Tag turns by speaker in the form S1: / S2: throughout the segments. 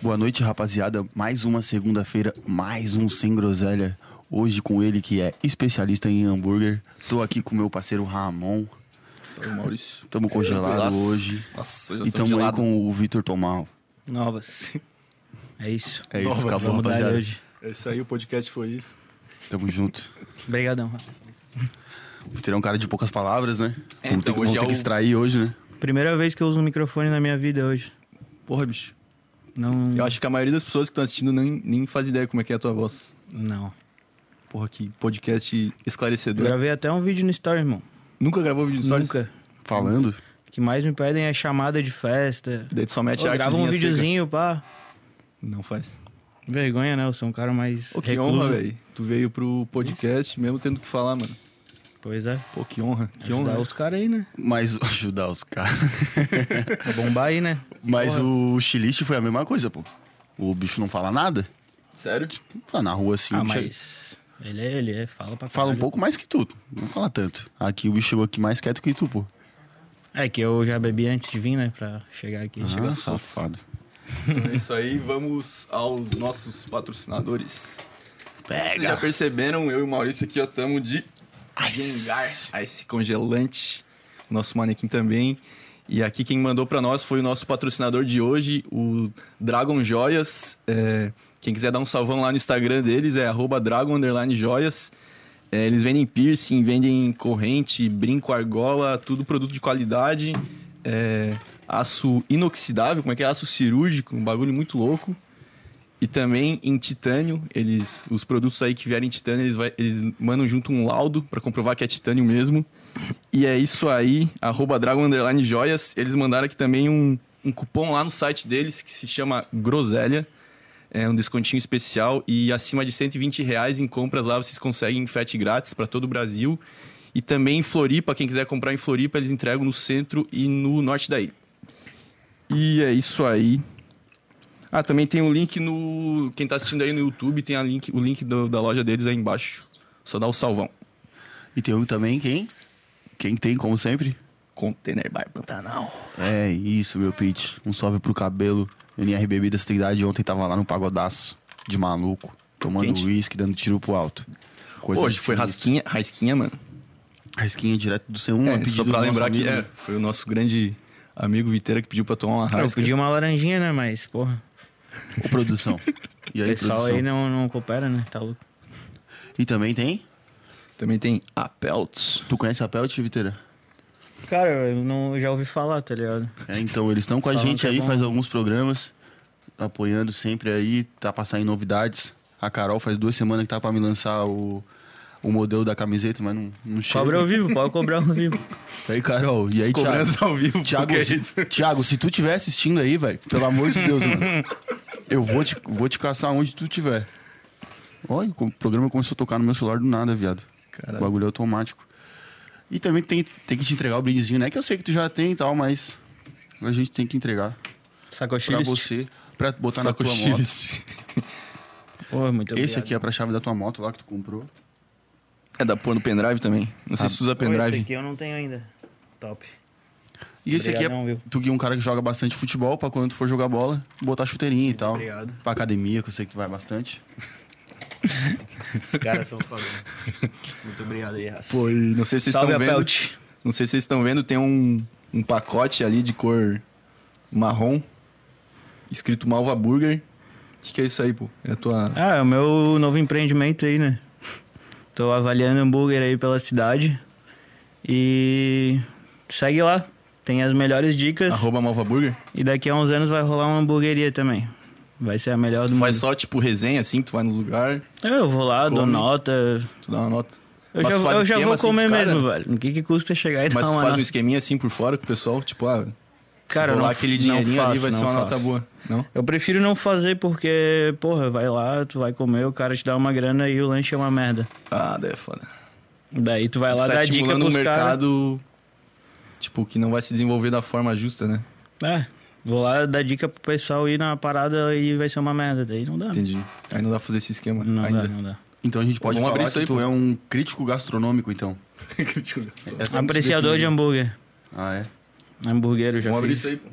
S1: Boa noite, rapaziada. Mais uma segunda-feira, mais um Sem Groselha. Hoje com ele, que é especialista em hambúrguer. Tô aqui com meu parceiro Ramon.
S2: Salve, Maurício.
S1: Tamo congelado
S2: Gelaço.
S1: hoje.
S2: Nossa, eu
S1: E
S2: estou
S1: tamo aí
S2: gelado.
S1: com o Vitor Tomal.
S3: Novas. É isso.
S1: É isso,
S2: Novas.
S1: acabou,
S3: Vamos dar ele
S1: rapaziada.
S3: hoje.
S2: É isso aí, o podcast foi isso.
S1: Tamo junto.
S3: Obrigadão. Rafa.
S1: O Vitor é um cara de poucas palavras, né?
S2: É,
S1: vamos ter,
S2: então,
S1: que- vamos ter
S2: hoje é
S1: que
S2: o-
S1: extrair hoje, né?
S3: Primeira vez que eu uso um microfone na minha vida hoje.
S2: Porra, bicho.
S3: Não.
S2: Eu acho que a maioria das pessoas que estão assistindo nem, nem faz ideia como é que é a tua voz.
S3: Não.
S2: Porra, que podcast
S3: Eu
S2: esclarecedor.
S3: gravei até um vídeo no Story, irmão.
S2: Nunca gravou vídeo de stories?
S3: Nunca.
S1: Falando.
S3: O que mais me pedem é chamada de festa.
S2: Daí tu só mete
S3: Ô,
S2: a
S3: grava
S2: artezinha
S3: um
S2: seca.
S3: videozinho, pá.
S2: Não faz.
S3: Vergonha, né? Eu sou um cara mais.
S2: Pô, que
S3: recluso.
S2: honra, velho. Tu veio pro podcast mesmo tendo que falar, mano.
S3: Pois é.
S2: Pô, que honra. Que
S3: Ajudar
S2: honra.
S3: os caras aí, né?
S1: Mas ajudar os caras.
S3: Pra bombar aí, né?
S1: Mas
S3: Porra.
S1: o chiliste foi a mesma coisa, pô. O bicho não fala nada.
S2: Sério?
S1: Tá na rua assim,
S3: Ah,
S1: o bicho-
S3: mas. Ele é, ele é. Fala pra
S1: Fala um
S3: caralho.
S1: pouco mais que tu. Não fala tanto. Aqui o bicho chegou aqui mais quieto que tu, pô.
S3: É que eu já bebi antes de vir, né? Pra chegar aqui.
S1: Ah,
S3: Chegar-
S1: safado.
S2: Então é isso aí, vamos aos nossos patrocinadores. Vocês já
S1: Pega.
S2: perceberam, eu e o Maurício aqui, ó, tamo de
S1: Ice.
S2: Gengar Ice Congelante. O nosso manequim também. E aqui quem mandou pra nós foi o nosso patrocinador de hoje, o Dragon Joias. É, quem quiser dar um salvão lá no Instagram deles é arroba Dragon underline Joias. É, eles vendem piercing, vendem corrente, brinco, argola, tudo produto de qualidade. É, aço inoxidável, como é que é? Aço cirúrgico, um bagulho muito louco. E também em titânio, eles os produtos aí que vierem em titânio, eles, vai- eles mandam junto um laudo pra comprovar que é titânio mesmo. E é isso aí, arroba Dragon Underline Joias. Eles mandaram aqui também um, um cupom lá no site deles que se chama Groselha. É um descontinho especial e acima de 120 reais em compras lá vocês conseguem frete grátis pra todo o Brasil. E também em Floripa, quem quiser comprar em Floripa, eles entregam no centro e no norte da ilha. E é isso aí. Ah, também tem o link no. Quem tá assistindo aí no YouTube tem a link, o link do- da loja deles aí embaixo. Só dá o salvão.
S1: E tem um também quem? Quem tem, como sempre?
S2: Container Bar Pantanal.
S1: É isso, meu pitch. Um salve pro cabelo. NR Bebidas Trindade ontem tava lá no pagodaço de maluco, tomando
S2: Quente.
S1: uísque, dando tiro pro alto. Coisa
S2: Hoje foi
S1: sinistra.
S2: rasquinha, rasquinha, mano.
S1: Rasquinha direto do C1, a
S2: é,
S1: pedido
S2: só
S1: do
S2: pra
S1: nosso
S2: lembrar que
S1: amigo.
S2: é, foi o nosso grande amigo Viteira que pediu pra tomar uma
S3: Ah, eu
S2: rasca.
S3: pedi uma laranjinha, né? Mas, porra.
S2: é.
S1: Ô, produção. E
S3: O
S1: aí,
S3: pessoal
S1: produção.
S3: aí não, não coopera, né? Tá louco.
S1: E também tem?
S2: Também tem a Peltz.
S1: Tu conhece a Pelt, Viteira?
S3: Cara, eu não eu já ouvi falar, tá ligado?
S1: É, então, eles estão com a
S3: Falam
S1: gente
S3: que é
S1: aí,
S3: bom.
S1: faz alguns programas, apoiando sempre aí, tá passando novidades. A Carol faz duas semanas que tá pra me lançar o, o modelo da camiseta, mas não, não chega.
S3: Cobra ao vivo, pode cobrar ao vivo.
S1: E aí, Carol, e aí, Thiago?
S2: Cobrança ao
S3: um
S2: vivo,
S1: Thiago, tá
S2: porque é isso.
S1: se, Thiago, se tu tiver assistindo aí, velho, pelo amor de Deus, mano, eu vou te, vou te caçar onde tu tiver. Olha, o programa começou a tocar no meu celular do nada, viado.
S2: Caralho.
S1: O bagulho é automático. E também tem, tem que te entregar o brindezinho, né? Que eu sei que tu já tem e tal, mas a gente tem que entregar. pra
S3: Sacochilist.
S1: você, pra botar
S2: Saco
S1: na tua moto.
S2: Chilist.
S3: Pô, muito obrigado.
S1: Esse aqui é pra chave da tua moto lá que tu comprou.
S2: É da pôr no pendrive também. Não
S1: Ah,
S2: sei se tu usa
S3: Pô, esse
S2: pendrive.
S3: aqui eu não tenho ainda. Top.
S1: E esse aqui é
S3: Obrigadão, viu?
S1: tu que é um cara que joga bastante futebol pra quando tu for jogar bola, botar chuteirinha e tal.
S3: obrigado.
S1: Pra academia, que eu sei que tu vai bastante.
S3: Os caras são foda. né? Muito obrigado aí, Raça.
S2: Pô, e não sei se vocês
S3: Salve
S2: estão
S3: a
S2: vendo.
S3: Pelt.
S2: Não sei se vocês estão vendo, tem um, um pacote ali de cor marrom, escrito Malva Burger. O que, que é isso aí, pô? É a tua.
S3: Ah, é o meu novo empreendimento aí, né? Tô avaliando hambúrguer aí pela cidade. E segue lá. Tem as melhores dicas.
S2: Arroba Malva Burger?
S3: E daqui a uns anos vai rolar uma hamburgueria também. Vai ser a melhor do
S2: Tu
S3: mundo. É,
S2: faz só, tipo, resenha assim, tu vai no lugar,
S3: Eu vou lá, dou
S2: Come.
S3: nota.
S2: tu dá uma nota.
S3: Eu
S2: Mas
S3: já,
S2: tu faz
S3: eu já
S2: esquema
S3: vou
S2: assim com os
S3: comer
S2: cara?
S3: mesmo, velho. O que, que custa chegar e dar
S2: Mas tu
S3: uma
S2: faz um
S3: nota?
S2: esqueminha assim por fora com o pessoal, tipo, ah,
S3: Cara,
S2: se rolar
S3: não-
S2: aquele
S3: não
S2: dinheirinho ali
S3: faço,
S2: vai ser
S3: não
S2: uma nota
S3: faço.
S2: boa. Não?
S3: Eu prefiro não fazer porque, porra, vai lá, tu vai comer, o cara te dá uma grana e o lanche é uma merda.
S2: Ah, daí é foda.
S3: Daí tu vai
S2: Tu
S3: lá
S2: tá
S3: dar dica
S2: estimulando um
S3: pros caras.
S2: mercado, tipo, que não vai se desenvolver da forma justa, né?
S3: É, vou lá dar dica pro pessoal ir na parada e vai ser uma merda. Daí não dá.
S2: Entendi. Aí não dá pra fazer esse esquema
S3: Ah. Não
S2: ainda.
S3: dá, não dá.
S1: Então a gente pode
S2: vamos
S1: falar
S2: abrir
S1: que
S2: isso aí,
S1: tu
S2: pô.
S1: é um crítico gastronômico, então.
S2: Deixa eu ver só.
S1: É assim que se
S3: Apreciador de um-
S1: define.
S3: hambúrguer.
S1: Ah, é?
S3: Hambúrguer eu já
S2: Vamos abrir
S3: fiz.
S2: isso aí, pô.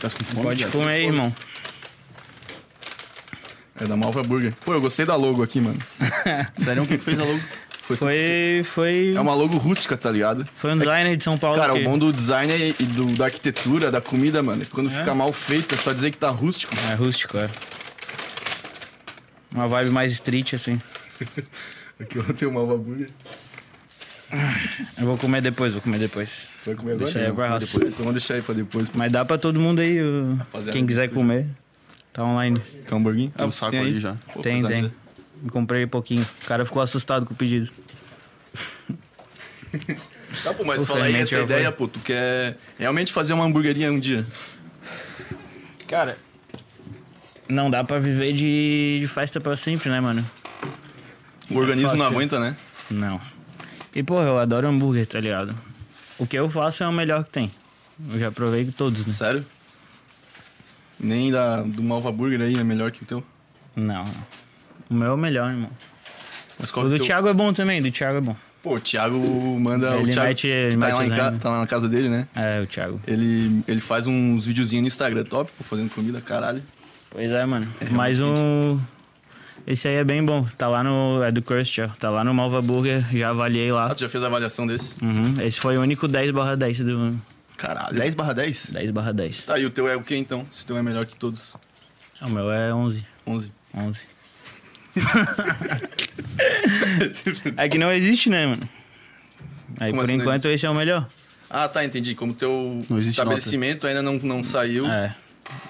S1: Tá com fome,
S3: Pode
S1: viado?
S3: comer, irmão.
S2: É da Malva Burger. Pô, eu gostei da logo aqui, mano.
S1: Sério, o que que fez a logo?
S2: Foi,
S3: Foi, foi,
S2: É uma logo rústica, tá ligado?
S3: foi um designer de São Paulo.
S2: Cara,
S3: que-
S2: o bom do design e e do, da arquitetura, da comida, mano, é que quando fica mal feito, é só dizer que tá rústico.
S3: É rústico, é. Uma vibe mais street, assim.
S2: Aqui eu tenho Malva Burger.
S3: Eu vou comer depois, vou comer depois.
S2: Vai comer agora?
S3: Deixa aí
S2: Não,
S3: pra
S2: vamos
S3: raça.
S2: depois. Então vamos deixar aí pra depois.
S3: Mas dá pra todo mundo aí, o-
S2: Rapaziada,
S3: quem quiser
S2: mistura.
S3: comer. Tá online.
S2: Quer um hamburguinho?
S1: Tem um
S2: você
S1: saco
S2: tem
S1: ali já.
S2: Pô,
S3: Ah,
S2: é.
S3: tem,
S2: rapaziada.
S3: tem. Eu comprei pouquinho. O cara ficou assustado com o pedido.
S2: Tá, pô, mas
S3: Pô,
S2: fala aí
S3: fermente
S2: essa
S3: já
S2: ideia, pô. Tu quer realmente fazer uma hamburguerinha um dia?
S3: Cara, não dá pra viver de, de festa pra sempre, né, mano?
S2: O organismo
S3: É fácil.
S2: não aguenta, né?
S3: Não. E, porra, eu adoro hambúrguer, tá ligado? O que eu faço é o melhor que tem. Eu já provei todos, né?
S2: Sério? Nem da, do Malva Burger aí é melhor que o teu.
S3: Não. não. O meu é o melhor, irmão.
S2: Mas qual
S3: O
S2: que
S3: do
S2: teu-
S3: Thiago é bom também, do Thiago é bom.
S2: Pô, o Thiago manda.
S3: Ele
S2: o Thiago,
S3: mete- ele
S2: que tá,
S3: mete
S2: lá em
S3: design,
S2: ca-
S3: né?
S2: tá lá na casa dele, né?
S3: É, o Thiago.
S2: Ele, ele faz uns videozinhos no Instagram top, pô, fazendo comida, caralho.
S3: Pois é, mano. Mais um. Esse aí é bem bom. Tá lá no. É do Crust, ó. Tá lá no Malva Burger. Já avaliei
S2: Ah,
S3: lá.
S2: tu já fez a avaliação desse?
S3: Uhum. Esse foi o único 10 barra 10 do.
S2: Caralho.
S1: 10 barra 10?
S3: 10 barra 10.
S2: Tá, e o teu é o que então? Se o teu é melhor que todos?
S3: O meu é 11.
S2: 11.
S3: 11. É que não existe, né, mano? Aí
S2: Como
S3: por
S2: assim não
S3: enquanto esse é o melhor.
S2: ah, tá, entendi. Como teu
S1: Não existe
S2: estabelecimento ainda não, não saiu.
S3: É.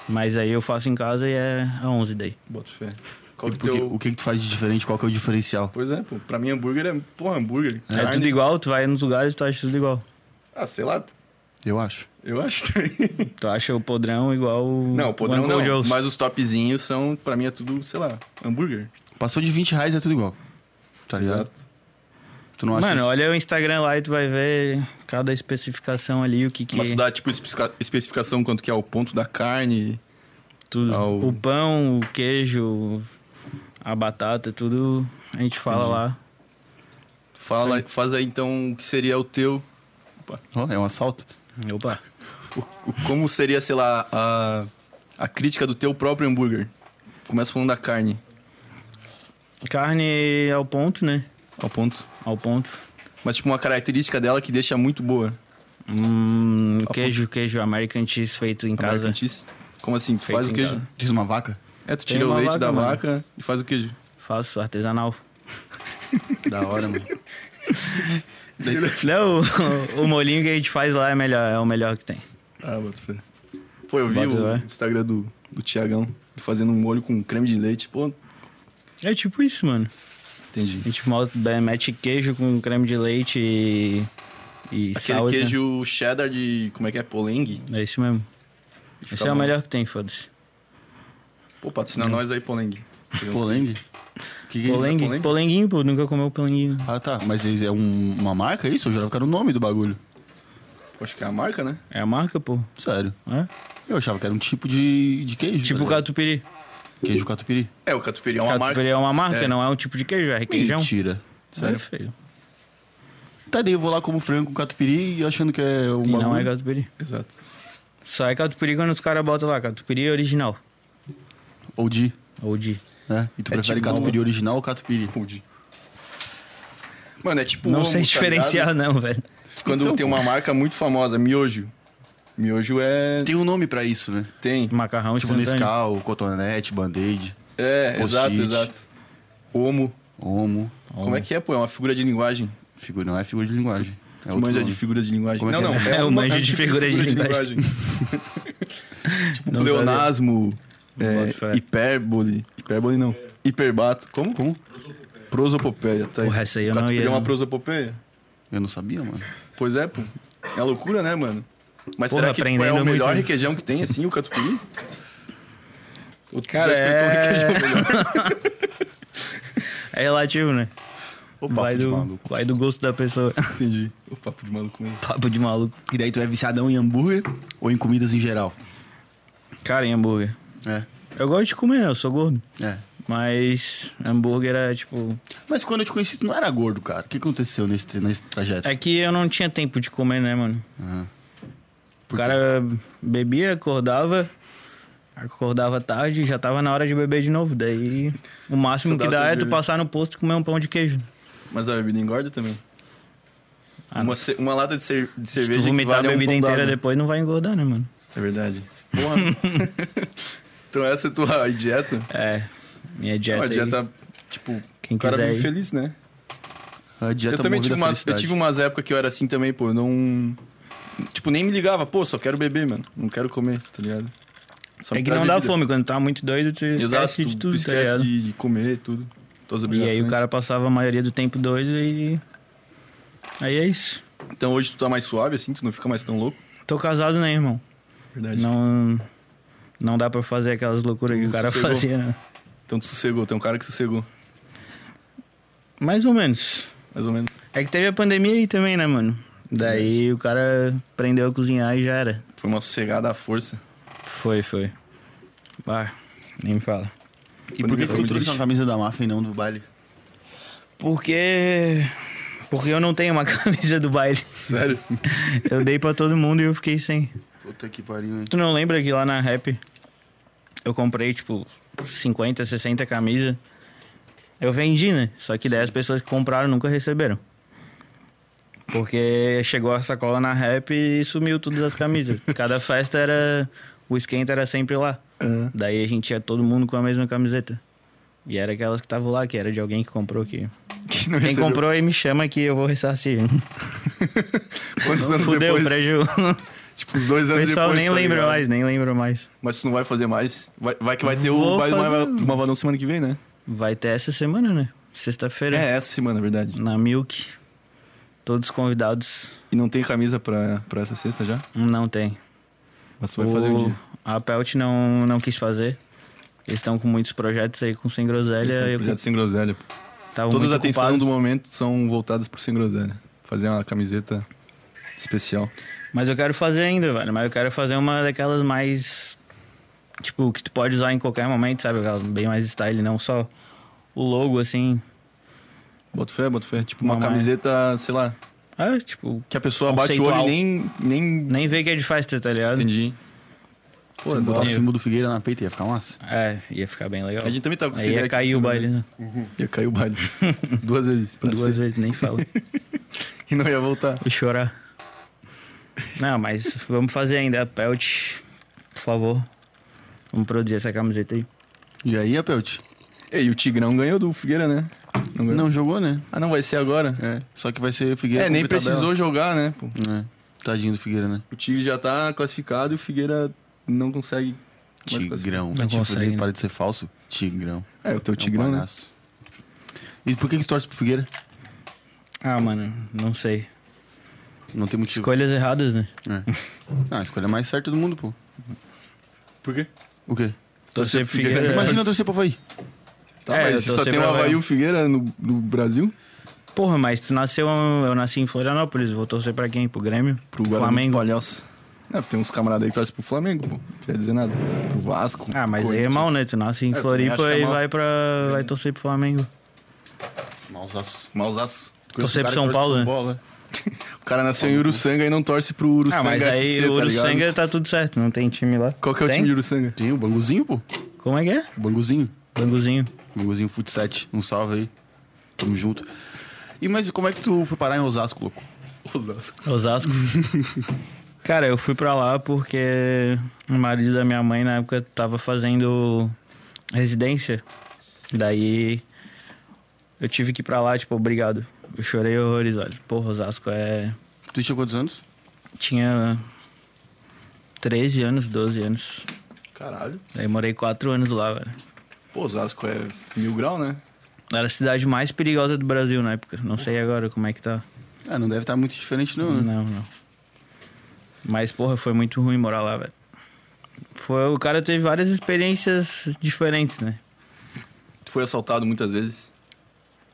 S3: Mas aí eu faço em casa e é a 11 daí.
S2: Bota fé. Qual que
S1: Porque,
S2: teu.
S1: O que, que tu faz de diferente? Qual que é o diferencial?
S2: Pois é, pô. Pra mim, hambúrguer é. Porra, hambúrguer.
S3: É,
S2: Carne.
S3: tudo igual, tu vai nos lugares e tu acha tudo igual.
S2: Ah, sei lá.
S1: Eu acho.
S2: Eu acho também.
S3: Tu acha o podrão igual o.
S2: Não,
S3: o
S2: podrão
S3: Uncle
S2: não.
S3: Joe's.
S2: Mas os topzinhos são, pra mim, é tudo, sei lá, hambúrguer.
S1: Passou de 20 reais é tudo igual. Tá ligado? Tu não acha
S3: Mano,
S1: isso?
S3: olha o Instagram lá e tu vai ver cada especificação ali, o que que
S2: Mas tu dá, tipo, especifica- especificação quanto que é o ponto da carne.
S3: tudo.
S2: Ah, o-
S3: O pão, o queijo, a batata, tudo a gente fala lá.
S2: Fala, faz aí, então, o que seria o teu...
S1: Ó, é um assalto.
S3: Opa.
S2: o- o- como seria, sei lá, a, a crítica do teu próprio hambúrguer. Começa falando da carne.
S3: Carne ao ponto, né?
S2: Ao ponto.
S3: Ao ponto.
S2: Mas, tipo, uma característica dela que deixa muito boa.
S3: Hum, queijo, queijo American cheese feito em
S2: a American
S3: casa.
S2: Cheese. Como assim? Tu
S3: Feito
S2: faz o
S3: em
S2: queijo...
S3: casa.
S1: Diz uma vaca?
S2: É, tu
S3: Tem
S2: tira o
S3: uma
S2: leite
S3: vaca,
S2: da
S3: mano.
S2: vaca e faz o queijo.
S3: Faço artesanal.
S1: Da hora, mano.
S3: Não, o, o molinho que a gente faz lá é melhor, é o melhor que tem.
S2: Ah, bota fé. Pô, eu vi
S3: Bota
S2: o
S3: lá.
S2: Instagram do, do Tiagão fazendo um molho com creme de leite. Pô,
S3: É tipo isso, mano.
S2: entendi.
S3: A gente molda, mete queijo com creme de leite e. e
S2: Aquele
S3: sal, né?
S2: queijo cheddar de. Como é que é? Polengue?
S3: É isso mesmo.
S2: Fica
S3: Esse é o
S2: bom.
S3: melhor que tem, foda-se.
S2: Pô, patrocina nós aí, Polengue.
S1: Polengue? O que, que é isso?
S3: Polengue?
S2: polengue?
S3: Polenguinho, pô, nunca comeu polenguinho.
S1: Ah, tá. Mas eles- é um- uma marca isso? Eu jurava que era o nome do bagulho.
S2: Acho que é a marca, né?
S3: É a marca, pô.
S1: Sério.
S3: É?
S1: Eu achava que era um tipo de, de queijo.
S3: Tipo
S1: tá
S3: o
S1: ligado?
S3: catupiry.
S1: Queijo catupiry.
S2: É, o catupiry é uma marca.
S3: catupiry é uma marca,
S2: É.
S3: não é um tipo de queijo, é requeijão.
S1: Mentira.
S2: Sério?
S3: É feio.
S1: Tá, daí eu vou lá como frango com catupiry e achando que é um
S3: E
S1: bagulho.
S3: não é catupiry.
S2: Exato.
S3: Só é catupiry quando os caras botam lá, catupiry original.
S1: Ou de.
S3: Ou de.
S1: Né? E tu
S2: É
S1: prefere
S2: tipo
S1: catupiry
S2: uma-
S1: original ou catupiry?
S2: Mano, é tipo.
S3: não
S2: ovo,
S3: sei
S2: tá
S3: diferenciar,
S2: ligado?
S3: não, velho.
S2: Quando
S1: Então,
S2: tem uma marca muito famosa, miojo. Miojo é.
S1: Tem um nome pra isso, né?
S2: Tem.
S3: Macarrão
S1: Tipo
S3: É instantâneo.
S1: Nescau, Cotonete, Band-Aid,
S2: É, exato,
S1: Post-it.
S2: exato. Homo.
S1: Homo.
S2: Como é que é, pô? É uma figura de linguagem.
S1: Figura, não é figura de linguagem. É
S2: Tu
S1: outro
S2: manja
S1: nome.
S2: de figura de linguagem.
S1: Como é
S2: não,
S1: que é?
S2: não.
S3: É, eu
S2: uma-
S3: manjo
S2: um
S3: de
S2: tipo
S3: figura de
S2: linguagem. tipo,
S3: Não
S2: pleonasmo,
S3: Boto fé.
S2: é, hipérbole. Hipérbole não. Hiperbato. Como?
S1: Como?
S2: Prosopopeia. Tá aí.
S3: Porra, essa aí eu
S2: Cara,
S3: não
S2: tu
S3: ia-
S2: pegou uma prosopopeia?
S1: Eu não sabia, mano.
S2: Pois é, pô. É loucura, né, mano? Mas
S3: Porra,
S2: será que tipo, é
S3: aprendendo
S2: o
S3: muito,
S2: melhor
S3: né?
S2: requeijão que tem, assim, o catupiry? Ou tu
S3: Cara,
S2: já experimentou
S3: é-
S2: requeijão melhor?
S3: É relativo, né?
S1: Ô, papo
S3: Vai
S1: de
S3: do,
S1: maluco.
S3: vai do gosto da pessoa.
S2: Entendi. O papo de maluco mesmo.
S3: Papo de maluco.
S1: E daí tu é viciadão em hambúrguer ou em comidas em geral?
S3: Cara, em hambúrguer.
S1: É,
S3: Eu gosto de comer, eu sou gordo.
S1: é.
S3: Mas hambúrguer é tipo.
S1: Mas quando eu te conheci, tu não era gordo, cara. O que aconteceu nesse, nesse trajeto?
S3: É que eu não tinha tempo de comer, né, mano?
S1: Ah.
S3: O cara bebia, acordava, Acordava tarde, já tava na hora de beber de novo. Daí o máximo
S2: Só
S3: que
S2: dá
S3: dá
S2: outra
S3: é tu
S2: bebida.
S3: passar no posto e comer um pão de queijo.
S2: Mas a bebida engorda também.
S3: Ah,
S2: uma, ce- uma lata de, cer- de
S3: Se tu
S2: cerveja que
S3: vomitar
S2: vale
S3: a
S2: um
S3: bebida
S2: pão
S3: inteira
S2: d'água.
S3: depois não vai engordar, né, mano?
S2: É verdade. Porra. então essa é a tua dieta?
S3: É. Minha dieta.
S2: a
S3: aí,
S2: dieta, tipo,
S3: quem
S2: o cara
S3: quiser
S2: vive
S3: aí.
S2: feliz, né?
S1: A dieta
S2: eu também
S1: movida à
S2: tive umas, eu
S1: tá felicidade.
S2: tive um umas épocas que eu era assim também, pô. eu Não. Tipo, nem me ligava, pô, só quero beber, mano. Não quero comer, tá ligado? Só
S3: É
S2: me
S3: que
S2: traz
S3: não dá
S2: bebida.
S3: fome, quando tá muito doido, tu esquece
S2: Exato, tu,
S3: de
S2: tu
S3: tudo, tá
S2: esquece
S3: ligado?
S2: de, de comer tudo. Tuas
S3: E
S2: obrigações.
S3: aí o cara passava a maioria do tempo doido e. Aí é isso.
S2: Então hoje tu tá mais suave, assim, tu não fica mais tão louco.
S3: Tô casado, né, irmão?
S2: Verdade.
S3: Não. Não dá pra fazer aquelas loucuras
S2: Tu
S3: que o cara
S2: sossegou?
S3: fazia, né?
S2: Então tu sossegou, tem um cara que sossegou,
S3: Mais ou menos.
S2: mais ou menos.
S3: É que teve a pandemia aí também, né, mano? Daí o cara aprendeu a cozinhar e já era.
S2: Foi uma sossegada à força.
S3: Foi, foi. Ah, nem me fala.
S1: E por que que tu
S2: Foi muito
S1: trouxe
S2: triste.
S1: uma camisa da máfia e não do baile?
S3: Porque. Porque eu não tenho uma camisa do baile.
S2: Sério?
S3: Eu dei pra todo mundo e eu fiquei sem.
S1: Puta que pariu, hein?
S3: Tu não lembra que lá na rap eu comprei, tipo, 50, 60 camisas? Eu vendi, né? Só que daí as pessoas que compraram nunca receberam. Porque chegou a sacola na rap e sumiu todas as camisas. Cada festa era. O esquenta era sempre lá. Daí a gente ia todo mundo com a mesma camiseta. E era aquelas que estavam lá, que era de alguém que comprou aqui.
S2: Que não
S3: Quem
S2: recebeu.
S3: comprou aí me chama que eu vou ressarcir.
S2: Quantos anos
S3: Fudeu,
S2: depois?
S3: preju.
S2: Tipo, uns dois
S3: O
S2: anos
S3: pessoal
S2: depois.
S3: nem
S2: tá
S3: lembra
S2: ligado?
S3: mais, nem lembra mais.
S2: Mas tu não vai fazer mais. Vai, vai que vai ter
S3: Vou
S2: o baile
S3: fazer.
S2: do Mavadão semana que vem, né?
S3: Vai ter essa semana, né? Sexta-feira.
S2: É, essa semana, na verdade.
S3: Na Milk. Todos convidados.
S2: E
S3: um
S2: não tem camisa pra, pra essa sexta já?
S3: Não tem.
S2: Mas tu vai fazer um dia.
S3: A Pelt não, não quis fazer. Eles estão com muitos projetos aí com Sem Groselha.
S2: Esse é um
S3: eu
S2: projeto sem groselha. pô.
S3: tava
S2: Todas as
S3: muito
S2: atenções
S3: ocupado.
S2: do momento são voltadas pro sem groselha. Fazer uma camiseta especial.
S3: Mas eu quero fazer ainda, velho. Mas eu quero fazer uma daquelas mais. Tipo, que tu pode usar em qualquer momento, sabe? Aquela bem mais style, não só o logo assim.
S2: Bota fé, bota fé. Tipo, uma
S3: Mamãe.
S2: camiseta, sei lá,
S3: Ah, tipo,
S2: que a pessoa bate o olho
S3: Conceitual.
S2: e nem. nem...
S3: nem Tipo, vê que é de festa, tá ligado?
S2: Entendi. Pô, é.
S1: Se botar o
S2: adorei.
S1: símbolo do Figueira na peita ia ficar massa.
S3: É, ia ficar bem legal.
S2: A gente também tava com essa
S3: Aí
S2: ideia
S3: ia
S2: aqui
S3: cair o
S2: semana.
S3: baile, né?
S2: Ia cair o baile. Duas vezes. pra
S3: Duas
S2: ser.
S3: vezes, nem fala.
S2: E não ia voltar.
S3: Vou chorar. Não, mas vamos fazer ainda. Pelt, por favor. Vamos produzir essa camiseta aí.
S1: E aí, Apelt?
S2: E aí, o Tigrão ganhou do Figueira, né? Não ganhou.
S1: Não jogou, né?
S2: Ah, não vai ser agora?
S1: É. Só que vai ser Figueira.
S2: É, nem
S1: contra
S2: precisou jogar, né? pô?
S1: Tabela. É. Tadinho do Figueira, né?
S2: O Tigre já tá classificado e o Figueira não consegue. mais classificar.
S1: Tigrão.
S3: Não
S1: Vai te
S3: consegue,
S1: fuder,
S3: né?
S1: Para de ser falso. Tigrão.
S2: É, o teu
S1: É um
S2: Tigrão, né?
S1: palhaço. E por que que tu torce pro Figueira?
S3: Ah, mano, não sei.
S1: Não tem
S2: Tipo,
S1: motivo.
S3: Escolhas erradas, né?
S1: É. Ah, a escolha mais certa do mundo, pô.
S2: Por quê?
S1: O quê?
S3: Torcer pro
S2: É.
S3: Figueira.
S1: Imagina torcer pro Havaí.
S2: Tá,
S3: É, eu
S2: mas se
S3: tô
S2: só
S3: sempre
S2: tem o
S3: Havaí.
S2: Havaí e o Figueira no, no Brasil?
S3: Porra, mas tu nasceu. Eu nasci em Florianópolis. Vou torcer pra quem? Pro Grêmio?
S2: Pro
S3: Flamengo.
S2: Palhaço. Não, tem uns camaradas aí que torcem pro Flamengo, pô. Não queria dizer nada. Pro Vasco.
S3: Ah, mas aí é
S2: Corinthians.
S3: mal, né? Tu nasce em
S2: também acho que
S3: Floripa
S2: é
S3: e
S2: mal. É.
S3: vai pra. Vai torcer pro Flamengo.
S1: Mausaço.
S2: Mausaço.
S1: Conheço
S3: Torcer
S1: um
S3: pro
S1: cara que
S3: São
S1: torce
S3: Paulo,
S1: pro
S3: né?
S1: Paulo, né?
S2: O cara nasceu em Uruçanga e não torce pro Uruçanga.
S3: Ah, mas aí
S2: FC,
S3: o
S2: tá
S3: Uruçanga
S2: ligado?
S3: tá, tudo certo. Não tem time lá.
S2: Qual que é o
S3: Tem?
S2: time de Uruçanga?
S1: Tem o Banguzinho, pô.
S3: Como é que é?
S1: O Banguzinho.
S3: Banguzinho.
S1: Banguzinho Futset. Um salve aí. Tamo junto. E mas como é que tu foi parar em Osasco, louco?
S2: Osasco.
S3: Osasco. Cara, eu fui pra lá porque o marido da minha mãe na época tava fazendo residência. Daí eu tive que ir pra lá, tipo, obrigado. Eu chorei horrores, velho. Porra, Osasco é.
S1: Tu tinha quantos anos?
S3: Tinha 13 anos, 12 anos.
S2: Caralho.
S3: Daí morei 4 anos lá, velho.
S2: Pô, Osasco é mil grau, né?
S3: Era a cidade mais perigosa do Brasil na época. Não sei agora como é que tá.
S1: Ah, não deve estar muito diferente,
S2: Hum.
S1: não, né?
S3: Não, não. Mas, porra, foi muito ruim morar lá, velho. Foi, o cara teve várias experiências diferentes, né?
S2: Tu foi assaltado muitas vezes.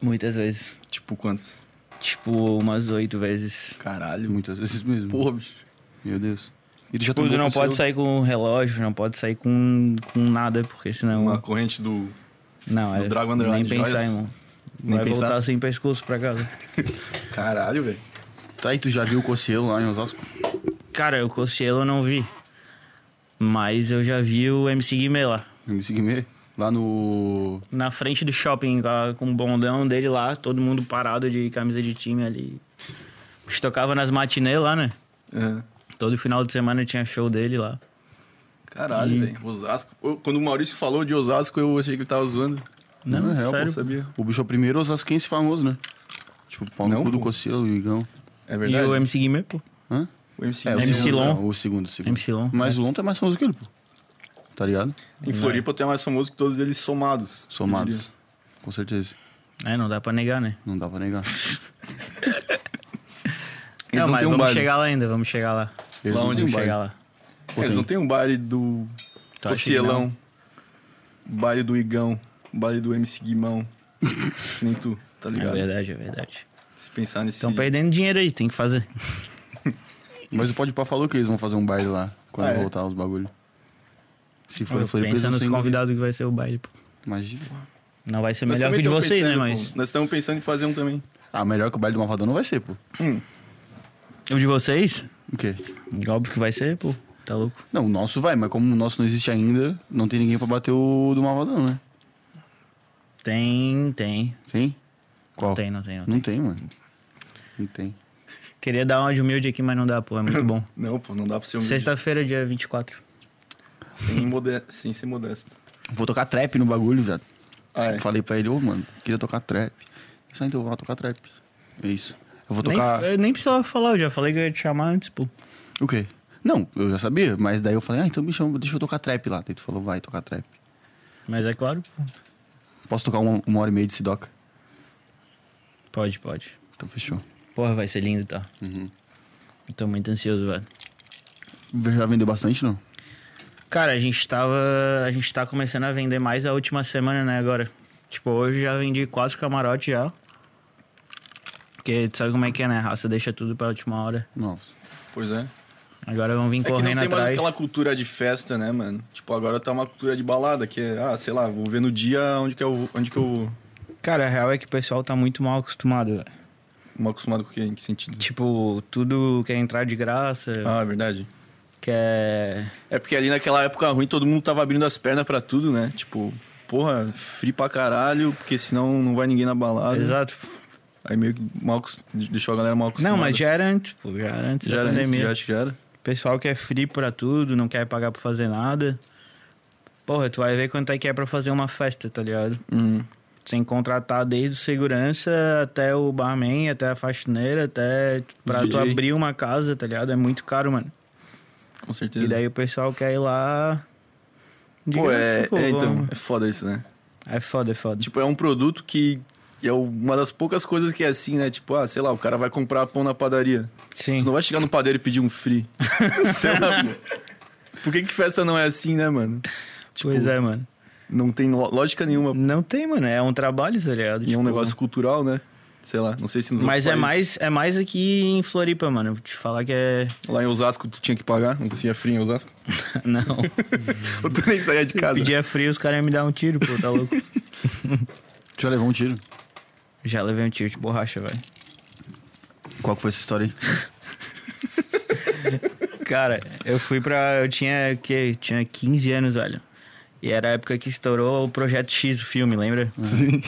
S3: Muitas vezes.
S2: Tipo, quantas?
S3: Tipo, umas oito vezes.
S2: Caralho.
S1: Muitas vezes mesmo.
S2: Porra, bicho.
S1: Meu Deus. E tu já
S3: Tipo, tu
S1: tomou
S3: não
S1: com o
S3: pode
S1: seu?
S3: sair com relógio, não pode sair com, com nada, porque senão.
S2: Uma corrente do.
S3: não,
S2: do
S3: é.
S2: Dragon
S3: nem
S2: Underline
S3: pensar,
S2: Joias.
S3: irmão.
S2: Nem
S3: Vai
S2: pensar.
S3: voltar sem pescoço pra casa.
S2: Caralho, velho.
S1: Tá, e tu já viu o Cossielo lá em Osasco?
S3: Cara, o Cossielo eu não vi. Mas eu já vi o MC Guimê lá.
S1: MC Guimê, lá no.
S3: Na frente do shopping, lá, com o bondão dele lá, todo mundo parado de camisa de time ali. Tocava nas matinês lá, né?
S2: É.
S3: Todo final de semana tinha show dele lá.
S2: Caralho, velho. Osasco. Ô, Quando o Maurício falou de Osasco, eu achei que ele tava zoando.
S3: Não,
S1: Não, é real,
S3: sério.
S2: Não sabia.
S1: O bicho é o primeiro osasquense famoso, né? Tipo, pau
S2: Não,
S1: no cu do
S2: pô.
S1: Cosselo, o Igão.
S2: É
S3: E
S2: verdade.
S3: o MC Guimê, pô.
S1: Hã?
S2: O MC.
S1: É, o
S3: MC
S1: segundo,
S3: Lon.
S1: não, O segundo, o segundo.
S3: MC Lon, é.
S1: Mas o Lon tá mais famoso que ele, pô. Tá ligado?
S2: Em Floripa tem mais famoso que todos eles somados. eu
S1: Somados.
S2: diria.
S1: Com certeza.
S3: É, não dá pra negar, né?
S1: Não dá pra negar.
S2: Eles não
S3: não, mas
S2: têm um
S3: vamos
S2: baile.
S3: chegar lá ainda, vamos chegar lá.
S1: Eles
S2: Lá
S1: não
S2: onde
S1: têm
S3: Vamos
S1: um baile.
S3: chegar lá.
S1: Pô,
S2: Eles
S1: tem-
S2: não tem um baile do
S3: Tu acha que
S2: Ocielão, baile do Igão, baile do MC Guimão. Nem tu, tá
S3: É
S2: ligado?
S3: verdade, Então, é verdade.
S2: Se pensar nesse.
S3: Estão perdendo dinheiro aí, tem que fazer.
S1: Mas o Podpah falou que eles vão fazer um baile lá, quando
S2: Ah, é?
S1: voltar os bagulho. Se for, for
S3: Pensa
S2: assim,
S3: nos convidados que vai ser o baile, pô.
S1: Imagina.
S3: Não vai ser
S2: Nós
S3: melhor que
S2: também
S3: o de
S2: tamo
S3: vocês, né?
S2: pensando,
S3: Mas.
S2: pô. Nós estamos pensando em fazer um também.
S1: Ah, melhor que o baile do Malvadão não vai ser, pô.
S3: O de vocês?
S1: O quê?
S3: Óbvio que vai ser, pô. Tá louco.
S1: Não, o nosso vai, mas como o nosso não existe ainda, não tem ninguém pra bater o do Malvadão, né?
S3: Tem, tem.
S1: Tem? Qual?
S3: Tem, não tem, não tem.
S1: Não tem, mano. Não tem.
S3: Queria dar uma de humilde aqui, mas não dá, pô. É muito bom.
S2: Não, pô, não dá pra ser um
S3: Sexta-feira, dia 24.
S2: sem, mode... sem ser modesto.
S1: Vou tocar trap no bagulho, viado.
S2: Ah, é.
S1: Falei pra ele, ô, mano, queria tocar trap. Só então eu vou lá tocar trap. É isso. Eu vou
S3: Nem,
S1: tocar.
S3: eu nem precisava falar, eu já falei que eu ia te chamar antes, pô.
S1: O quê? Não, eu já sabia, mas daí eu falei, ah, então me chama, deixa eu tocar trap lá. Daí tu falou, vai tocar trap.
S3: Mas é claro, pô.
S1: Posso tocar uma, uma hora e meia de Sidoca?
S3: Pode, pode.
S1: Então fechou.
S3: Porra, vai ser lindo, tá? Uhum. Eu tô muito ansioso, velho.
S1: Já vendeu bastante, não?
S3: Cara, a gente tava. A gente tá começando a vender mais a última semana, né, agora. Tipo, hoje já vendi quatro camarotes já. Porque tu sabe como é que é, né? A raça deixa tudo pra última hora.
S1: Nossa.
S2: Pois é.
S3: Agora vão vir
S2: É que não tem
S3: correndo
S2: mais
S3: atrás.
S2: aquela cultura de festa, né, mano? Tipo, agora tá uma cultura de balada, que é, ah, sei lá, vou ver no dia onde que eu. Onde que eu...
S3: Cara, a real é que o pessoal tá muito mal acostumado, velho.
S2: Mal acostumado com o quê? Em que sentido?
S3: Tipo, tudo quer entrar de graça,
S2: Ah, é verdade.
S3: quer.
S2: É porque ali naquela época ruim todo mundo tava abrindo as pernas pra tudo, né? Tipo, porra, free pra caralho, porque senão não vai ninguém na balada.
S3: Exato.
S2: Aí meio que mal acos- deixou a galera mal acostumada.
S3: Não, mas já era antes, pô. Já era antes
S2: já
S3: da
S2: era isso,
S3: pandemia.
S2: já acho que já era.
S3: Pessoal que é free pra tudo, não quer pagar pra fazer nada. Porra, tu vai ver quanto é que é pra fazer uma festa, tá ligado?
S2: Hum.
S3: Sem contratar desde o segurança até o barman, até a faxineira, até pra tu
S2: DJ.
S3: abrir uma casa, tá ligado? É muito caro, mano.
S2: Com certeza.
S3: E daí o pessoal quer ir lá. de
S2: pô, é,
S3: graça, pô,
S2: é, então,
S3: vamos.
S2: é foda isso, né?
S3: É foda, é foda.
S2: Tipo, é um produto que é uma das poucas coisas que é assim, né? Tipo, ah, sei lá, o cara vai comprar pão na padaria.
S3: Sim.
S2: Tu não vai chegar no padeiro e pedir um free. sei lá, pô. Por que que festa não é assim, né, mano?
S3: pois
S2: tipo,
S3: é, mano.
S2: Não tem lo- lógica nenhuma.
S3: Não tem, mano. É um trabalho, tá ligado?
S2: E é um
S3: Tipo,
S2: negócio cultural, né? Sei lá, não sei se nos outros
S3: Mas é
S2: países-
S3: mais, é mais aqui em Floripa, mano. Vou te falar que é.
S2: Lá em Osasco tu tinha que pagar, não tinha frio em Osasco.
S3: Não.
S2: Ou tu nem saía de casa.
S3: Pedia frio, os caras iam me dar um tiro, pô, tá louco?
S1: Tu já levou um tiro?
S3: Já levei um tiro de borracha, velho.
S1: Qual que foi essa história aí?
S3: Cara, eu fui pra. Eu tinha o quê? Tinha 15 anos, velho. E era a época que estourou o Projeto X, o filme, lembra?
S2: Sim.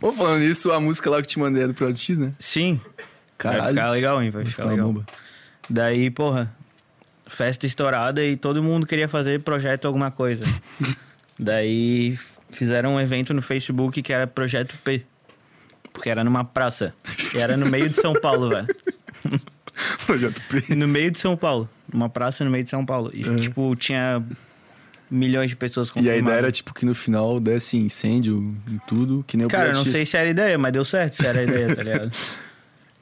S2: Ou falando nisso, a música lá que te mandei é do Projeto X, né?
S3: Sim. Vai
S2: Caralho.
S3: ficar legal, hein? Vai, ficar,
S2: uma
S3: legal.
S2: bomba.
S3: Daí, porra, festa estourada e todo mundo queria fazer projeto alguma coisa. Daí fizeram um evento no Facebook que era Projeto P. Porque era numa praça. E era no meio de São Paulo, velho.
S2: Projeto P.
S3: No meio de São Paulo. Uma praça no meio de São Paulo. E, tipo, tinha milhões de pessoas
S2: Uhum. E a
S3: confirmadas.
S2: ideia era, tipo, que no final desse incêndio em tudo, que nem o
S3: Cara, eu
S2: Projeto
S3: não
S2: X.
S3: sei se era ideia, mas deu certo se era ideia, tá ligado?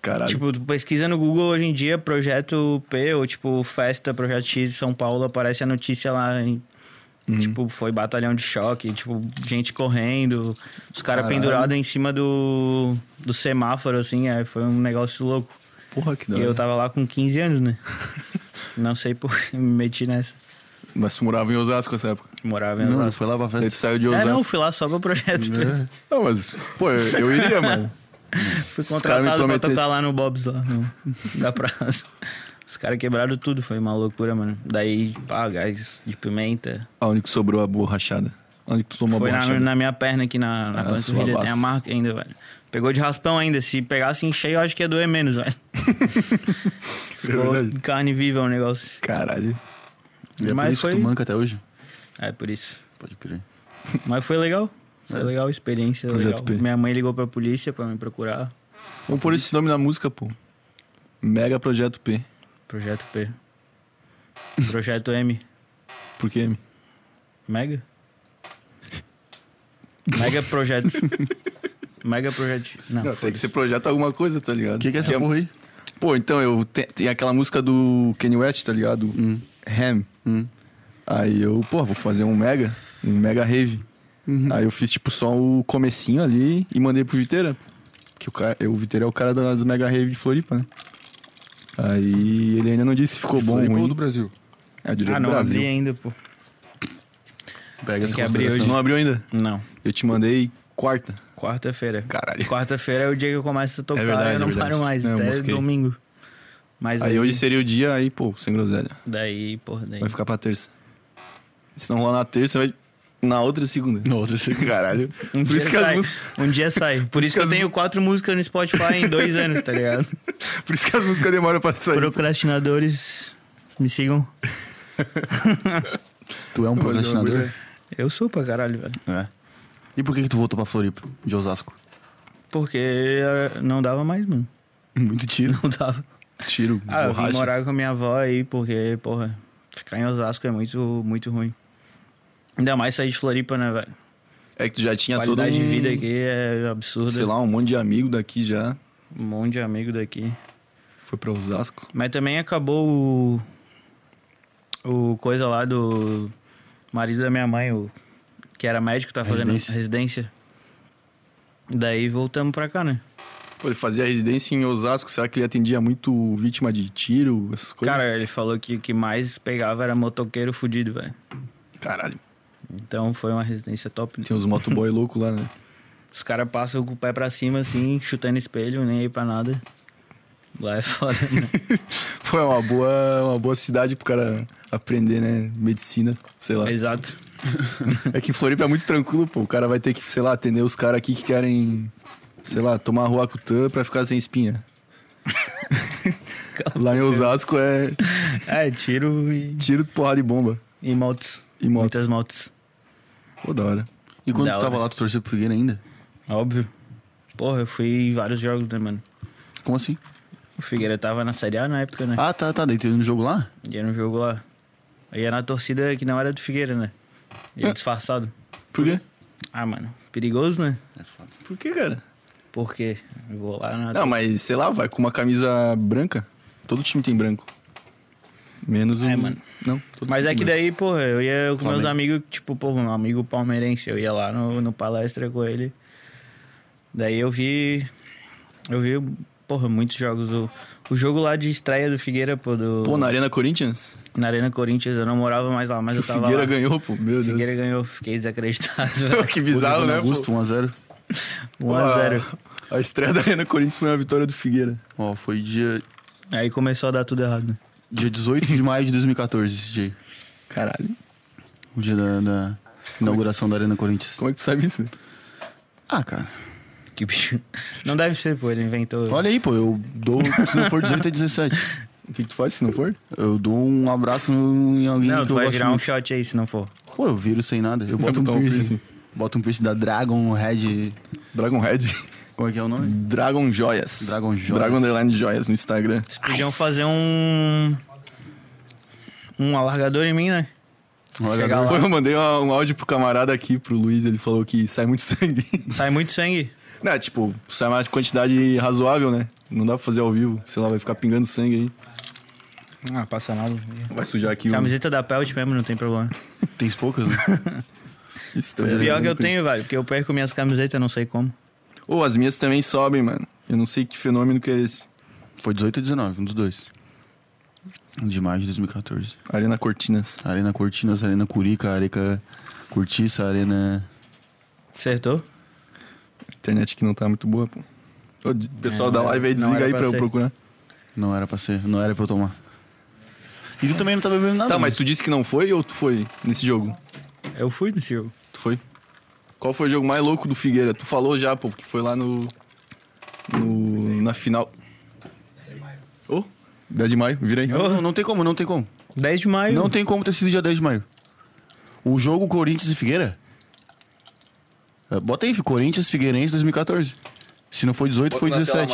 S2: Caralho.
S3: tipo, tu pesquisa no Google hoje em dia, Projeto P, ou tipo, Festa, Projeto X de São Paulo, aparece a notícia lá em.
S1: Uhum.
S3: Tipo, foi batalhão de choque, tipo, gente correndo, os caras
S2: Caralho.
S3: pendurados em cima do, do semáforo, assim, aí foi um negócio louco.
S2: porra, que da
S3: E
S2: hora.
S3: eu tava lá com 15 anos, né? não sei por que me meti nessa.
S2: Mas tu morava em Osasco nessa época.
S3: Morava em
S1: Não,
S3: Osasco.
S1: não foi lá pra
S2: Aí tu
S1: festa.
S2: saiu de
S3: É,
S2: Osasco.
S3: não, fui lá só pro projeto.
S1: É.
S2: Não, mas, pô, eu, eu iria, mano.
S3: Fui
S2: Os caras me
S3: contratado pra
S2: prometeram
S3: tocar
S2: isso.
S3: lá no Bob's lá, no, da praça. Os caras quebraram tudo, foi uma loucura, mano. Daí, pá, gás de pimenta.
S2: Aonde que sobrou a borrachada? Onde que tu tomou
S3: foi
S2: a
S3: na,
S2: borrachada?
S3: na minha perna aqui na, na
S2: né? Ah,
S3: panturrilha,
S2: suavaço.
S3: tem a marca ainda, velho. Pegou de raspão ainda, se pegasse em cheio, eu acho que ia doer menos, velho.
S2: É
S3: Ficou
S1: verdade.
S3: carne viva o negócio.
S2: Caralho.
S1: E é por
S3: Mas
S1: isso que
S3: foi-
S1: tu manca até hoje?
S3: É por isso.
S1: Pode crer.
S3: Mas foi legal. Foi
S1: É.
S3: legal a experiência.
S2: Projeto
S3: legal.
S2: P.
S3: Minha mãe ligou pra polícia pra me procurar.
S2: Vamos pôr esse nome na música, pô. Mega Projeto P.
S3: Projeto P. Projeto M.
S2: Por quê? M?
S3: Mega? Mega projeto. Mega projeto. Não. Ah,
S2: tem que ser projeto alguma coisa, tá ligado?
S1: O que, que é essa
S2: é-
S1: porra aí?
S2: Pô, então, eu te- tem aquela música do Kanye West, tá ligado?
S1: Hum.
S2: Ham.
S1: Hum.
S2: Aí eu, pô, vou fazer um mega, um mega rave.
S1: Hum. Uhum.
S2: Aí eu fiz, tipo, só o comecinho ali e mandei pro Viteira. Que o, cara, o Viteira é o cara das mega rave de Floripa, né? Aí ele ainda não disse se ficou bom ou
S1: Floripa ou
S2: ruim.
S1: do Brasil.
S2: É, eu diria
S3: Ah,
S2: do
S3: não
S2: Brasil.
S3: abri ainda, pô.
S1: Pega essa
S3: que abrir
S1: consideração.
S2: Você não abriu ainda?
S3: Não.
S2: Eu te mandei quarta.
S3: Quarta-feira.
S2: Caralho.
S3: Quarta-feira é o dia que eu começo a tocar
S2: É verdade,
S3: e eu
S2: é
S3: não
S2: verdade.
S3: paro mais,
S2: Não, eu
S3: até
S2: mosquei.
S3: domingo. Mas
S2: Aí hoje seria o dia, aí, pô, sem groselha.
S3: Daí, porra, daí.
S2: Vai ficar pra terça. Se não rolar na terça, vai na outra segunda.
S1: Não, outra segunda.
S2: Caralho.
S3: Um
S2: Por
S3: dia
S2: isso que as
S3: sai.
S2: músicas.
S3: Um dia sai. Por isso que eu
S2: as
S3: tenho quatro músicas no Spotify em dois anos, tá ligado?
S2: Por isso que as músicas demoram pra sair.
S3: Procrastinadores, me sigam.
S1: Tu é um
S2: Mas é uma
S1: procrastinador?
S2: coisa-
S3: Eu sou pra caralho, velho.
S1: É. E por que, que tu voltou pra Floripa, de Osasco?
S3: Porque eh, não dava mais, mano.
S1: Muito tiro.
S3: Não dava.
S2: Tiro,
S3: Ah, eu vim
S2: borracha.
S3: morar com a minha avó aí, porque, porra, ficar em Osasco é muito, muito ruim. Ainda mais sair de Floripa, né, velho?
S2: É que tu já tinha todo um,
S3: Qualidade de vida aqui é absurda.
S2: sei lá, um monte de amigo daqui já.
S3: Um monte de amigo daqui.
S2: Foi pra Osasco.
S3: Mas também acabou o. O coisa lá do marido da minha mãe, o que era médico, tá fazendo
S1: Residência.
S3: residência. Daí voltamos pra cá, né?
S2: Pô, ele fazia residência em Osasco. Será que ele atendia muito vítima de tiro, essas coisas?
S3: Cara, ele falou que o que mais pegava era motoqueiro fudido, velho.
S2: Caralho.
S3: Então foi uma residência top. né?
S2: Tem uns motoboy louco lá, né?
S3: Os caras passam com o pé pra cima, assim, chutando espelho, nem aí pra nada. Lá é foda, né?
S2: Foi é uma boa, uma boa cidade pro cara aprender, né? Medicina, sei lá.
S3: Exato.
S2: É que em Floripa é muito tranquilo, pô. O cara vai ter que, sei lá, atender os caras aqui que querem, sei lá, tomar Ruacutã pra ficar sem espinha. lá em Osasco é
S3: É, tiro e,
S2: tiro, porrada e bomba.
S3: e motos.
S2: E motos.
S3: Muitas motos.
S2: Pô, da hora.
S1: E quando
S3: Da
S1: tu tava
S3: hora.
S1: lá, tu torcia pro Figueira ainda?
S3: Óbvio. Porra, eu fui em vários jogos, né, mano?
S1: Como assim?
S3: O Figueira tava na Série A na época, né?
S1: Ah, tá, tá. Daí tu ia no jogo lá?
S3: Ia no jogo lá. Aí ia na torcida que não era do Figueira, né? Ia disfarçado.
S2: Por quê?
S3: Ah, mano, perigoso, né?
S1: É foda.
S2: Por que, cara?
S3: Por quê? Eu vou lá na.
S2: Não, mas sei lá, vai com uma camisa branca. Todo time tem branco. Menos o.
S3: É, mano.
S2: Não. todo
S3: Mas
S2: time
S3: é que
S2: tem branco.
S3: daí, porra, eu ia com meus
S1: Flamengo.
S3: amigos, tipo, pô, um amigo palmeirense, eu ia lá no, no palestra com ele. Daí eu vi. Eu vi, porra, muitos jogos. O, o jogo lá de estreia do Figueira, pô, do,
S2: Pô, na Arena Corinthians?
S3: na Arena Corinthians, eu não morava mais lá, mas
S2: que
S3: eu
S2: o
S3: tava.
S2: Figueira
S3: lá.
S2: ganhou, pô. Meu
S3: O
S2: Deus.
S3: Figueira ganhou, fiquei desacreditado. Um velho.
S2: que bizarro, né?
S1: Augusto, 1x0.
S2: pô?
S3: 1x0.
S2: A estreia da Arena Corinthians foi uma vitória do Figueira.
S1: Ó, foi dia,
S3: Aí começou a dar tudo errado. né?
S1: dia 18 de maio de 2014, esse dia. aí.
S2: Caralho.
S1: O dia da, da inauguração da Arena Corinthians.
S2: Como é que tu sabe isso? velho?
S1: Ah, cara.
S3: Que bicho. Não deve ser, pô, ele inventou.
S1: Olha aí, pô. Eu dou, se não for 18 é 17.
S2: O que que tu faz se não for?
S1: Eu dou um abraço no- em alguém
S3: não,
S1: que
S3: tu
S1: eu
S3: vai
S1: gosto
S3: virar um
S1: muito.
S3: shot aí se não for.
S1: Pô, eu viro sem nada. Eu boto um
S2: botar um
S1: piercing.
S2: piercing.
S1: Boto um piercing da Dragon Red...
S2: Dragon Head.
S1: Como é que é o nome?
S2: Dragon Joias.
S1: Dragon Joias.
S2: Dragon Underline Joias no Instagram.
S3: Podiam fazer um. Um alargador em mim, né? Chegar
S1: Largador.
S2: Pô, eu mandei uma- um áudio pro camarada aqui, pro Luiz, ele falou que sai muito sangue.
S3: Sai muito sangue.
S2: Não, tipo, sai uma quantidade razoável, né? Não dá pra fazer ao vivo. Sei lá, vai ficar pingando sangue
S3: Ah, passa nada.
S2: aí. Vai sujar aqui
S3: Camiseta da Pelt mesmo, não tem problema.
S1: Tens poucas, né?
S2: o... Isso também é
S3: Pior que eu
S2: louco
S3: tenho, velho, porque eu perco minhas camisetas, não sei como.
S2: isso. Ô, as minhas também sobem, mano. Eu não sei que fenômeno que é esse.
S1: Foi 18 ou 19, um dos dois. De maio de 2014.
S2: Arena Cortinas.
S1: Arena Cortinas, Arena Curica, Areca Cortiça, Arena.
S3: Acertou?
S2: Internet que não tá muito boa, pô. Ô, d- pessoal
S3: É,
S2: da
S3: não era-
S2: live aí,
S3: não
S2: desliga
S3: era
S2: aí
S3: pra
S2: pra eu
S3: ser. Tá,
S2: procurar.
S1: Não era pra ser, não era pra eu tomar. E tu também não tá bebendo nada.
S2: Tá,
S1: né?
S2: mas tu disse que não foi ou tu foi nesse jogo?
S3: Eu fui nesse jogo.
S2: Tu foi? Qual foi o jogo mais louco do Figueira? Tu falou já, pô, que foi lá no. no na final. Ô? 10 de maio, virei.
S1: Não, não, não tem como, não tem como.
S3: 10 de maio.
S1: Não tem como ter sido dia 10 de maio. O jogo Corinthians e Figueira? É, Bota aí, Corinthians e Figueirense 2014. Se não foi 18, foi 17.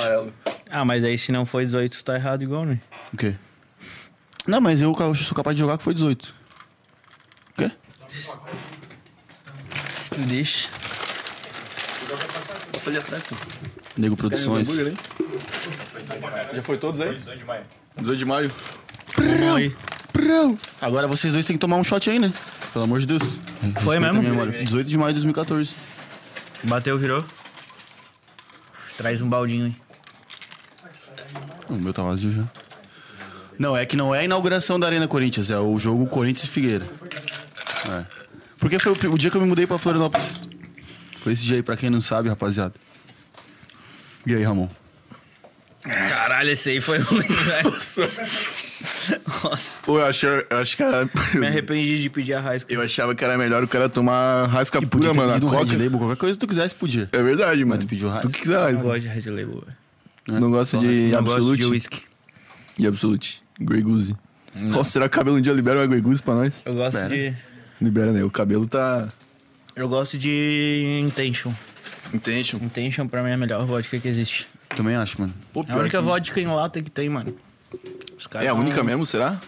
S3: Ah, mas aí se não foi 18, tá errado igual, né?
S1: O quê? Não, mas eu ca- sou capaz de jogar que foi 18. O quê?
S2: Se tu deixa. Bota ali atrás, pô.
S1: Nego Produções.
S2: Já foi todos aí? 18 de maio. 18 de maio.
S3: Foi.
S1: Prão. Agora vocês dois têm que tomar um shot aí, né? Pelo amor de Deus. Respeita
S3: Foi
S1: a
S3: mesmo?
S1: minha memória. 18 de maio de 2014.
S3: Bateu, virou. Uf, Traz um baldinho aí.
S1: O meu tá vazio já. Não, é que não é a inauguração da Arena Corinthians, é o jogo Corinthians e Figueira. É. Porque foi o, pri- o dia que eu me mudei pra Florianópolis. Foi esse dia aí, pra quem não sabe, rapaziada. E aí, Ramon?
S3: Caralho, esse aí foi ruim, velho. Nossa.
S2: Pô, eu achei. Eu acho que era.
S3: Me arrependi de pedir a raiz.
S2: Eu achava que era melhor o cara tomar rasca
S1: E podia
S2: pura,
S1: ter
S2: mano. a
S1: pedido um
S2: Coca.
S1: Red Label, qualquer coisa que tu quisesse, podia.
S2: É verdade, mano.
S1: tu pediu rasca.
S2: Tu que quiser
S3: Eu
S2: rasca.
S3: gosto de Red Label, velho.
S1: né?
S2: Não gosta de
S3: Eu gosto de
S2: Absolute?
S3: whisky.
S2: E Absolute. Grey Goose. Nossa, será que o cabelo um dia libera uma Grey Goose pra nós?
S3: Eu gosto de...
S2: Libera, né? O cabelo tá.
S3: Eu gosto de Intention.
S2: Intention.
S3: Intention pra mim é a melhor vodka que existe.
S1: Também acho, mano.
S2: Pô,
S3: É a
S2: pior
S3: única Ah.
S2: que-
S3: vodka em lata que tem, mano. Os caras
S2: É a
S3: não-
S2: única mesmo, será?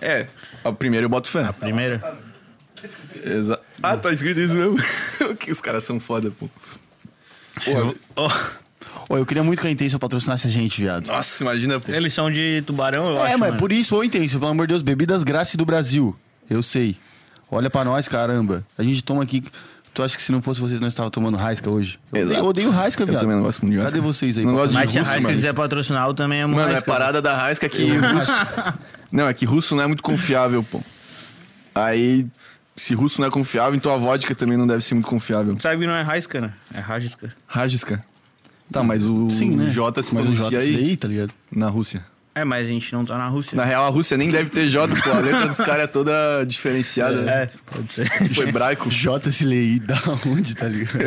S2: É, a primeira eu boto fé. né?
S3: Primeira?
S2: Exa- Ah, tá escrito isso mesmo. que os caras são foda, pô. Pô,
S3: oh,
S1: Ô, eu queria muito que a Intenso patrocinasse a gente, viado.
S2: Nossa, imagina, pô.
S3: Eles são de tubarão, eu acho. né?
S1: É, mas
S3: mano.
S1: por isso, ô Intenso, pelo amor de Deus, bebidas grátis do Brasil. Eu sei. Olha pra nós, caramba. A gente toma aqui. Tu acha que se não fosse vocês, nós estávamos tomando Raisca hoje? Eu
S2: Exato.
S1: odeio- Eu odeio Raisca,
S2: Eu
S1: viado.
S2: também não gosto muito de
S1: Cadê
S2: Raisca.
S1: vocês aí?
S2: Não gosto de
S3: Mas se a
S2: russo,
S3: Raisca
S2: mano.
S3: quiser patrocinar, eu também amo
S2: Mano, é
S3: Raisca.
S2: parada da Raisca que. russo- não, é que russo não é muito confiável, pô. Aí, se russo não é confiável, então a vodka também não deve ser muito confiável.
S3: Sabe que não é Raisca, né? É Rajska.
S2: Rajska. Tá, mas o
S1: Sim, né?
S2: J se
S1: Mas o J
S2: pronuncia aí
S1: tá ligado?
S2: na Rússia.
S3: É, mas a gente não tá na Rússia.
S2: Na real, a Rússia nem deve ter J, pô. A letra dos caras é toda diferenciada. né?
S3: É, pode ser.
S2: Tipo hebraico.
S1: J se lei da onde, tá ligado?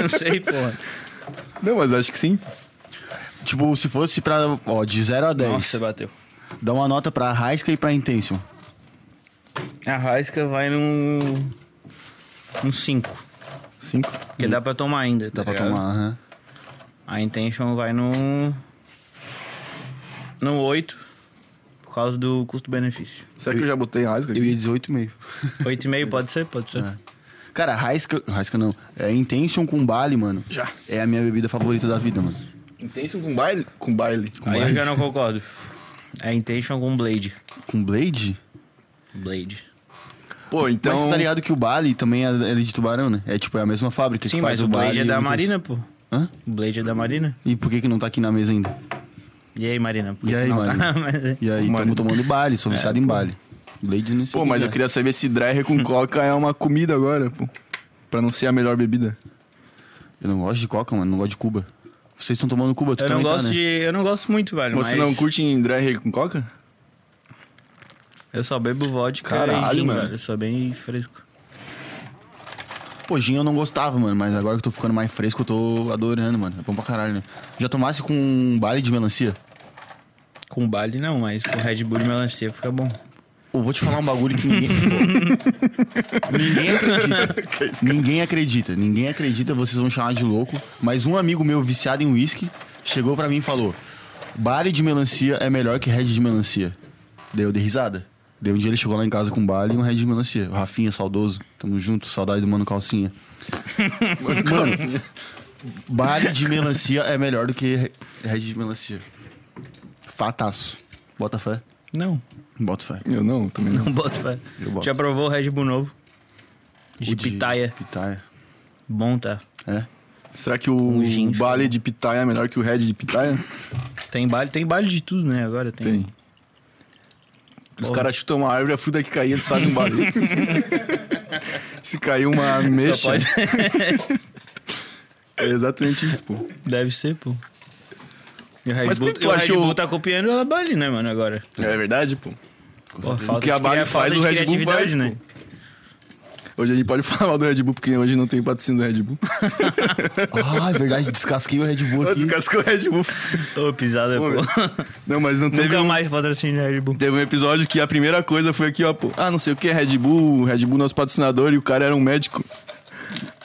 S3: não sei, porra.
S2: Não, mas acho que sim.
S1: tipo, se fosse pra, ó, de 0 a 10,
S3: Nossa, bateu.
S1: dá uma nota pra Raisca e pra Intention.
S3: A Raisca vai num. Um 5.
S2: Cinco.
S3: Porque dá pra tomar ainda. Tá
S1: Dá pra
S3: ligado?
S1: tomar, aham.
S3: A Intention vai no. No 8. Por causa do custo-benefício.
S2: Será que eu já botei rasga?
S1: Eu ia 18,5.
S3: 8,5 pode ser? Pode ser.
S1: Ah, Cara, Raisca, Raisca não, é Intention com Bali, mano.
S2: Já.
S1: É a minha bebida favorita da vida, mano.
S2: Intenso com baile? Com baile. Com
S3: Aí eu
S2: baile.
S3: já não concordo. É Intention com Blade.
S1: Com Blade?
S3: Blade.
S2: Pô, então.
S1: Mas tu tá ligado que o Bali também é, ele de tubarão, né? É tipo, é a mesma fábrica
S3: Sim,
S1: que faz
S3: mas
S1: o
S3: o
S1: Bali.
S3: Blade é
S1: e
S3: da
S1: o-
S3: Marina, pô.
S1: Hã?
S3: O Blade é da Marina.
S1: E por que que não tá aqui na mesa ainda?
S3: E aí, Marina? Por que
S1: E aí,
S3: não tá?
S1: Marina?
S3: Mas-
S1: E aí,
S2: Mano.
S1: estamos tomando Bali,
S3: É,
S1: sou viciado em Bali. Blade nesse
S2: Pô, mas eu queria saber se Dreher com Coca é uma comida agora, pô. Pra não ser a melhor bebida.
S1: Eu não gosto de coca, mano, não gosto de Cuba. Vocês estão tomando Cuba, tu
S3: Eu não
S1: também tá,
S3: gosto
S1: né?
S3: de. Eu não gosto muito, velho.
S2: Você
S3: mas
S2: não curte em Dreher com Coca?
S3: Eu só bebo vodka
S2: Caralho,
S3: e gin,
S2: mano.
S3: velho. Eu sou bem fresco.
S1: Pô, gin eu não gostava, mano, mas agora que eu tô ficando mais fresco, eu tô adorando, mano. É bom pra caralho, né? Já tomasse com um Bali de melancia?
S3: Com Bali não, mas com Red Bull e melancia fica bom.
S1: Eu vou te falar um bagulho que ninguém. ninguém acredita. ninguém acredita. Ninguém acredita, vocês vão chamar de louco. Mas um amigo meu viciado em uísque chegou pra mim e falou: Bale de melancia é melhor que Red de melancia. Daí eu dei risada. Daí um dia ele chegou lá em casa com um bale e um Red de melancia. Rafinha, saudoso. Tamo junto, saudade do Mano Calcinha. Mano, bale de melancia é melhor do que re- Red de melancia. Fataço. Bota fé.
S3: Não,
S1: Bota fé.
S2: Eu não, também não.
S3: não boto fé.
S1: Eu boto.
S3: Já provou o Red Bull novo? De
S1: O de-
S3: pitaia.
S1: Pitaia.
S3: Bom, tá.
S1: É.
S2: Será que o
S3: gin,
S2: Bale de Pitaia é melhor que o Red de Pitaia?
S3: Tem Bali, tem Bali de tudo, né? Agora tem.
S2: Tem. Os caras chutam uma árvore, a fruta que cair, eles fazem um barulho. Se cair uma ameixa...
S3: pode-
S2: é exatamente isso, pô.
S3: Deve ser, pô. E o Red
S2: Mas por
S3: Bull,
S2: que
S3: e
S2: tu
S3: o Red
S2: achou-
S3: Bull tá copiando a Bali, né, mano, agora.
S2: É verdade, pô.
S3: Pô,
S2: O que a
S3: de
S2: Bali
S3: cria-
S2: faz,
S3: falta
S2: o Red
S3: de
S2: Bull faz,
S3: criatividade, né?
S2: pô. Hoje a gente pode falar mal do Red Bull, porque hoje não tem patrocínio do Red Bull.
S1: Ah, é verdade, descasquei o Red Bull aqui.
S2: Descascou o Red Bull.
S3: Ô, pisada,
S2: Pô,
S3: pô.
S2: velho. Não, mas não Tá teve
S3: Nunca
S2: um-
S3: mais patrocínio de Red Bull.
S2: Teve um episódio que a primeira coisa foi aqui, ó, pô. Ah, não sei o que, Red Bull, Red Bull nosso patrocinador e o cara era um médico.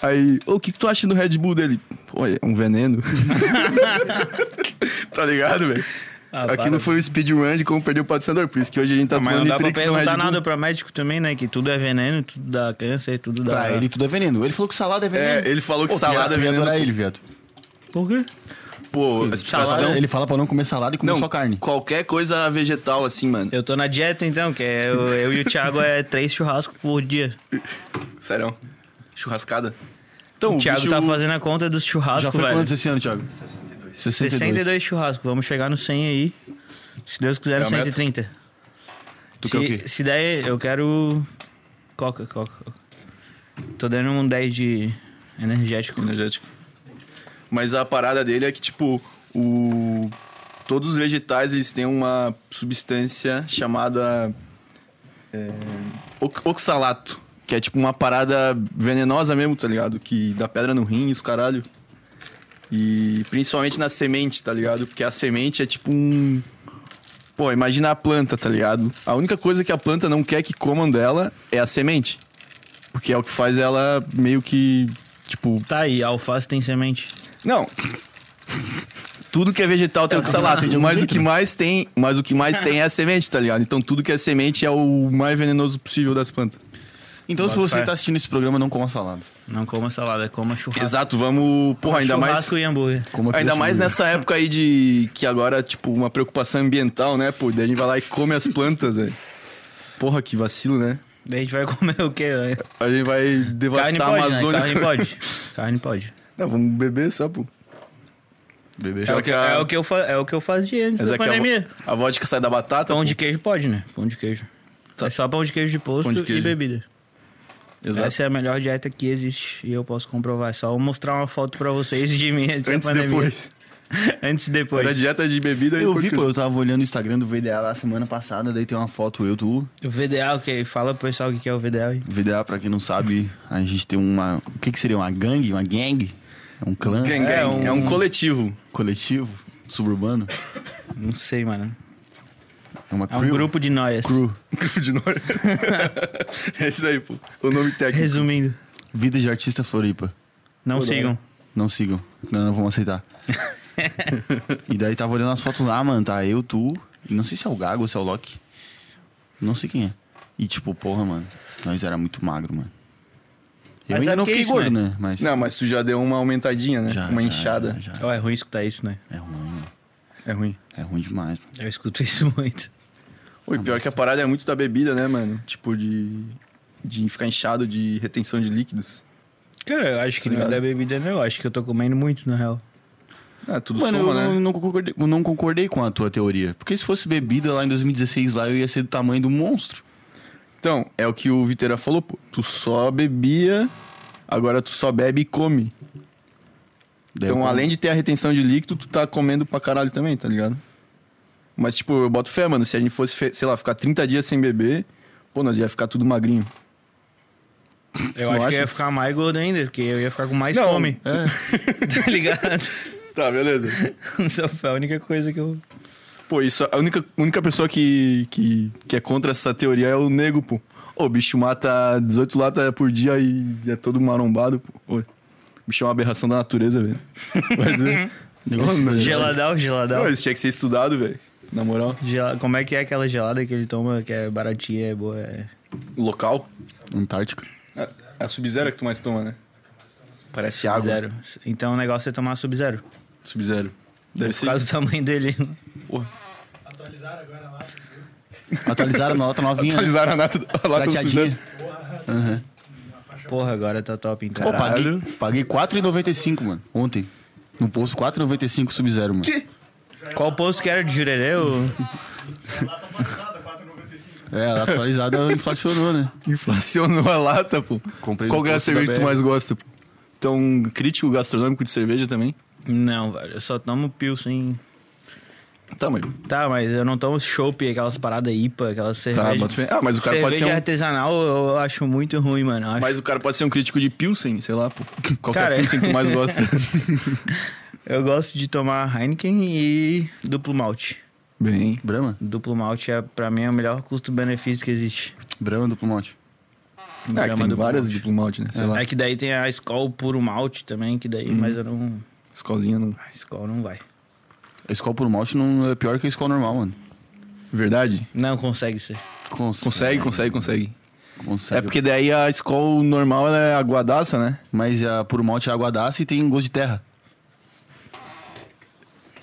S2: Aí, ô, o que, que tu acha do Red Bull dele? Pô, é um veneno. tá ligado, velho?
S3: Ah,
S2: Aquilo
S3: para.
S2: foi o speedrun de como perder o patrocinador, por isso que hoje a gente tá
S3: Mas
S2: tomando
S3: não dá pra
S2: Nitrix no Red
S3: perguntar
S2: Bull.
S3: nada pra médico também, né? Que tudo é veneno, tudo dá câncer, tudo dá...
S1: Pra ele tudo é veneno. Ele falou que salada é veneno.
S2: É, ele falou que
S1: Pô, tu ia-
S2: salada
S1: tu
S2: é
S1: ia adorar
S2: veneno.
S1: ele, viado.
S3: Por quê? Hum,
S2: Pô, a
S3: é
S2: explicação...
S1: Salada, ele fala pra não comer salada e comer
S2: Não,
S1: só carne.
S2: qualquer coisa vegetal, assim, mano.
S3: Eu tô na dieta então, que é eu, eu e o Thiago é três churrascos por dia.
S2: Sério. Churrascada. Então,
S3: O Thiago
S2: bicho-
S3: tá fazendo a conta dos churrascos,
S1: Já foi
S3: velho.
S1: quantos esse ano, Thiago? 62.
S3: 62 churrascos, vamos chegar no 100 aí. Se Deus quiser,
S2: É
S3: no
S2: a meta?
S3: 130.
S1: Tu
S3: se,
S1: quer o quê?
S3: se der, eu quero. Coca, Coca. Tô dando um 10 de energético.
S2: energético. Mas a parada dele é que, tipo, o... todos os vegetais eles têm uma substância chamada é, ox- oxalato, que é tipo uma parada venenosa mesmo, tá ligado? Que dá pedra no rim, os caralho. E principalmente na semente, tá ligado? Porque a semente é tipo um. Pô, imagina a planta, tá ligado? A única coisa que a planta não quer que comam dela é a semente. Porque é o que faz ela meio que, tipo,
S3: Tá aí, alface tem semente.
S2: não. Tudo que é vegetal tem
S1: É,
S2: oxalato,
S1: tem de algum
S2: mas o
S1: jeito,
S2: que
S1: né?
S2: mais tem, mas o que mais tem é a semente, tá ligado? Então tudo que é semente é o mais venenoso possível das plantas.
S1: Então, se
S3: Bota
S1: você
S3: fé.
S1: tá assistindo esse programa, não coma salada.
S3: Não coma salada, coma churrasco.
S2: Exato, vamos, porra, ainda mais
S3: Churrasco e hambúrguer.
S1: Coma
S2: Ainda
S1: peixe
S2: mais
S1: no-
S2: nessa época aí de que agora tipo uma preocupação ambiental, né, pô? Daí a gente vai lá e come as plantas, velho. Porra, que vacilo, né?
S3: Daí a gente vai comer o quê? velho?
S2: A gente vai
S3: Carne
S2: devastar a
S3: pode, né?
S2: Amazônia.
S3: Carne pode. Carne pode.
S2: Não, vamos beber só, pô. Beber.
S3: É o que, é o que eu, fa- é o que eu fazia antes
S2: Mas
S3: da
S2: é que a vo-
S3: pandemia.
S2: a vodka sai da batata.
S3: Pão
S2: pô.
S3: de queijo pode, né? Pão de queijo.
S2: Tá.
S3: É só pão de queijo de posto
S2: Pão de queijo.
S3: e bebida.
S2: Exato.
S3: Essa é a melhor dieta que existe e eu posso comprovar. É só eu mostrar uma foto pra vocês de mim antes,
S2: Antes
S3: da
S2: e
S3: pandemia.
S2: depois.
S3: Antes e depois.
S2: Era dieta de bebida e
S1: Eu vi,
S2: porco.
S1: pô, eu tava olhando o Instagram do VDA lá semana passada, daí tem uma foto eu, tu,
S3: O VDA, ok. Fala pro pessoal o que que é o VDA. aí.
S1: VDA, pra quem não sabe, a gente tem uma. O que, que seria? Uma gangue? Uma gang? É um clã
S2: Gang, gang. É, um... coletivo.
S1: coletivo? Suburbano?
S3: Não sei, mano.
S1: É uma
S3: É um
S1: crew?
S3: grupo de noias.
S1: Crew.
S2: Grupo de nós. é isso aí, pô. O nome técnico.
S3: Resumindo,
S1: Vida de artista Floripa.
S3: não
S2: Pô,
S3: sigam.
S1: Não sigam, não, não vão aceitar. e daí tava olhando as fotos lá, mano, tá eu, tu, e não sei se é o Gago ou se é o Loki. Não sei quem é. E tipo, porra, mano, nós era muito magro, mano. Eu
S3: Mas
S1: ainda
S3: sabe
S1: não
S3: que é
S1: fiquei
S3: isso,
S1: gordo, né? Mas
S2: Não, mas tu já deu uma aumentadinha, né?
S1: já,
S2: uma
S1: já,
S2: inchada.
S1: já, já.
S3: Ó, é ruim escutar isso, né?
S1: É ruim, mano.
S2: É ruim.
S1: É ruim demais, mano.
S3: Eu escuto isso muito.
S2: Oi,
S1: Tá
S2: pior que a parada é muito da bebida, né, mano? Tipo de... De ficar inchado de retenção de líquidos.
S3: Cara, eu acho que
S2: Tá
S3: não é
S2: ligado?
S3: da bebida, não. Eu acho que eu tô comendo muito, na real.
S2: Ah, tudo
S1: Mano,
S2: soma,
S1: eu
S2: né?
S1: não, não concordei, não concordei com a tua teoria. Porque se fosse bebida lá em 2016, lá eu ia ser do tamanho do monstro.
S2: Então, é o que o Viteira falou, pô. Tu só bebia, agora tu só bebe e come.
S1: Daí eu
S2: Então,
S1: como-
S2: além de ter a retenção de líquido, tu tá comendo pra caralho também, tá ligado? Mas, tipo, eu boto fé, mano. Se a gente fosse, fe- sei lá, ficar 30 dias sem beber, pô, nós ia ficar tudo magrinho.
S3: Eu
S2: Tu
S3: acho que
S2: acha?
S3: eu ia ficar mais gordo ainda, porque eu ia ficar com mais
S2: Não. é.
S3: fome. tá ligado?
S2: Tá, beleza.
S3: Só foi a única coisa que eu.
S2: Pô, isso, a única, única pessoa que, que, que é contra essa teoria é o nego, pô. Ô, o bicho mata 18 latas por dia e é todo marombado, pô. Ô, o bicho é uma aberração da natureza, velho. Mas, é-
S1: Negócio-
S2: Ô,
S3: Geladão,
S2: Não,
S3: geladão.
S2: isso tinha que ser estudado, velho. Na moral.
S3: Gela- Como é que é aquela gelada que ele toma que é baratinha, é boa? É...
S2: Local.
S1: Antártica.
S2: A, a Sub-Zero é que tu mais toma, né? Parece água.
S3: Zero. Então o negócio é tomar sub-zero.
S2: Sub-Zero. Deve
S3: Por
S2: ser.
S3: causa do tamanho dele.
S2: Porra.
S1: Atualizaram na nota novinha. né?
S2: Atualizaram a nata a lata do
S1: Prateadinha.
S2: Sub-Zero.
S3: Porra, agora tá top, então.
S1: Pô, paguei,
S2: Caralho.
S1: paguei 4,95, mano. Ontem. No posto 4,95 sub-zero, mano.
S3: Qual posto que era de Jurerê? O...
S1: É, a atualizada inflacionou, né?
S2: Inflacionou a lata, pô.
S1: Comprei
S2: Qual
S1: no
S2: que é a
S1: posto da
S2: cerveja que tu
S1: BR.
S2: mais gosta, pô? Tu é um crítico gastronômico de cerveja também?
S3: Não, velho. Eu só tomo Pilsen.
S2: Tá, mas.
S3: Tá, mas eu não tomo chopp, aquelas paradas IPA, aquelas cervejas.
S2: bota fé. Ah, mas o cara pode
S3: cerveja
S2: ser um-
S3: artesanal eu eu acho muito ruim, mano. Eu acho-
S2: Mas o cara pode ser um crítico de Pilsen, sei lá, pô. Qual que é
S3: Cara,
S2: a Pilsen que tu mais gosta?
S3: Eu gosto de tomar Heineken e duplo malte.
S2: Bem.
S1: Brahma?
S3: Duplo malte é, pra mim, é o melhor custo-benefício que existe.
S1: Brahma duplo malte.
S2: Ah,
S3: Brahma
S2: que tem
S3: duplo
S2: várias
S3: malte.
S2: duplo malte, né? Sei lá. Uhum.
S3: É que daí tem a Skol puro malte também, que daí, mas eu não.
S2: Escolzinha não.
S3: A Skol não vai.
S1: A Skol por malte não é pior que a Skol normal, mano.
S2: Verdade?
S3: Não consegue ser.
S1: Cons-
S2: Consegue, consegue, consegue.
S1: Consegue.
S2: É porque daí a Skol normal ela é aguadaça, né?
S1: Mas a por malte é aguadaça e tem gosto de terra.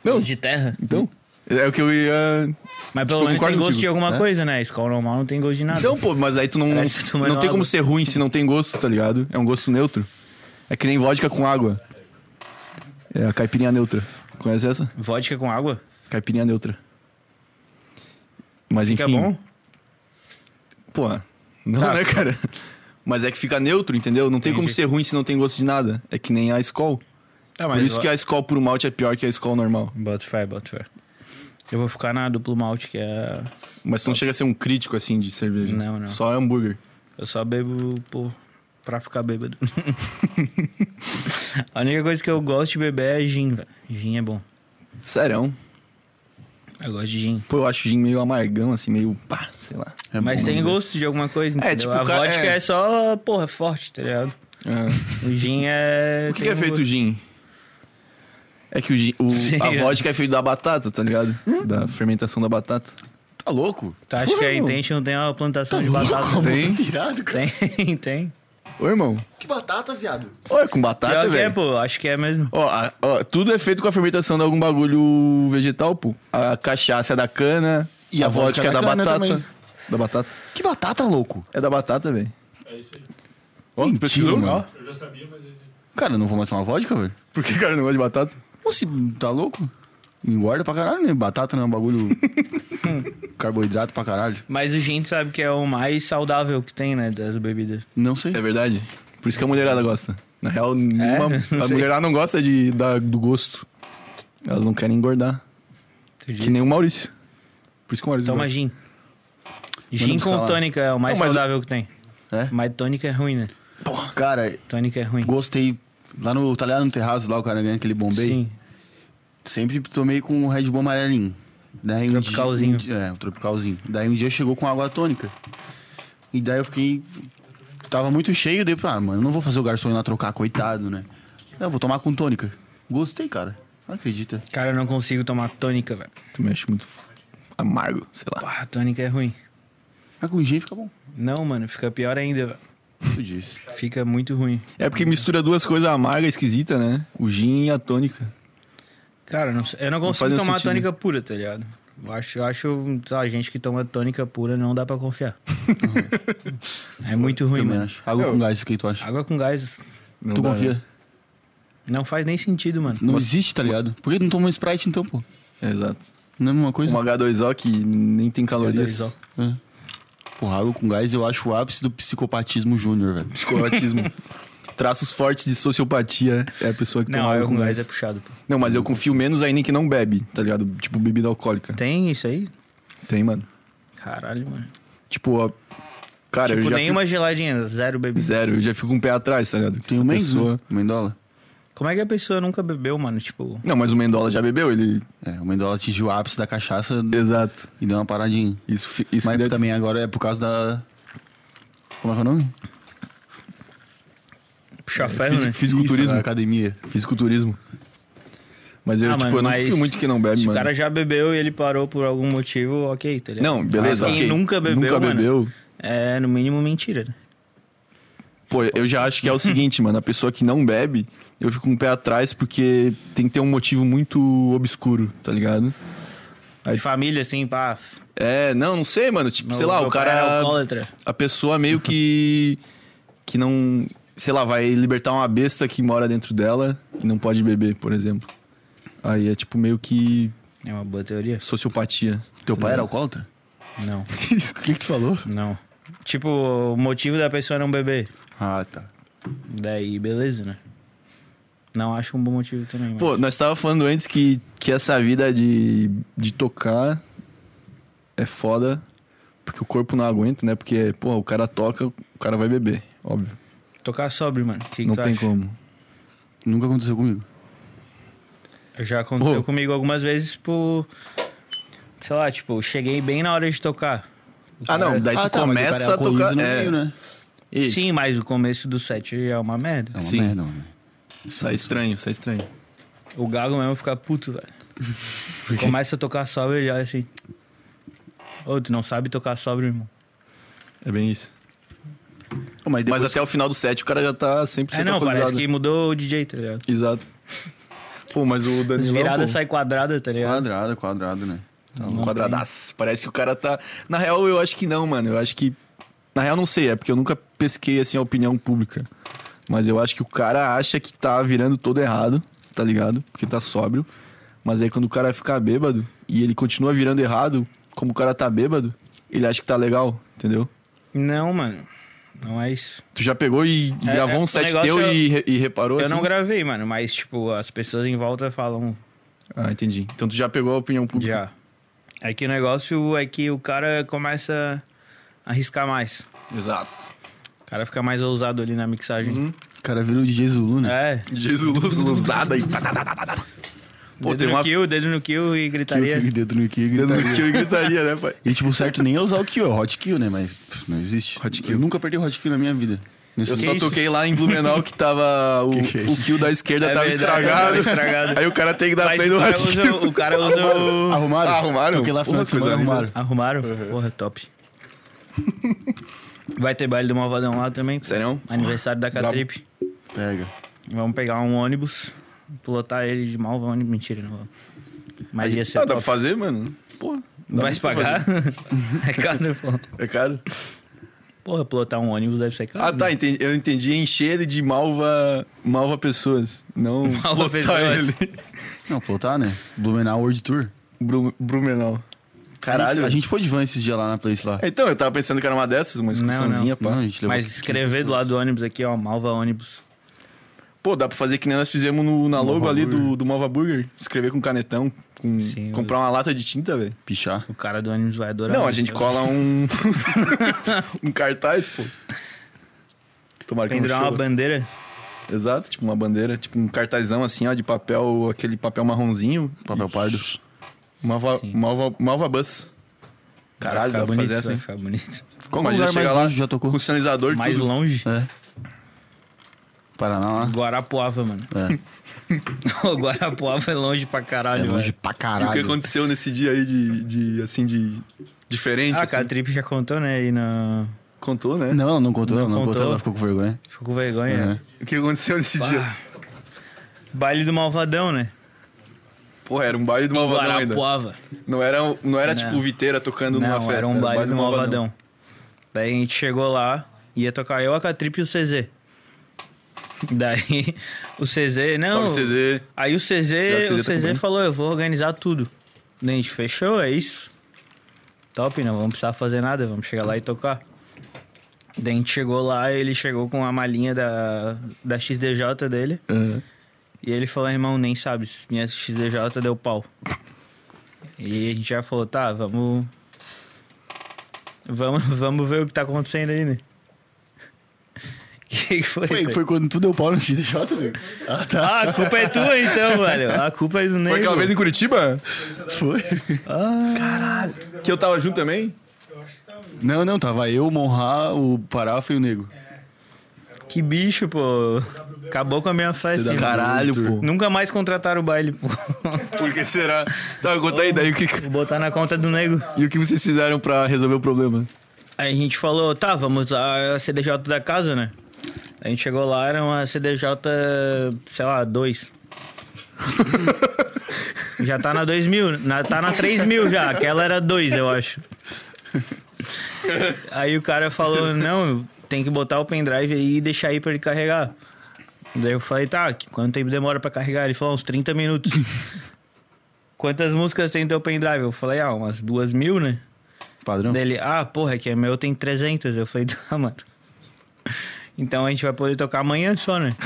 S2: Não.
S3: De terra?
S2: Então. É o que eu ia.
S3: Mas pelo menos tem
S2: concordo
S3: gosto
S2: contigo,
S3: de alguma
S1: né?
S3: coisa, né? A Skol normal não tem gosto de nada.
S2: Então, pô, mas aí tu não.
S3: Parece que tu
S2: não
S3: mandou
S2: tem como
S3: água.
S2: ser ruim se não tem gosto, tá ligado? É um gosto neutro. É que nem vodka com água. É a caipirinha neutra. Conhece essa?
S3: Vodka com água?
S2: Caipirinha neutra. Mas
S3: Fica
S2: enfim.
S3: bom?
S2: Pô, não,
S3: Tá.
S2: né, cara? Mas é que fica neutro, entendeu? Não tem como
S3: Entendi.
S2: ser ruim se não tem gosto de nada. É que nem a Skol.
S3: Tá,
S2: Por isso que a Skol por malte é pior que a Skol normal.
S3: Bota fé, bota fé. Eu vou ficar na duplo malte, que é.
S2: Mas tu não chega a ser um crítico, assim, de cerveja.
S3: Não, não.
S2: Só é hambúrguer.
S3: Eu só bebo por... pra ficar bêbado. a única coisa que eu gosto de beber é gin, velho. Gin é bom.
S2: Sério. um,
S3: Eu gosto de gin.
S2: Pô, eu acho gin meio amargão, assim, meio pá, sei lá.
S1: É
S3: Mas
S1: bom,
S3: tem
S1: né?
S3: gosto de alguma coisa, entendeu?
S2: tipo,
S3: a
S2: o cara-
S3: vodka
S2: é.
S3: é... só, porra, forte, tá ligado?
S2: É.
S3: O gin é...
S2: O que,
S3: tem
S2: que é
S3: um
S2: feito o
S3: gosto.
S2: gin? É que o, gin, o-
S3: Sim,
S2: a
S3: é.
S2: vodka é feito da batata, tá ligado? Da fermentação da batata.
S1: Tá louco?
S3: Tu acha que a
S2: Uau.
S3: Intention tem uma plantação
S1: Tá
S3: de
S2: Tá
S3: batata?
S2: Tem?
S1: Pirado, cara.
S3: Tem, tem.
S2: Ô, irmão.
S1: Que batata, viado.
S2: Ó, é com batata,
S3: Pior que é,
S2: velho.
S3: pô. Acho que é mesmo.
S2: Ó, a- ó, tudo é feito com a fermentação de algum bagulho vegetal, pô. A cachaça é da cana.
S1: E
S2: a,
S1: a
S2: vodka,
S1: vodka
S2: é da
S1: da cana
S2: batata.
S1: também.
S2: Da batata.
S1: Que batata, louco.
S2: É da batata, velho.
S1: Ó, Mentira,
S2: precisou?
S1: mano.
S4: Eu já sabia, mas eu
S1: Cara, eu não vou mais tomar vodka, velho.
S2: Por que, cara, não gosta de batata?
S1: Pô, se tá louco? Engorda pra caralho, né? Batata não é um bagulho... Carboidrato pra caralho.
S3: Mas o gin, tu sabe que é o mais saudável que tem, né? Das bebidas.
S1: Não sei.
S2: É verdade. Por isso que a mulherada gosta. Na real, nenhuma-
S3: Não
S2: a
S3: sei.
S2: mulherada não gosta de, da- do gosto. Elas não querem engordar.
S3: Tu diz.
S2: Que nem um o Maurício. Por isso que o Maurício
S3: Toma
S2: gosta.
S3: gin. Gin
S1: buscar
S3: com
S1: lá.
S3: tônica é o mais
S2: Não, mas-
S3: saudável que tem.
S1: É?
S3: Mas tônica é ruim, né?
S1: Porra, cara,
S3: Tônica é ruim.
S1: gostei. Lá no tá ligado no terraço, lá o cara ganha aquele bombei.
S3: Sim.
S1: Sempre tomei com um Red Bull amarelinho. Daí um dia-
S3: Tropicalzinho.
S1: um dia- é, um tropicalzinho. Daí um dia chegou com água tônica. E daí eu fiquei. Tava muito cheio, daí, eu, ah, mano, não vou fazer o garçom ir lá trocar, coitado, né? Eu vou tomar com tônica. Gostei, cara. Não acredita.
S3: Cara, eu não consigo tomar tônica, velho.
S2: Tu mexe muito f- amargo, sei lá.
S3: Pá, tônica é ruim.
S1: Mas com gin fica bom.
S3: Não, mano, fica pior ainda, velho.
S1: Tu disse.
S3: Fica muito ruim.
S2: É porque mistura duas coisas amargas, esquisitas, né? O gin e a tônica.
S3: Cara, eu não sei- eu não
S2: faz
S3: consigo
S2: nenhum
S3: tomar
S2: sentido.
S3: tônica pura, tá ligado? Eu acho, eu acho, sei lá, gente que toma tônica pura não dá pra confiar. é muito ruim,
S1: Também
S3: mano.
S1: acho. Água
S2: Eu-
S1: com gás, o que tu acha?
S3: Água com gás
S2: Não
S1: tu
S2: dá,
S1: confia?
S2: né?
S3: não faz nem sentido, mano.
S1: Não existe, tá ligado? Por que tu não toma um Sprite então, pô?
S2: É,
S3: né?
S2: exato.
S1: Não é a mesma coisa?
S2: Uma H2O que nem tem calorias.
S3: H2O.
S1: É. Porra, água com gás eu acho o ápice do psicopatismo júnior, velho.
S2: Psicopatismo. Traços fortes de sociopatia é a pessoa que
S3: Não,
S2: toma
S3: água
S2: água
S3: com gás é puxado, pô.
S2: Não, mas eu confio menos ainda em quem não bebe, tá ligado? Tipo, bebida alcoólica.
S3: Tem isso aí?
S2: Tem, mano.
S3: Caralho, mano.
S2: Tipo, a... cara,
S3: tipo,
S2: eu já
S3: nenhuma geladinha, zero bebida.
S2: fico... Zero, eu já fico com o pé atrás, tá ligado? Que
S1: Tem
S2: essa
S1: o
S2: pessoa...
S1: Mendola. Mendola.
S3: Como é que a pessoa nunca bebeu, mano? Tipo,
S2: Não, mas o Mendola já bebeu, ele...
S1: É, o Mendola atingiu o ápice da cachaça
S2: Exato.
S1: e deu uma paradinha.
S2: Isso, fi- isso
S1: Mas
S2: que deve-
S3: tá
S1: também agora é por causa da. Como é que é o nome?
S3: puxar ferro,
S2: Fisi-
S3: né?
S1: Isso,
S2: Fisiculturismo.
S1: da academia.
S2: Fisiculturismo. Mas eu,
S3: Ah,
S2: tipo,
S3: mano,
S2: eu não
S3: mas
S2: confio muito em quem não bebe,
S3: Se o
S2: mano.
S3: cara já bebeu e ele parou por algum motivo, ok, tá ligado?
S2: Não, beleza,
S3: Mas quem
S2: ok.
S3: nunca bebeu,
S2: Nunca
S3: mano,
S2: bebeu.
S3: É, no mínimo, mentira. né?
S2: Pô, eu já acho que é o seguinte, mano. A pessoa que não bebe, eu fico com o pé atrás porque tem que ter um motivo muito obscuro, tá ligado? Aí-
S3: Família, assim, pá... f-
S2: É, não, não sei, mano. Tipo, sei
S3: meu-
S2: lá, o
S3: meu pai é
S2: cara.
S3: alcoólatra.
S2: a pessoa meio que. que não. Sei lá, vai libertar uma besta que mora dentro dela e não pode beber, por exemplo. Aí é tipo meio que
S3: É uma boa teoria?
S2: sociopatia.
S1: Teu pai era alcoólatra?
S3: Não,
S1: Isso. O que, que tu falou?
S3: não. Tipo, o motivo da pessoa não beber.
S1: Ah, tá.
S3: Daí, beleza, né? Não acho um bom motivo também.
S2: Pô, nós tava falando antes que, que essa vida de, de tocar é foda, porque o corpo não aguenta, né? Porque, pô, o cara toca, o cara vai beber, óbvio.
S3: mas Tocar sobre, mano. Que que
S2: não
S3: tu
S2: tem
S3: acha?
S2: como.
S1: Nunca aconteceu comigo.
S3: Já aconteceu
S2: Pô.
S3: comigo algumas vezes por. Sei lá, tipo, cheguei bem na hora de tocar.
S2: Ah, não, daí tu
S1: tá, mas o
S2: começa
S1: cara
S2: a tocar.
S1: alcooliza no
S2: é,
S1: meio, né?
S2: isso.
S3: Sim, mas o começo do set é uma merda.
S1: É uma
S2: Sim.
S1: merda, mano.
S2: Sai estranho, sai estranho.
S3: O Gago mesmo fica puto, velho. Começa a tocar sobre e já assim. Ô, tu não sabe tocar sobre, irmão.
S2: É bem isso.
S1: Pô, Mas, depois,
S2: Mas até o final do set o cara já tá 100%
S3: É, não, parece
S2: alcoolizado.
S3: que mudou o DJ, tá ligado?
S2: Exato. Pô, mas o Danilo.
S3: Virada
S2: pô,
S3: sai quadrada, tá ligado?
S1: quadrado, quadrado, né?
S2: tá um quadradaço. Parece que o cara tá. Na real, eu acho que não, mano. Eu acho que. Na real, não sei, é porque eu nunca pesquei assim a opinião pública. Mas eu acho que o cara acha que tá virando todo errado, tá ligado? Porque tá sóbrio. Mas aí quando o cara ficar bêbado e ele continua virando errado, como o cara tá bêbado, ele acha que tá legal, entendeu?
S3: Não, mano. Não é isso.
S2: Tu já pegou e
S3: É,
S2: gravou
S3: é,
S2: um
S3: o
S2: set
S3: negócio
S2: teu
S3: é-
S2: e, re- e reparou
S3: Eu
S2: assim?
S3: não gravei, mano, mas, tipo, as pessoas em volta falam
S2: Ah, entendi. Então tu já pegou a opinião pública.
S3: já. É que o negócio é que o cara começa a arriscar mais.
S2: Exato.
S3: O cara fica mais ousado ali na mixagem.
S2: Uhum.
S1: O cara vira o DJ Zulu, né?
S3: É.
S2: Jesus luzada e tá, tá, tá, tá, tá, tá. Pô,
S3: dedo
S2: tem
S3: no
S2: uma
S3: kill, dedo no kill e
S1: Kill,
S3: gritaria.
S1: kill, dedo no kill, gritaria.
S2: que eu gritaria, né, pai?
S1: E, tipo, o certo nem é usar o kill, é o hot kill, né? Mas pff, não existe. Hot kill. Eu nunca perdi hot kill na minha vida. Nesse
S2: Eu
S1: lugar.
S2: só
S3: isso?
S2: toquei lá em Blumenau que tava. O,
S1: Que que é
S2: o kill da esquerda
S3: É
S2: tava,
S3: verdade,
S2: estragado. então,
S3: tava estragado.
S2: Aí o cara tem que dar
S3: Mas
S2: play
S3: o
S2: no
S3: cara
S2: Hot
S3: usa-
S2: Kill.
S3: O cara usa o...
S1: Arrumaram?
S2: Ah, Arrumaram?
S1: Toquei lá final
S2: Uma
S1: de semana,
S2: coisa
S1: arrumaram.
S3: Arrumaram?
S2: Uhum.
S3: Porra, top. Vai ter baile do Malvadão lá também. pô.
S2: Sério?
S3: Aniversário da
S2: Brabo.
S3: Catripe.
S1: Pega.
S3: Vamos pegar um ônibus, pilotar ele de malva. ônibus. Mentira, não vou. Mas ia ser
S2: Ah, dá pra
S3: top.
S2: fazer, mano? Porra. dá
S3: Vai se
S2: pra
S3: pagar?
S2: fazer.
S3: é caro, pô.
S2: É caro.
S3: Porra, pilotar um ônibus deve ser caro.
S2: Ah, tá. entendi- Eu entendi encher ele de malva. Malva pessoas. Não.
S3: Malva
S2: botar
S3: pessoas.
S2: ele.
S1: Não, plotar, né? Blumenau World Tour.
S2: Bru- Blumenau.
S1: A gente, a gente foi de van esses dias lá na place lá.
S2: Então, eu tava pensando que era uma dessas, uma
S3: não.
S2: excursãozinha, pá.
S1: Não, a gente levou
S3: Mas escrever do lado do ônibus aqui, ó, malva ônibus.
S2: Pô, dá pra fazer que nem nós fizemos no- na logo ali do, do Malva Burger. Escrever com canetão, com-
S3: Sim,
S2: comprar uma lata de tinta, velho.
S1: pichar.
S3: O cara do ônibus vai adorar.
S2: Não, a gente cola um. um cartaz, pô. Tomara que não
S3: Pendurar uma
S2: chova.
S3: bandeira.
S2: Exato, tipo uma bandeira, tipo um cartazão assim, ó, de papel, aquele papel marronzinho.
S1: Papel pardo.
S2: Malva, malva, malva Bus. Caralho,
S3: vai
S2: dá pra
S3: ficar bonito,
S2: fazer assim. essa,
S3: vai
S2: hein?
S3: ficar bonito.
S1: Qual
S2: Mas
S1: lugar
S2: já
S1: mais um.
S2: chega lá-
S1: longe já tocou?
S2: Com sinalizador,
S3: Mais
S2: tudo.
S3: longe,
S1: É. Paraná lá.
S3: Guarapuava, mano.
S1: É,
S3: O Guarapuava é longe pra
S1: é
S3: caralho,
S1: longe
S3: velho.
S1: pra
S2: E o que
S1: caralho.
S2: aconteceu nesse dia aí de, de assim, de. Diferente,
S3: Ah, a
S2: assim.
S3: Catripe já contou, né? Aí na...
S2: Contou, né?
S1: Não, ela não contou, ela não
S3: Não
S1: contou,
S3: contou.
S1: ela ficou com vergonha.
S3: Ficou com vergonha.
S1: É.
S2: O que aconteceu nesse dia?
S3: Baile do Malvadão, né?
S2: Porra, era um baile do Malvadão ainda.
S3: Guarapuava.
S2: Não era, não era
S3: Não.
S2: tipo Viteira tocando
S3: Não,
S2: numa festa.
S3: era um baile, do Malvadão. Daí a gente chegou lá, ia tocar eu, a Catripe e o CZ. Daí o CZ, não...
S2: Salve CZ.
S3: Aí o
S2: Será que
S3: CZ,
S2: o
S3: o
S2: CZ tá
S3: CZ
S2: comigo?
S3: falou, eu vou organizar tudo. Daí a gente fechou, é isso. Top, não vamos precisar fazer nada, vamos chegar lá e tocar. Daí a gente chegou lá, ele chegou com a malinha da, da XDJ dele. E ele falou, irmão, nem sabe, minha XDJ deu pau. E a gente já falou, tá, vamos... Vamos, vamos ver o que tá acontecendo aí, né? O que, que foi?
S1: Foi,
S3: velho?
S1: foi quando tu deu pau no XDJ, velho? Ah, tá.
S3: Ah, a culpa é tua então, velho. A culpa é do Ney.
S2: Foi aquela vez em Curitiba?
S1: Foi.
S3: Ah.
S2: Que eu tava junto também? Ah.
S1: Não, não, tava eu, o Monra, o Parafa e o Nego.
S3: Que bicho, pô. Acabou com a minha
S1: Você
S3: festa.
S1: dá
S3: irmão.
S1: Caralho, pô.
S3: Nunca mais contrataram o baile, pô.
S2: Por que será? Tá, conta aí daí o que,
S3: Vou botar na conta do nego.
S2: e o que vocês fizeram pra resolver o problema.
S3: Aí a gente falou, tá, vamos usar a CDJ da casa, né? A gente chegou lá, era uma CDJ, sei lá, 2. já tá na 2000, na, tá na 3000 já. Aquela era 2, eu acho. Aí o cara falou, não, tem que botar o pendrive aí e deixar aí pra ele carregar. Daí eu falei, tá, que- quanto tempo demora pra carregar? Ele falou, uns 30 minutos. Quantas músicas tem no teu pendrive? Eu falei, ah, umas duas mil, né?
S1: Padrão.
S3: Dele, ah, porra, que é meu, tem 300. Eu falei, tá, mano. Então a gente vai poder tocar amanhã só, né?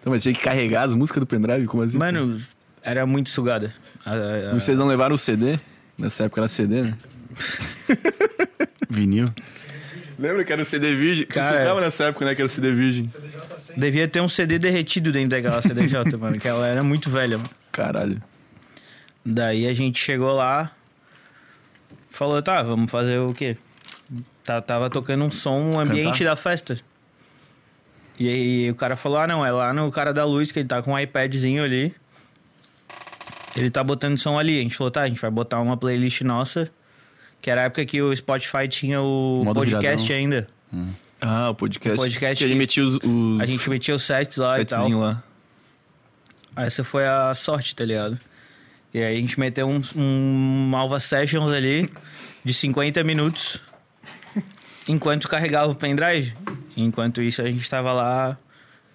S2: Então, mas tinha que carregar as músicas do pendrive? Como assim?
S3: Mano, era muito sugada. A- a- a-
S2: Vocês não levaram o CD? Nessa época era CD, né?
S1: Vinil.
S2: Lembra que era o CD virgem?
S3: Cara-
S2: Tu tocava nessa época, né? Que era o CD virgem.
S3: Devia ter um CD derretido dentro daquela CDJ, mano, que ela era muito velha, mano.
S2: Caralho.
S3: Daí a gente chegou lá, falou, tá, vamos fazer o quê? Tá- tava tocando um som no ambiente da festa. E aí o cara falou, ah não, é lá no cara da luz, que ele tá com um iPadzinho ali. Ele tá botando som ali. A gente falou, tá, a gente vai botar uma playlist nossa. Que era a época que o Spotify tinha o
S1: Modo
S3: podcast
S1: viradão.
S3: ainda.
S2: Ah, o podcast.
S3: O podcast
S2: Que ele
S3: que-
S2: metia os, os
S3: A gente metia os sets lá e tal.
S2: setzinho lá.
S3: Essa foi a sorte, tá ligado? E aí a gente meteu um, um Alva Sessions ali de 50 minutos enquanto carregava o pendrive. Enquanto isso, a gente tava lá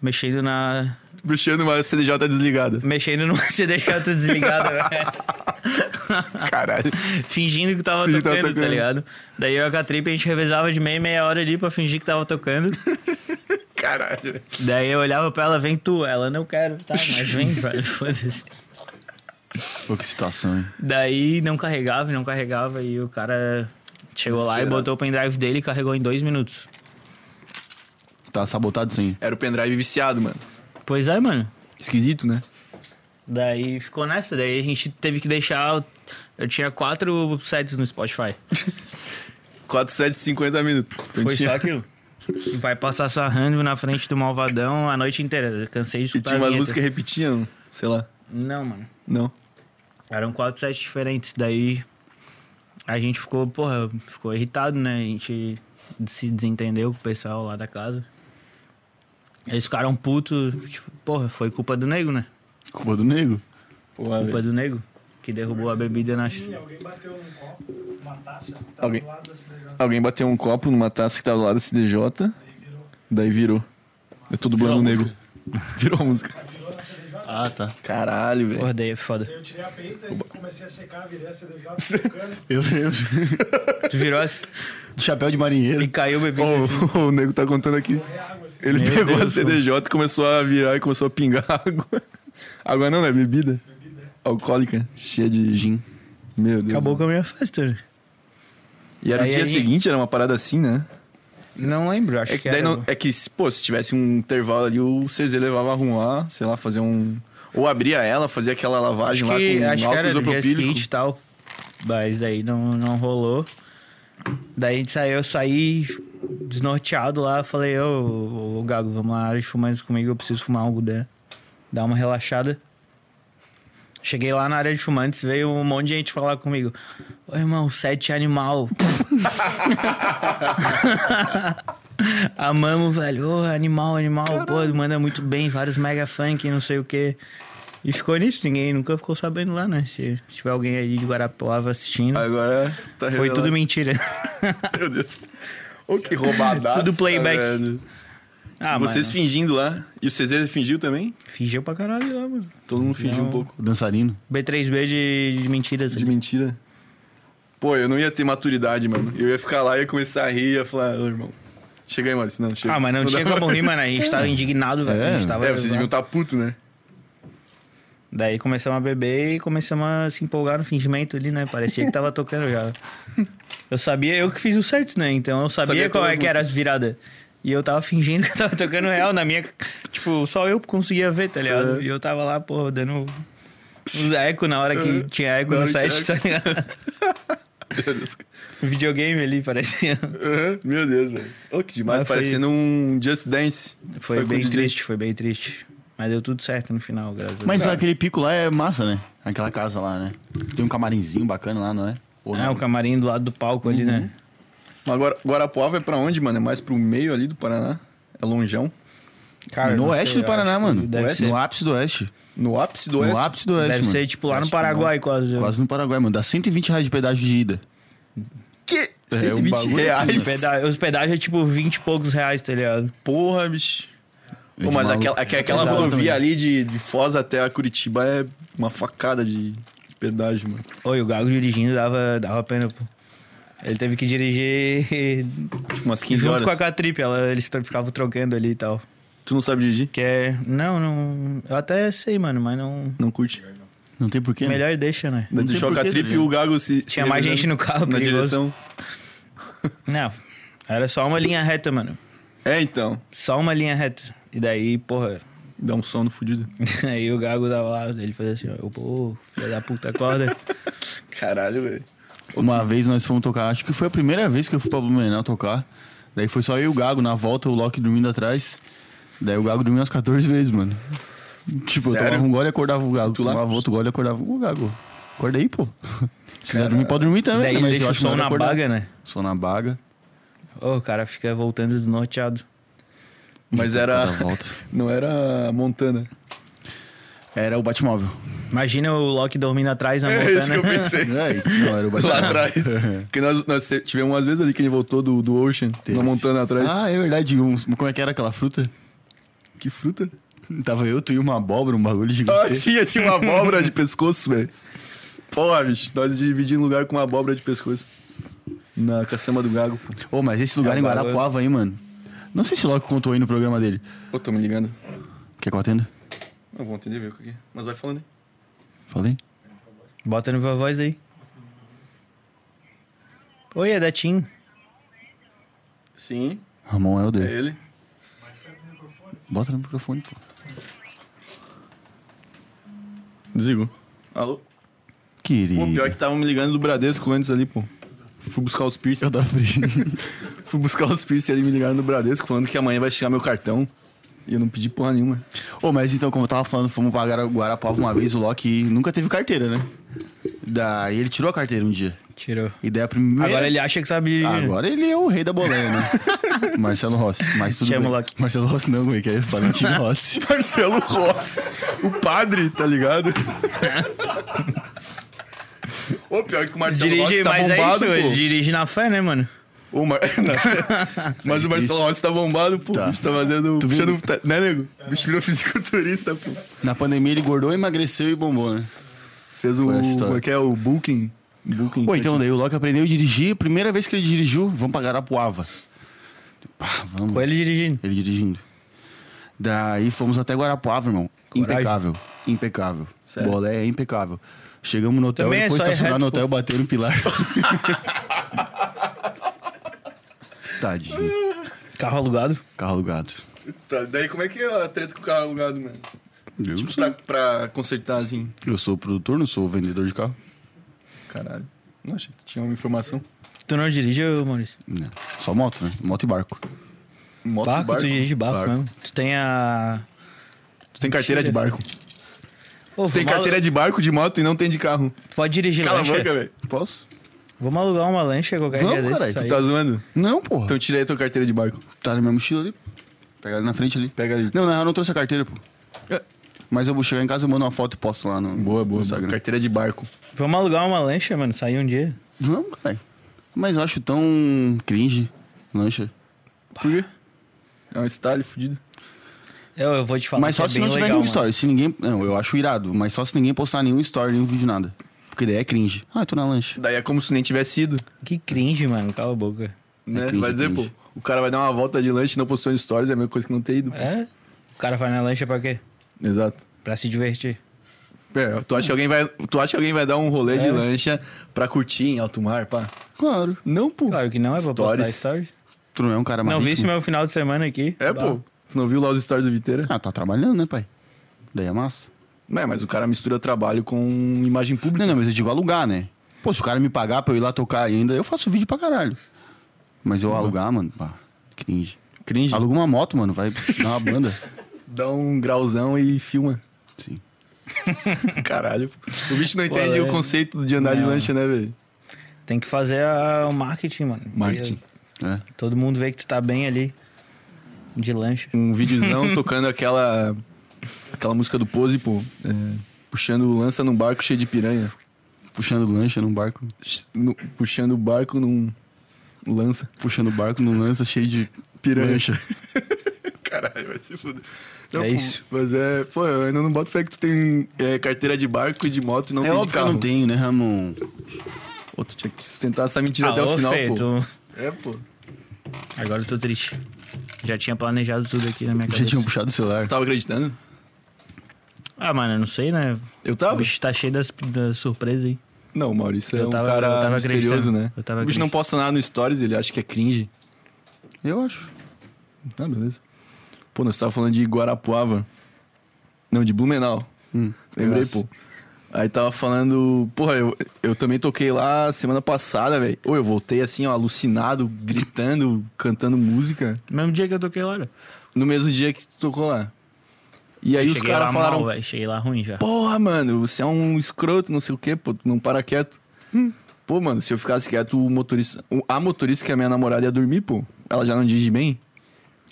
S3: mexendo na.
S2: Mexendo uma CDJ tá desligada.
S3: mexendo numa CDJ desligada, velho.
S2: Caralho.
S3: né? fingindo que tava
S2: Fingindo que
S3: tocando,
S2: tava
S3: tá
S2: tocando.
S3: ligado? Daí eu e a Catripe a gente revezava de meia, em meia hora ali pra fingir que tava tocando.
S2: Caralho.
S3: Daí eu olhava pra ela, vem tu. Ela, não quero, tá, mas vem, velho, foda-se.
S1: Pô, que situação, hein?
S3: Daí não carregava, não carregava, e o cara chegou lá e
S2: Desesperado.
S3: botou o pendrive dele e carregou em dois minutos.
S1: Tá sabotado sim.
S2: Era o pendrive viciado, mano.
S3: Pois é, mano.
S2: Esquisito, né?
S3: Daí ficou nessa, daí a gente teve que deixar. Eu tinha quatro sets no Spotify.
S2: 4, 7, 50 minutos. Então
S3: Foi
S2: tinha-
S3: só aquilo. Vai passar sarrando na frente do Malvadão a noite inteira. Eu Cansei
S2: E
S3: de escutar.
S2: tinha
S3: a
S2: umas
S3: vinheta.
S2: músicas que repetiam, sei lá.
S3: Não, mano.
S2: Não.
S3: Eram quatro sets diferentes. Daí a gente ficou, porra, ficou irritado, né? A gente se desentendeu com o pessoal lá da casa. Eles ficaram putos, tipo, porra, foi culpa do nego, né?
S1: Culpa do nego.
S2: Porra,
S3: Culpa do nego. Que derrubou a bebida na.
S4: Sim, alguém bateu num copo, uma taça, que tava
S2: Alguém.
S4: do lado da CDJ.
S2: Alguém bateu um copo numa taça que tava do lado da CDJ, daí virou. É Eu tô dublando o
S1: Virou a
S2: nego. Virou a música.
S4: Virou na CDJ,
S1: Ah, tá.
S2: Caralho, velho.
S3: Porra, daí é foda.
S4: eu tirei a peita e comecei a secar, virei a CDJ, secando.
S1: Eu lembro.
S3: Tu virou as...
S1: Chapéu de marinheiro.
S3: e caiu a bebida.
S2: Ô, o nego tá contando aqui. Ele
S3: Meu
S2: pegou
S3: Deus,
S2: a CDJ e começou a virar e começou a pingar água. Água não, né? Bebida. Alcoólica, cheia de gin. Meu Deus.
S3: Acabou com a minha festa. né?
S2: E era no
S3: Aí
S2: dia
S3: a gente-
S2: seguinte, era uma parada assim, né?
S3: Não lembro, acho
S2: É
S3: que
S2: que, daí
S3: era.
S2: não- é que, se- pô, se tivesse um intervalo ali, o CZ levava rum lá, sei lá, fazer um. Ou abria ela, fazia aquela
S3: Acho
S2: lavagem
S3: que,
S2: lá com
S3: acho que
S2: álcool
S3: era do dia
S2: isopropílico.
S3: seguinte e tal. Mas daí não, não rolou. Daí a gente saiu, eu saí desnorteado lá. Falei, ô, ô, ô, Gago, vamos lá, área de fumantes comigo. Eu preciso fumar algo, né? Dar uma relaxada. Cheguei lá na área de fumantes, veio um monte de gente falar comigo. Ô, irmão, sete animal. Amamos, velho. Ô, animal, animal. Pô, manda muito bem, vários mega funk, não sei o quê. E ficou nisso, ninguém nunca ficou sabendo lá, né? Se, se tiver alguém aí de Guarapuava assistindo,
S2: Agora tá
S3: foi tudo
S2: revelado.
S3: mentira.
S2: Meu Deus. Ô, que roubadaço.
S3: Tudo playback. Ah,
S2: Vocês
S3: mano,
S2: fingindo lá. E o CZ fingiu também?
S3: fingiu pra caralho lá, mano.
S2: Todo mundo fingiu um pouco.
S1: O dançarino.
S3: B3B de, de mentiras.
S2: De mentira. Pô, eu não ia ter maturidade, mano. Eu ia ficar lá, ia começar a rir, ia falar, ô irmão. Chega aí, Maurício. Não, chega.
S3: ah, mas não,
S2: dá
S3: tinha como
S2: mais.
S3: rir, mano. A gente tava indignado, velho. A
S1: É.
S3: gente tava.
S2: É, vocês deviam estar puto, né?
S3: Daí começamos a beber e começamos a se empolgar no fingimento ali, né? Parecia que tava tocando já. Eu sabia, eu que fiz o set, né? Então eu sabia,
S2: Sabia
S3: qual
S2: todas
S3: é
S2: as
S3: que era as viradas. E eu tava fingindo que tava tocando real na minha. Tipo, só eu conseguia ver, tá
S2: É.
S3: ligado? E eu tava lá, porra, dando. Os eco na hora que tinha eco
S2: É. Na
S3: no
S2: hora que
S3: set, tá
S2: tinha
S3: ligado?
S2: Meu Deus, cara.
S3: Videogame ali, parecia.
S2: Aham, Meu Deus, velho. Ô, que demais.
S3: Mas foi-
S2: parecendo um Just Dance.
S3: Foi
S2: Só com
S3: bem
S2: DJ.
S3: triste, foi bem triste. Mas deu tudo certo no final, graças a
S1: Mas
S3: Deus.
S1: aquele pico lá é massa, né? Aquela casa lá, né? Tem um camarinzinho bacana lá, não é? Ou
S3: Ah,
S1: não?
S3: o camarim do lado do palco ali,
S1: Uhum.
S3: né?
S2: Mas agora, Guarapuava é pra onde, mano? É mais pro meio ali do Paraná? É longeão?
S3: Cara,
S1: no
S3: não
S1: oeste
S3: sei,
S1: do
S3: eu
S1: Paraná,
S3: acho que
S1: mano.
S3: deve
S1: No
S3: ser-
S1: ápice do oeste.
S2: No ápice do
S1: No
S2: Oeste?
S1: ápice do oeste,
S3: Deve
S1: mano.
S3: ser tipo lá
S1: Acho
S3: no
S1: que não.
S3: Paraguai, quase.
S1: Quase no Paraguai, mano. Dá 120 reais de pedágio de ida.
S2: Que?
S1: É, um
S2: 120
S1: bagulho
S2: reais.
S1: assim,
S3: Ah, Os peda- Os pedágios é tipo 20 e poucos reais, tá ligado?
S2: Porra, bicho.
S1: É
S2: Pô,
S1: de
S2: mas
S1: maluco.
S2: aquela, aquela, aquela
S1: Exato,
S2: rodovia
S1: né?
S2: ali de, de Foz até a Curitiba é uma facada de pedágio, mano.
S3: Oi, o Gago dirigindo dava, dava pena, pô. Ele teve que dirigir
S2: Tipo, umas 15
S3: junto
S2: horas.
S3: com a Catripe, ela, eles to- ficavam trocando ali e tal.
S2: Tu não sabe dirigir?
S3: Que é. Não, não. Eu até sei, mano, mas não.
S2: Não curte?
S1: Não tem porquê. né?
S3: Melhor deixa, né?
S2: Daí
S1: tem
S2: tu choca a
S1: porquê,
S2: trip
S1: tá
S2: e o Gago se.
S3: Tinha
S2: se
S3: mais
S2: revezando
S3: gente no carro,
S2: Na
S3: perigoso.
S2: direção.
S3: Não. Era só uma linha reta, mano.
S2: É, então.
S3: Só uma linha reta. E daí, porra.
S2: Dá um som no fudido.
S3: Aí o Gago tava lá, ele fazia assim, ó. Eu, pô, filha da puta, acorda.
S2: Caralho, velho.
S1: Uma vez nós fomos tocar, acho que foi a primeira vez que eu fui pra Blumenau tocar. Daí foi só eu e o Gago na volta, o Loki dormindo atrás. Daí o Gago dormiu umas 14 vezes, mano. Tipo, eu
S2: Sério?
S1: tomava um gole e acordava o Gago.
S2: Tu lá?
S1: Tomava outro gole e acordava o Gago. Acorda aí, pô. Se quiser dormir, pode dormir também,
S3: daí
S1: né?
S3: ele
S1: mas
S3: deixa
S1: eu
S3: o
S1: acho que
S3: som na baga, né?
S1: Sou na baga.
S3: Ô, o cara fica voltando desnorteado.
S2: Mas
S1: Cada
S2: era.
S1: volta.
S2: Não era Montana.
S1: Era o Batmóvel.
S3: Imagina o Loki dormindo atrás né, na
S2: É
S3: montanha.
S2: isso que eu pensei.
S1: É, não, era o Batmóvel.
S2: Lá atrás. Porque nós, nós tivemos umas vezes ali que ele voltou do, do Ocean, na Montana atrás.
S1: Ah, é verdade. Um, como é que era aquela fruta?
S2: que fruta.
S1: Tava eu, tu e uma abóbora, um bagulho
S2: Ah,
S1: gigante.
S2: tinha, tinha uma abóbora de pescoço, velho. Porra, bicho, nós dividimos lugar com uma abóbora de pescoço. Na caçamba do gago, pô.
S1: Ô, mas esse lugar
S3: É,
S1: em
S3: agora-
S1: Guarapuava aí, mano. Não sei se o Loki contou aí no programa dele.
S2: Ô, tô me ligando.
S1: Quer que eu atenda?
S2: Não vou entender ver o que é. Mas vai falando aí.
S1: Falei?
S3: Bota no Viva Voz aí. Oi, é da Tim.
S2: Sim,
S1: Ramon
S2: é
S1: Helder.
S2: ele.
S1: Bota no microfone, pô.
S2: Desligou. Alô?
S1: Querido.
S2: Pô, pior que estavam me ligando do Bradesco antes ali, pô. Fui buscar os piercing.
S1: Eu da frente.
S2: Fui buscar os piercing ali, me ligaram do Bradesco, falando que amanhã vai chegar meu cartão. E eu não pedi porra nenhuma.
S1: Ô, mas então, como eu tava falando, fomos pra Guara- Guarapuava uma vez, o Loki nunca teve carteira, né? Daí ele tirou a carteira um dia.
S3: Tirou.
S1: E daí a primeira...
S3: Agora ele acha que sabe dirigir.
S1: Agora ele é o rei da boleia, né? Marcelo Rossi. Mas tudo
S3: Chama
S1: bem.
S3: o Loki.
S1: Marcelo Rossi não, como é que é? Valentino Rossi.
S2: Marcelo Rossi. O padre, tá ligado? Ô, pior que o Marcelo
S3: Dirige,
S2: Rossi tá
S3: mas
S2: bombado,
S3: é isso,
S2: pô.
S3: dirige na fé, né, mano?
S2: Ô, Mar- Não. Mas o Marcelo Rossi tá bombado, pô.
S1: Tá.
S2: O bicho tá fazendo...
S1: viu?
S2: Puxando... tá- Né, nego? O bicho virou fisiculturista, pô.
S1: Na pandemia ele engordou, emagreceu e bombou, né?
S2: Fez o...
S1: Foi essa história.
S2: Como é que é? O booking? Booking.
S1: Pô, então daí o Loki aprendeu a dirigir. Primeira vez que ele dirigiu, vamos pra Guarapuava. Pá, vamos.
S3: Com ele dirigindo.
S1: Ele dirigindo. Daí fomos até Guarapuava, irmão.
S3: Coragem.
S1: Impecável. Impecável.
S2: Sério?
S1: Bola é impecável. Chegamos no hotel,
S3: Também
S1: ele
S3: é
S1: foi
S3: só é
S1: estacionar
S3: reto,
S1: no hotel, bateu no pilar. Tadinho.
S3: Carro alugado.
S1: Carro alugado.
S2: Tá, daí como é que é a treta com o carro alugado, mano? Tipo,
S1: Eu, não sei.
S2: Pra, pra consertar, assim...
S1: eu sou produtor, não sou vendedor de carro.
S2: Caralho. Não, achei que tinha uma informação.
S3: Tu não dirige, ô, Maurício?
S1: Não. Só moto, né? Moto e barco.
S2: Moto,
S3: Barco,
S2: barco.
S3: tu dirige barco,
S1: Barco.
S3: mesmo. Tu tem a...
S2: Tu tem carteira de barco.
S3: Ô,
S2: Tem
S3: vamos
S2: carteira de barco, de moto e não tem de carro.
S3: alu- Pode dirigir
S2: Cala a
S3: lancha?
S2: boca, velho.
S1: Posso?
S3: Vamos alugar uma lancha qualquer
S1: Vamos,
S3: dia desse,
S1: caralho, tu
S3: sair.
S2: Tá zoando?
S1: Não, porra.
S2: Então tira aí tua carteira de barco.
S1: Tá na minha mochila ali. Pega ali na frente ali.
S2: Pega ali.
S1: Não, na real, eu não trouxe a carteira, pô.
S2: É.
S1: Mas eu vou chegar em casa, eu mando uma foto e posto lá no,
S2: Boa, boa.
S1: no Instagram.
S2: Carteira de barco.
S3: Vamos alugar uma lancha, mano, sair um dia.
S1: Vamos, caralho. Mas eu acho tão cringe, lancha.
S2: Por quê? É um style fudido.
S3: Eu, eu vou te falar
S1: Mas
S3: que
S1: só
S3: é
S1: se
S3: bem
S1: não tiver
S3: legal,
S1: nenhum
S3: mano.
S1: story. Se ninguém. Não, eu acho irado, mas só se ninguém postar nenhum story, nenhum vídeo, nada. Porque daí é cringe. Ah, eu tô na lancha.
S2: Daí é como se nem tivesse ido.
S3: Que cringe, mano, cala a boca.
S2: Né?
S1: cringe,
S2: vai dizer,
S1: cringe.
S2: pô, o cara vai dar uma volta de lanche e não postou em stories, é a mesma coisa que não ter ido.
S3: É? O cara vai na lancha pra quê?
S2: Exato.
S3: Pra se divertir.
S2: É, tu acha, que alguém vai, tu acha que alguém vai dar um rolê de lancha pra curtir em alto mar, pá?
S1: Claro.
S2: Não, pô.
S3: Claro que não, é pra postar
S2: Stories.
S3: stories.
S1: Tu não é um cara
S3: Não vi esse
S1: marítimo.
S3: meu final de semana aqui.
S2: É, pô. Tu não viu lá os stories do Viteira?
S1: Ah, tá trabalhando, né, pai? Daí é massa.
S2: É, mas o cara mistura trabalho com imagem pública.
S1: Não, não, mas eu digo alugar, né? Pô, se o cara me pagar pra eu ir lá tocar ainda, eu faço vídeo pra caralho. Mas
S3: Uhum.
S1: eu alugar, mano, pá, cringe.
S2: Cringe.
S1: Aluga uma moto, mano, vai dar uma banda.
S2: Dá um grauzão e filma.
S1: Sim.
S2: Caralho. pô. O bicho não
S3: Qual
S2: entende
S3: é?
S2: o conceito de andar de
S3: Não.
S2: lancha, né, velho?
S3: Tem que fazer a- o marketing, mano.
S2: Marketing.
S1: É.
S3: Todo mundo vê que tu tá bem ali. De lancha.
S2: um videozão tocando aquela aquela música do Pose, pô. É, puxando lança num barco cheio de piranha.
S1: Puxando lancha num barco.
S2: Ch- no- puxando o barco num lança.
S1: Puxando barco num lança cheio de
S2: Piranha.
S1: lancha.
S2: Caralho, vai se fuder.
S3: É isso.
S2: Mas é, pô, eu ainda não boto fé que tu tem é, carteira de barco e de moto e não
S1: É
S2: tem de
S1: óbvio que eu
S2: carro.
S1: não tenho, né, Ramon?
S2: Pô, tu tinha que sustentar essa mentira até
S3: Alô,
S2: o final,
S3: Ah, Fê,
S2: pô.
S3: tu-
S2: É, pô.
S3: Agora eu tô triste. Já tinha planejado tudo aqui na minha
S1: Já
S3: cabeça.
S2: um-
S1: tinham puxado o celular.
S2: Tava acreditando?
S3: Ah, mano, eu não sei, né?
S2: Eu
S3: O
S2: tava.
S3: bicho tá cheio das, das surpresas aí.
S2: Não, Maurício é
S3: Eu
S2: um
S3: tava- eu
S2: cara
S3: tava
S2: misterioso,
S3: acreditando.
S2: né?
S3: Eu tava
S2: o bicho não posta nada no Stories, ele acha que é cringe.
S1: Eu acho.
S2: Ah, beleza. Pô, nós tava falando de Guarapuava. Não, de Blumenau.
S1: Hum,
S2: Lembrei,
S1: graça.
S2: pô. Aí tava falando, porra, eu, eu também toquei lá semana passada, velho. Ou eu voltei assim, ó, alucinado, gritando, cantando música.
S3: Mesmo dia que eu toquei lá, né?
S2: No mesmo dia que tu tocou lá. E aí os
S3: Cheguei
S2: caras
S3: lá
S2: falaram,
S3: mal, velho. Cheguei lá ruim já.
S2: Porra, mano, você é um escroto, não sei o quê, pô, tu não para quieto. Pô, mano, se eu ficasse quieto, o motorista. o- A motorista que é a minha namorada ia dormir, pô. Ela já não dirige bem.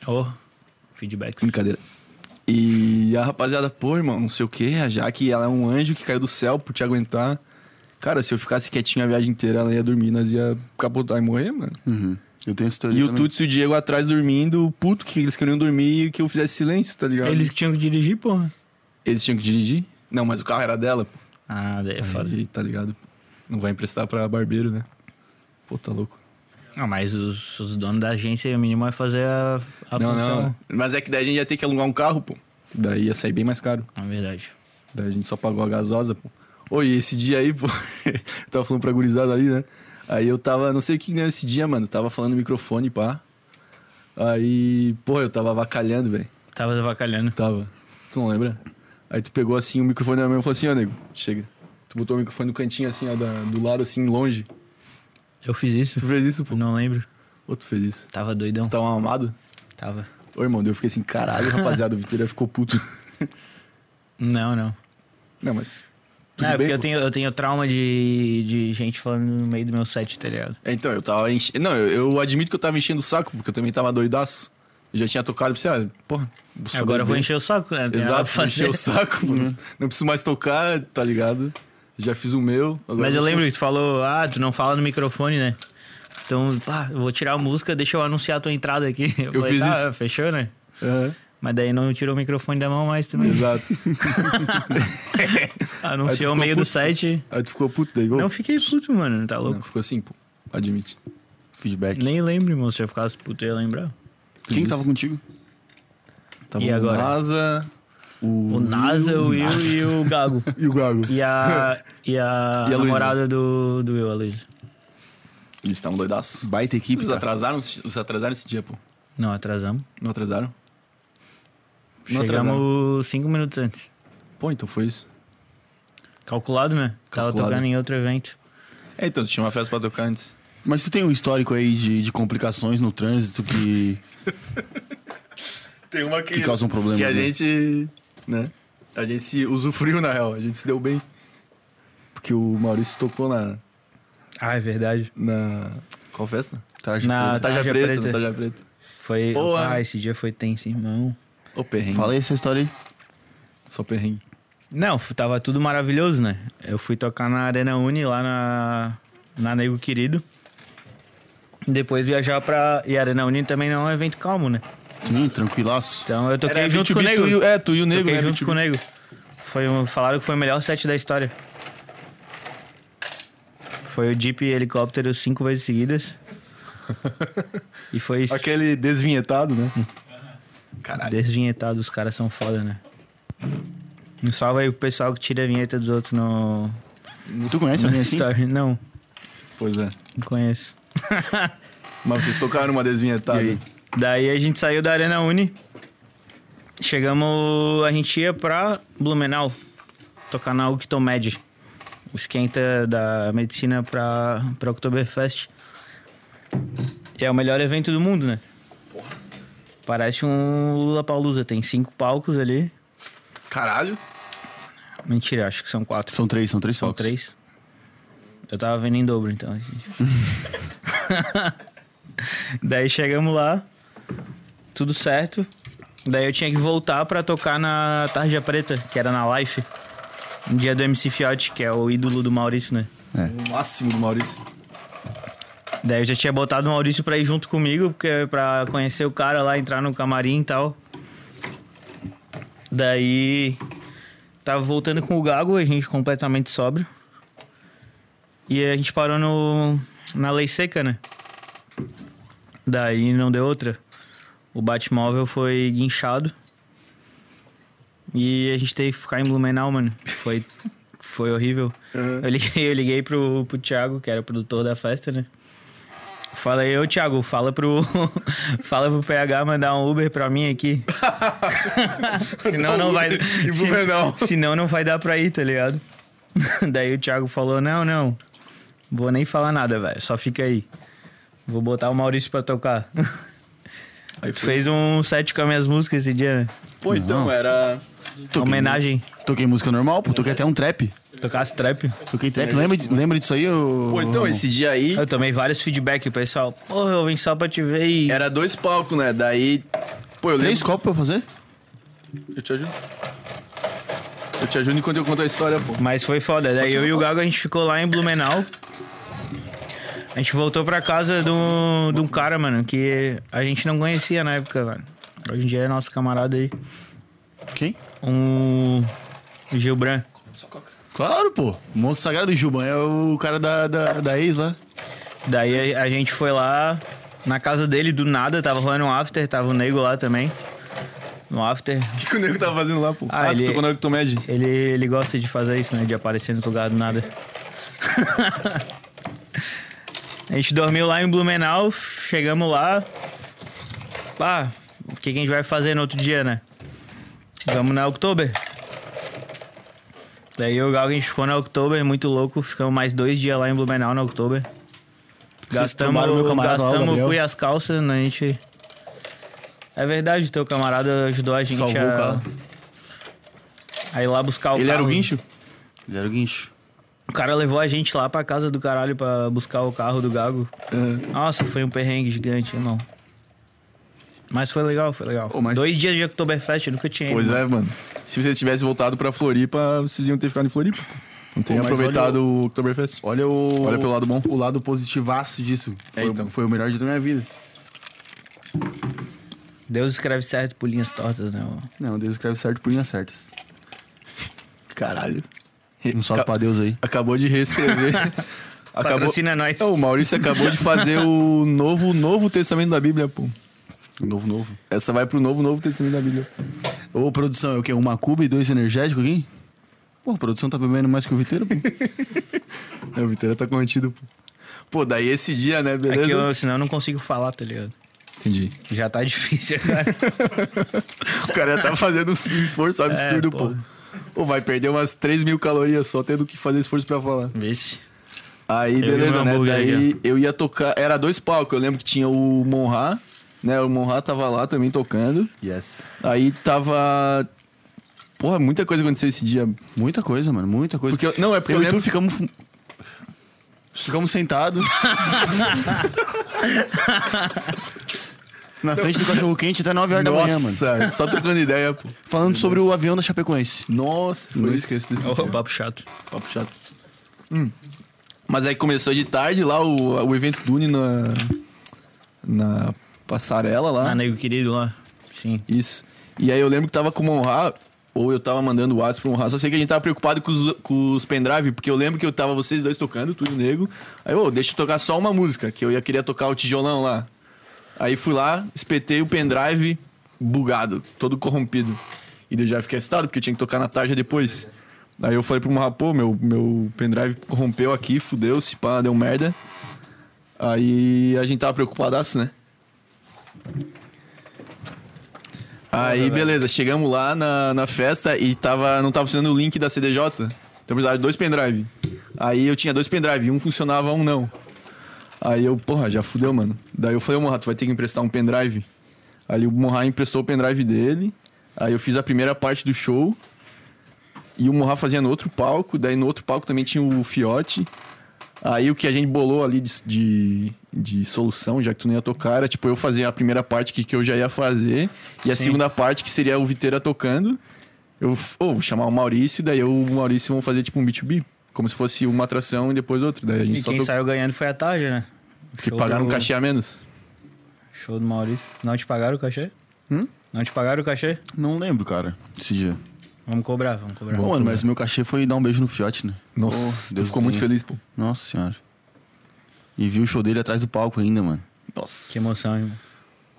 S3: Oh, feedbacks.
S2: Brincadeira. E a rapaziada, pô, irmão, não sei o quê, a Jaque, ela é um anjo que caiu do céu por te aguentar. Cara, se eu ficasse quietinho a viagem inteira, ela ia dormir, nós ia capotar e morrer, mano.
S1: Uhum. Eu tenho essa teoria
S2: E o
S1: também.
S2: Tuts e o Diego atrás dormindo, puto, que eles queriam dormir e que eu fizesse silêncio, tá ligado?
S3: Eles que tinham que dirigir, porra.
S2: Eles tinham que dirigir? Não, mas o carro era dela, pô.
S3: Ah, daí é foda.
S2: Falei, tá ligado? Não vai emprestar pra barbeiro, né? Pô, tá louco.
S3: Ah, mas os, os donos da agência, o mínimo é fazer a,
S1: Tá
S3: a
S2: não,
S3: função.
S2: não. Mas é que daí a gente ia ter que alugar um carro, pô. Daí ia sair bem mais caro.
S3: Na É verdade.
S2: Daí a gente só pagou a gasosa, pô. Oi, esse dia aí, pô. eu tava falando pra gurizada ali, né? Aí eu tava, não sei o que ganhou esse dia, mano. Tava falando no microfone, pá. Aí, pô, eu tava avacalhando, velho.
S3: Tava avacalhando.
S2: Tava. Tu não lembra? Aí tu pegou assim o microfone na minha mão e falou assim, ó, nego, chega. Tu botou o microfone no cantinho, assim, ó, da- do lado, assim, longe.
S3: Eu fiz isso?
S2: Tu fez isso, pô.
S3: Não lembro.
S2: Ô, tu fez isso.
S3: Tava doidão.
S2: Tu tava amado?
S3: Tava.
S2: Ô, irmão, daí eu fiquei assim, caralho, rapaziada, o Vitória ficou puto.
S3: Não, não.
S2: Não, mas. Tudo
S3: Não, é
S2: bem,
S3: porque eu
S2: pô.
S3: tenho, eu tenho trauma de, de gente falando no meio do meu set, tá ligado?
S2: É, Então, eu tava enchendo. Não, eu, eu admito que eu tava enchendo o saco, porque eu também tava doidaço. Eu já tinha tocado pra você, ah, porra. sou
S3: É, Agora eu vou
S2: bem-
S3: encher o saco, né? Não tem nada
S2: Exato,
S3: pra
S2: vou
S3: fazer.
S2: encher o saco, mano. Não preciso mais tocar, tá ligado? Já fiz o meu. agora
S3: Mas eu
S2: vou encher
S3: lembro
S2: o
S3: que tu falou, ah, tu não fala no microfone, né? Então, pá, eu vou tirar a música, deixa eu anunciar a tua entrada aqui. Eu,
S2: fiz
S3: tá,
S2: isso.
S3: Fechou, né?
S2: saco. Aham,
S3: Mas daí não tirou o microfone da mão mais também.
S2: Exato. Aí tu
S3: Anunciou
S2: ficou
S3: o meio do
S2: puto.
S3: set.
S2: Aí tu ficou puto daí, pô.
S3: Não fiquei puto, mano, tá louco?
S2: Não, ficou assim, pô. Admite.
S1: Feedback.
S3: Nem lembro, irmão. Se eu ficasse puto, eu ia lembrar.
S1: Quem
S2: disse.
S1: tava contigo?
S2: Tava
S3: E agora?
S2: o NASA, o.
S3: O Nasa, o Will e o Gago.
S1: E o Gago.
S3: E a, e a,
S2: E a Luísa.
S3: namorada do, do Will, a Luísa.
S2: Eles estavam doidaços.
S1: Baita equipe,
S2: Os
S1: cara.
S2: atrasaram, os atrasaram esse dia, pô.
S3: Não, atrasamos.
S2: Não atrasaram? Não atrasaram.
S3: Chegamos cinco minutos antes.
S2: Pô, então foi isso.
S3: Calculado, né? Tava
S2: Calculado.
S3: tocando em outro evento.
S2: É, então, tu tinha uma festa pra tocar antes.
S1: Mas tu tem um histórico aí de, de complicações no trânsito que,
S2: Tem uma
S1: que causam problemas.
S2: Que a
S1: né?
S2: gente. né? A gente se usufruiu, na real. A gente se deu bem. Porque o Maurício tocou na.
S3: Ah, é verdade.
S2: na... Qual festa?
S1: Traje
S3: Na-
S1: preta.
S2: Na Tarja
S3: Tarja
S2: Preta,
S3: Preta.
S2: na Tarja Preta.
S3: Foi.
S2: Boa.
S3: Ah, esse dia foi tenso, irmão.
S2: Ô, perrengue.
S1: Fala aí essa história aí.
S2: Só perrengue.
S3: Não, f- tava tudo maravilhoso, né? Eu fui tocar na Arena Uni lá na, na Nego Querido. Depois viajar pra. E a Arena Uni também não é um evento calmo, né?
S1: Sim, tranquilaço.
S3: Então eu toquei
S2: Era
S3: junto com o
S2: 20
S3: Nego.
S2: tu e o- é, tu e o Nego,
S3: toquei
S2: né?
S3: junto com o Nego. Foi um, falaram que foi o melhor set da história. Foi o Jeep e helicóptero cinco vezes seguidas. e foi isso.
S2: Aquele desvinhetado, né? Caralho.
S3: Desvinhetado, os caras são foda, né? Um salve aí pro pessoal que tira a vinheta dos outros no,
S1: Tu conhece
S3: no
S1: alguém assim?
S3: story. Não,
S2: Pois é.
S3: não conheço.
S2: Mas vocês tocaram uma desvinhetada.
S1: E aí?
S3: Daí a gente saiu da Arena Uni. Chegamos. A gente ia pra Blumenau tocar na Octomed. O esquenta da medicina pra, pra Oktoberfest. É o melhor evento do mundo, né? Parece um Lula Palusa. Tem cinco palcos ali.
S2: Caralho.
S3: Mentira, acho que são quatro.
S1: São três, são três
S3: São
S1: focos.
S3: três? Eu tava vendo em dobro, então. Daí chegamos lá, tudo certo. Daí eu tinha que voltar pra tocar na Tarja Preta, que era na Life. No dia do MC Fiote, que é o ídolo do Maurício, né?
S2: O máximo do Maurício.
S3: Daí eu já tinha botado o Maurício pra ir junto comigo, porque é pra conhecer o cara lá, entrar no camarim e tal. Daí tava voltando com o Gago, a gente completamente sóbrio. E a gente parou no na Lei Seca, né? Daí não deu outra. O Batmóvel foi guinchado. E a gente teve que ficar em Blumenau, mano. Foi, foi horrível.
S2: Uhum.
S3: Eu liguei, eu liguei pro, pro Thiago, que era o produtor da festa, né? Falei, ô Thiago, fala pro. fala pro PH mandar um Uber pra mim aqui. senão não vai.
S2: em Blumenau.
S3: se- Senão não vai dar pra ir, tá ligado? Daí o Thiago falou: não, não. Vou nem falar nada, velho. Só fica aí. Vou botar o Maurício pra tocar.
S2: Aí
S3: Tu
S2: foi.
S3: fez um set com as minhas músicas esse dia, né?
S2: Pô, então, era.
S1: Toquei-
S3: Homenagem.
S1: Toquei música normal, pô. Toquei até um trap.
S3: Tocasse trap.
S1: Toquei trap. Lembra, de- lembra disso aí? ô-
S2: Pô, então,
S1: Ramon?
S2: esse dia aí
S3: Eu tomei vários feedback, o pessoal. Porra, eu vim só pra te ver e.
S2: era dois palcos, né? Daí. Pô, eu
S1: Três
S2: lembro.
S1: copos pra eu fazer?
S2: Eu te ajudo. Eu te ajudo enquanto eu conto a história, pô.
S3: Mas foi foda. Daí eu e o Gago a gente ficou lá em Blumenau. A gente voltou pra casa de um, de um cara, mano, que a gente não conhecia na época, mano. Hoje em dia é nosso camarada aí.
S1: Quem?
S3: Um. Gilbran.
S1: Claro, pô. Monstro Sagrado do Juban é o cara da, da, da ex lá.
S3: Daí a, a gente foi lá na casa dele do nada, tava rolando um after, tava o nego lá também. No after.
S2: O que, que o nego tava fazendo lá, pô?
S3: Ah,
S2: Ah, tu
S3: ele-
S2: tocou na Octomed.
S3: Ele, ele gosta de fazer isso, né? De aparecer no lugar do nada. a gente dormiu lá em Blumenau, chegamos lá. Pá, o que, que a gente vai fazer no outro dia, né? Vamos na Oktober. Daí eu e o Gal, a gente ficou na Oktober, muito louco. Ficamos mais dois dias lá em Blumenau na Oktober. Gastamos,
S1: trombaram meu camarada lá, o
S3: gastamos
S1: Gabriel?
S3: o cu e as calças, né? A gente... É verdade, teu camarada ajudou a gente é.
S1: Salvou
S3: a...
S1: o carro.
S3: a ir lá buscar É o
S2: Ele
S3: carro. né?
S2: era o guincho?
S1: Ele era o guincho.
S3: O cara levou a gente lá pra casa do caralho pra buscar o carro do Gago. Nossa, foi um perrengue gigante, irmão. Mas foi legal, foi legal.
S1: Ô, mas-
S3: Dois dias de Oktoberfest, eu nunca tinha ido.
S2: Pois é, mano. Se vocês tivessem voltado pra Floripa, vocês iam ter ficado em Floripa. Não teria
S1: mas
S2: aproveitado
S1: olha
S2: o Oktoberfest.
S1: Olha o.
S2: Olha pelo lado bom.
S1: O lado positivaço disso.
S2: É,
S1: Foi,
S2: então.
S1: foi o melhor dia da minha vida.
S3: Deus escreve certo por linhas tortas, né? mano?
S1: Não, Deus escreve certo por linhas certas.
S2: Caralho.
S1: Um salve pra Deus aí.
S2: Acabou de reescrever. acabou...
S3: Patrocina nós.
S2: Ô, O Maurício acabou de fazer o novo, novo testamento da Bíblia, pô.
S1: Novo, novo.
S2: Essa vai pro novo, novo testamento da Bíblia.
S1: Ô, produção, é o quê? Uma cuba e dois energéticos aqui? Pô, a produção tá bebendo mais que o Viteiro, pô.
S2: É, o Vitória tá contido, pô. Pô, daí esse dia, né,
S3: É que
S2: beleza?
S3: eu, senão eu não consigo falar, tá ligado?
S2: Entendi.
S3: Já tá difícil agora.
S2: O cara tá fazendo um esforço absurdo, pô.
S3: porra.
S2: Pô, vai perder umas 3 mil calorias só tendo que fazer esforço pra falar.
S3: Vixe.
S2: Aí,
S3: vi
S2: beleza,
S3: meu
S2: né?
S3: hambúrguer
S2: Daí eu ia tocar. Era dois palcos, eu lembro que tinha o Monra, né? O Monra tava lá também tocando.
S1: Yes.
S2: Aí tava. Porra, muita coisa aconteceu esse dia.
S1: Muita coisa, mano, muita coisa.
S2: Porque eu- não, é porque
S1: eu,
S2: eu
S1: e tu
S2: lembro-
S1: ficamos. fu- Ficamos sentados. Na frente do cachorro quente até 9 horas da manhã, mano.
S2: Nossa, só trocando ideia, pô.
S1: Falando sobre o avião da Chapecoense.
S2: Nossa, foi
S1: Não
S2: eu esqueço desse
S3: Ô, É um papo chato.
S2: papo chato. Hum. Mas aí começou de tarde lá o, o evento Dune na. Na passarela lá.
S3: Ah, nego querido lá. Sim.
S2: Isso. E aí eu lembro que tava com o Monra, ou eu tava mandando o WhatsApp pro Monra, só sei que a gente tava preocupado com os, com os pendrive, porque eu lembro que eu tava vocês dois tocando, tudo nego. Aí, ô, deixa eu tocar só uma música, que eu ia queria tocar o tijolão lá. Aí fui lá, espetei o pendrive bugado, todo corrompido. E daí eu já fiquei assustado, porque eu tinha que tocar na tarja depois. Aí eu falei pro Monra, pô, meu, meu pendrive corrompeu aqui, fudeu-se, pá, deu merda. Aí a gente tava preocupadaço, né? Aí, beleza, chegamos lá na, na festa e tava, não tava funcionando o link da CDJ. Então eu precisava de dois pendrive. Aí eu tinha dois pendrive, um funcionava, um não. Aí eu, porra, já fudeu, mano. Daí eu falei, ô Morra, tu vai ter que emprestar um pendrive. Aí o Morra emprestou o pendrive dele. Aí eu fiz a primeira parte do show. E o Morra fazia no outro palco. Daí no outro palco também tinha o Fiote. Aí o que a gente bolou ali de, de, de solução, já que tu não ia tocar, era tipo eu fazer a primeira parte que, que eu já ia fazer. E a
S3: Sim.
S2: segunda parte que seria o Viteira tocando. Eu f- ô, vou chamar o Maurício, daí eu e o Maurício vão fazer tipo um B2B. Como se fosse uma atração e depois outra. Daí a gente
S3: E
S2: só
S3: quem
S2: tocou.
S3: saiu ganhando foi a Tarja, né?
S2: Porque
S3: Show
S2: pagaram
S3: do-
S2: um cachê a menos.
S3: Show do Maurício. Não te pagaram o cachê?
S1: Hum?
S3: Não te pagaram o cachê?
S1: Não lembro, cara, esse dia.
S3: Vamos cobrar, vamos cobrar.
S1: Pô, mano, mas meu cachê foi dar um beijo no fiote, né?
S2: Nossa,
S1: Pô,
S2: tu
S1: Deus
S2: ficou
S1: tenha.
S2: muito feliz, pô.
S1: Nossa senhora. E vi o show dele atrás do palco ainda, mano.
S2: Nossa.
S3: Que emoção, hein?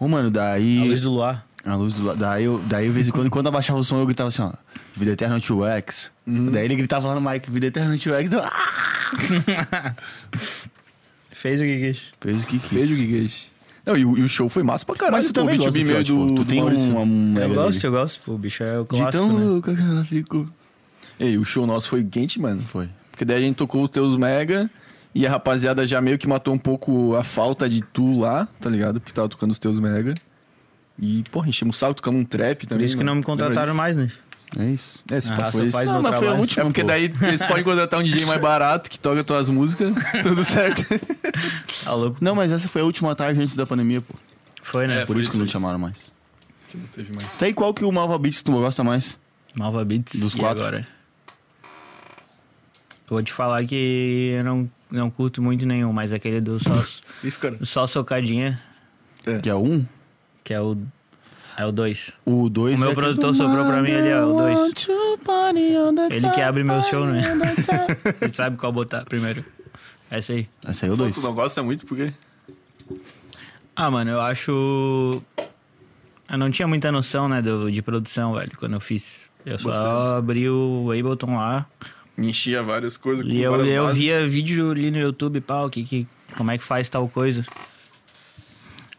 S1: Ô, mano,
S3: A
S1: daí.
S3: luz do luar.
S1: A luz do lado. Daí, eu, daí, de vez em quando, quando abaixava o som, eu gritava assim, ó. Vida Eterna 2X. Daí ele gritava lá no mic, Vida Eterna 2X. Eu, ah!
S3: Fez o que quis.
S1: Fez o que quis.
S2: Beijo, Gigas. Não, e o, e o show foi massa pra caralho.
S1: Mas tu
S2: pô,
S1: também
S2: o
S1: gosta do
S2: meio
S1: Fiote, pô.
S2: do,
S1: Tu
S2: do
S1: tem
S2: Maurício.
S1: uma... um
S3: eu
S1: mega
S3: gosto,
S1: dele.
S3: eu gosto. Pô, o bicho é o
S1: De
S3: clássico,
S1: tão
S3: né?
S1: louca que ela ficou.
S2: Ei, o show nosso foi quente, mano.
S1: Foi.
S2: Porque daí a gente tocou os teus mega e a rapaziada já meio que matou um pouco a falta de tu lá, tá ligado? Porque tava tocando os teus mega. E, porra, enchemos o saco, tocamos um trap
S3: Por
S2: também.
S3: isso que não me
S2: mano. Lembra
S3: contrataram
S2: disso?
S3: mais, né?
S1: É isso.
S2: É, esse
S3: A
S2: pá,
S3: raça
S2: foi
S3: faz
S2: isso.
S1: Não,
S3: meu
S1: mas foi a
S3: trabalho.
S1: última,
S2: É porque
S1: pô.
S2: daí eles podem contratar um DJ mais barato que toca tuas músicas, tudo certo.
S3: Tá louco?
S1: Não, mas essa foi a última tarde antes da pandemia, pô.
S3: Foi, né?
S2: É,
S1: Por
S2: foi
S1: isso que não te
S2: isso.
S1: chamaram mais. Sei qual que o Malva Beats tu gosta mais?
S3: Malva Beats.
S1: Dos
S3: e
S1: quatro?
S3: Agora? Eu vou te falar que eu não, não curto muito nenhum, mas aquele do só,
S2: Isso, cara.
S3: só Socadinha,
S1: Que é o 1?
S3: que é o. É o 2.
S1: O 2
S3: O meu
S1: é aquele
S3: produtor
S1: do
S3: sobrou pra mim ali, ó, o dois.
S1: Want to party on the
S3: Ele que abre meu show, né?
S1: top, on the top.
S3: Ele sabe qual botar primeiro. Essa aí.
S1: Essa aí é o
S2: Pô,
S1: 2.
S2: tu não gosta muito porque.
S3: Ah, mano, eu acho. Eu não tinha muita noção, né, do, de produção, velho, quando eu fiz. Eu só
S2: Bota
S3: abri o Ableton lá
S2: Enchia várias coisas
S3: e eu,
S2: várias
S3: eu
S2: bases.
S3: via vídeo ali no YouTube, pau, que, que, como é que faz tal coisa.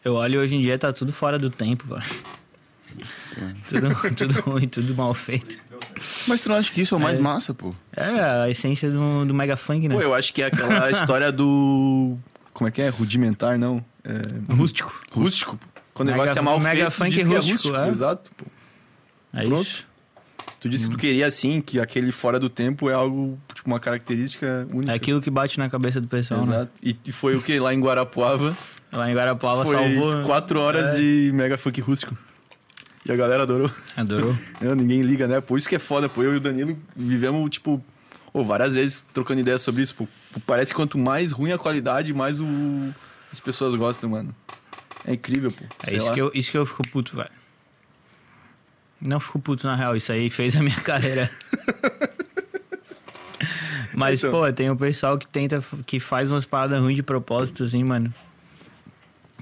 S3: Eu olho hoje em dia, tá tudo fora do tempo, velho.
S2: É.
S3: tudo, tudo ruim, tudo mal feito.
S1: Mas tu não acha que isso é o mais massa, pô?
S3: É a essência do, do mega funk, né?
S2: Pô, eu acho que é aquela história do. Como é que é? Rudimentar, não? É... Rústico. Rústico. pô. Quando o
S3: Mega-
S2: negócio é mal
S3: mega
S2: feito, tu
S3: funk
S2: diz que é
S3: rústico,
S2: rústico.
S3: é.
S2: Exato. pô.
S3: é
S2: pronto.
S3: isso.
S2: Tu disse que
S3: Hum.
S2: tu queria, assim, que aquele fora do tempo é algo, tipo, uma característica única.
S3: É aquilo que bate na cabeça do pessoal, né?
S2: Exato. E, e foi o que lá em Guarapuava?
S3: Lá em Guarapuava
S2: foi
S3: salvou. né?
S2: quatro horas de mega funk rústico. E a galera adorou.
S3: Adorou.
S2: Não, ninguém liga, né? Pô, isso que é foda, pô. Eu e o Danilo vivemos, tipo, ô, várias vezes trocando ideia sobre isso. Pô. Pô, Parece que quanto mais ruim a qualidade, mais o... as pessoas gostam, mano. É incrível, pô.
S3: É isso que, eu, isso que eu fico puto, velho. Não fico puto na real, isso aí fez a minha carreira. Mas,
S2: Então.
S3: pô, tem o pessoal que tenta, que faz umas paradas ruins de propósito, assim, mano.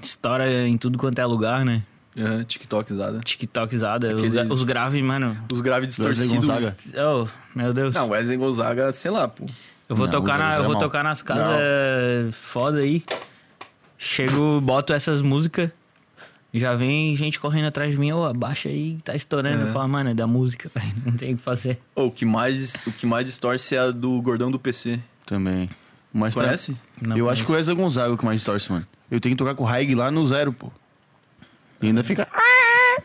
S3: Estoura em tudo quanto é lugar, né?
S2: É, TikTokizada.
S3: TikTokzada, os
S2: Aqueles-
S3: gra- os graves, mano.
S2: Os graves
S1: Wesley
S2: distorcidos.
S1: é Gonzaga.
S3: Oh, meu Deus.
S2: Não, Wesley Gonzaga, sei lá, pô.
S3: eu vou,
S1: não,
S3: tocar,
S1: usa-
S3: na,
S1: usa
S3: eu vou
S1: é mal.
S3: tocar nas casas é foda aí. Chego, boto essas músicas. Já vem gente correndo atrás de mim, ô, abaixa aí, tá estourando. Eu falo, mano, é da música, velho, não tem o que fazer.
S2: Ô, o, que mais, o que mais distorce é a do gordão do PC.
S1: Também. Mas
S3: É.
S1: pra-
S2: Conhece?
S3: Não,
S1: eu
S3: mas-
S1: acho que o Eza Gonzaga é o que mais distorce, mano. Eu tenho que tocar com o Haig lá no zero, pô. E ainda fica. Ah!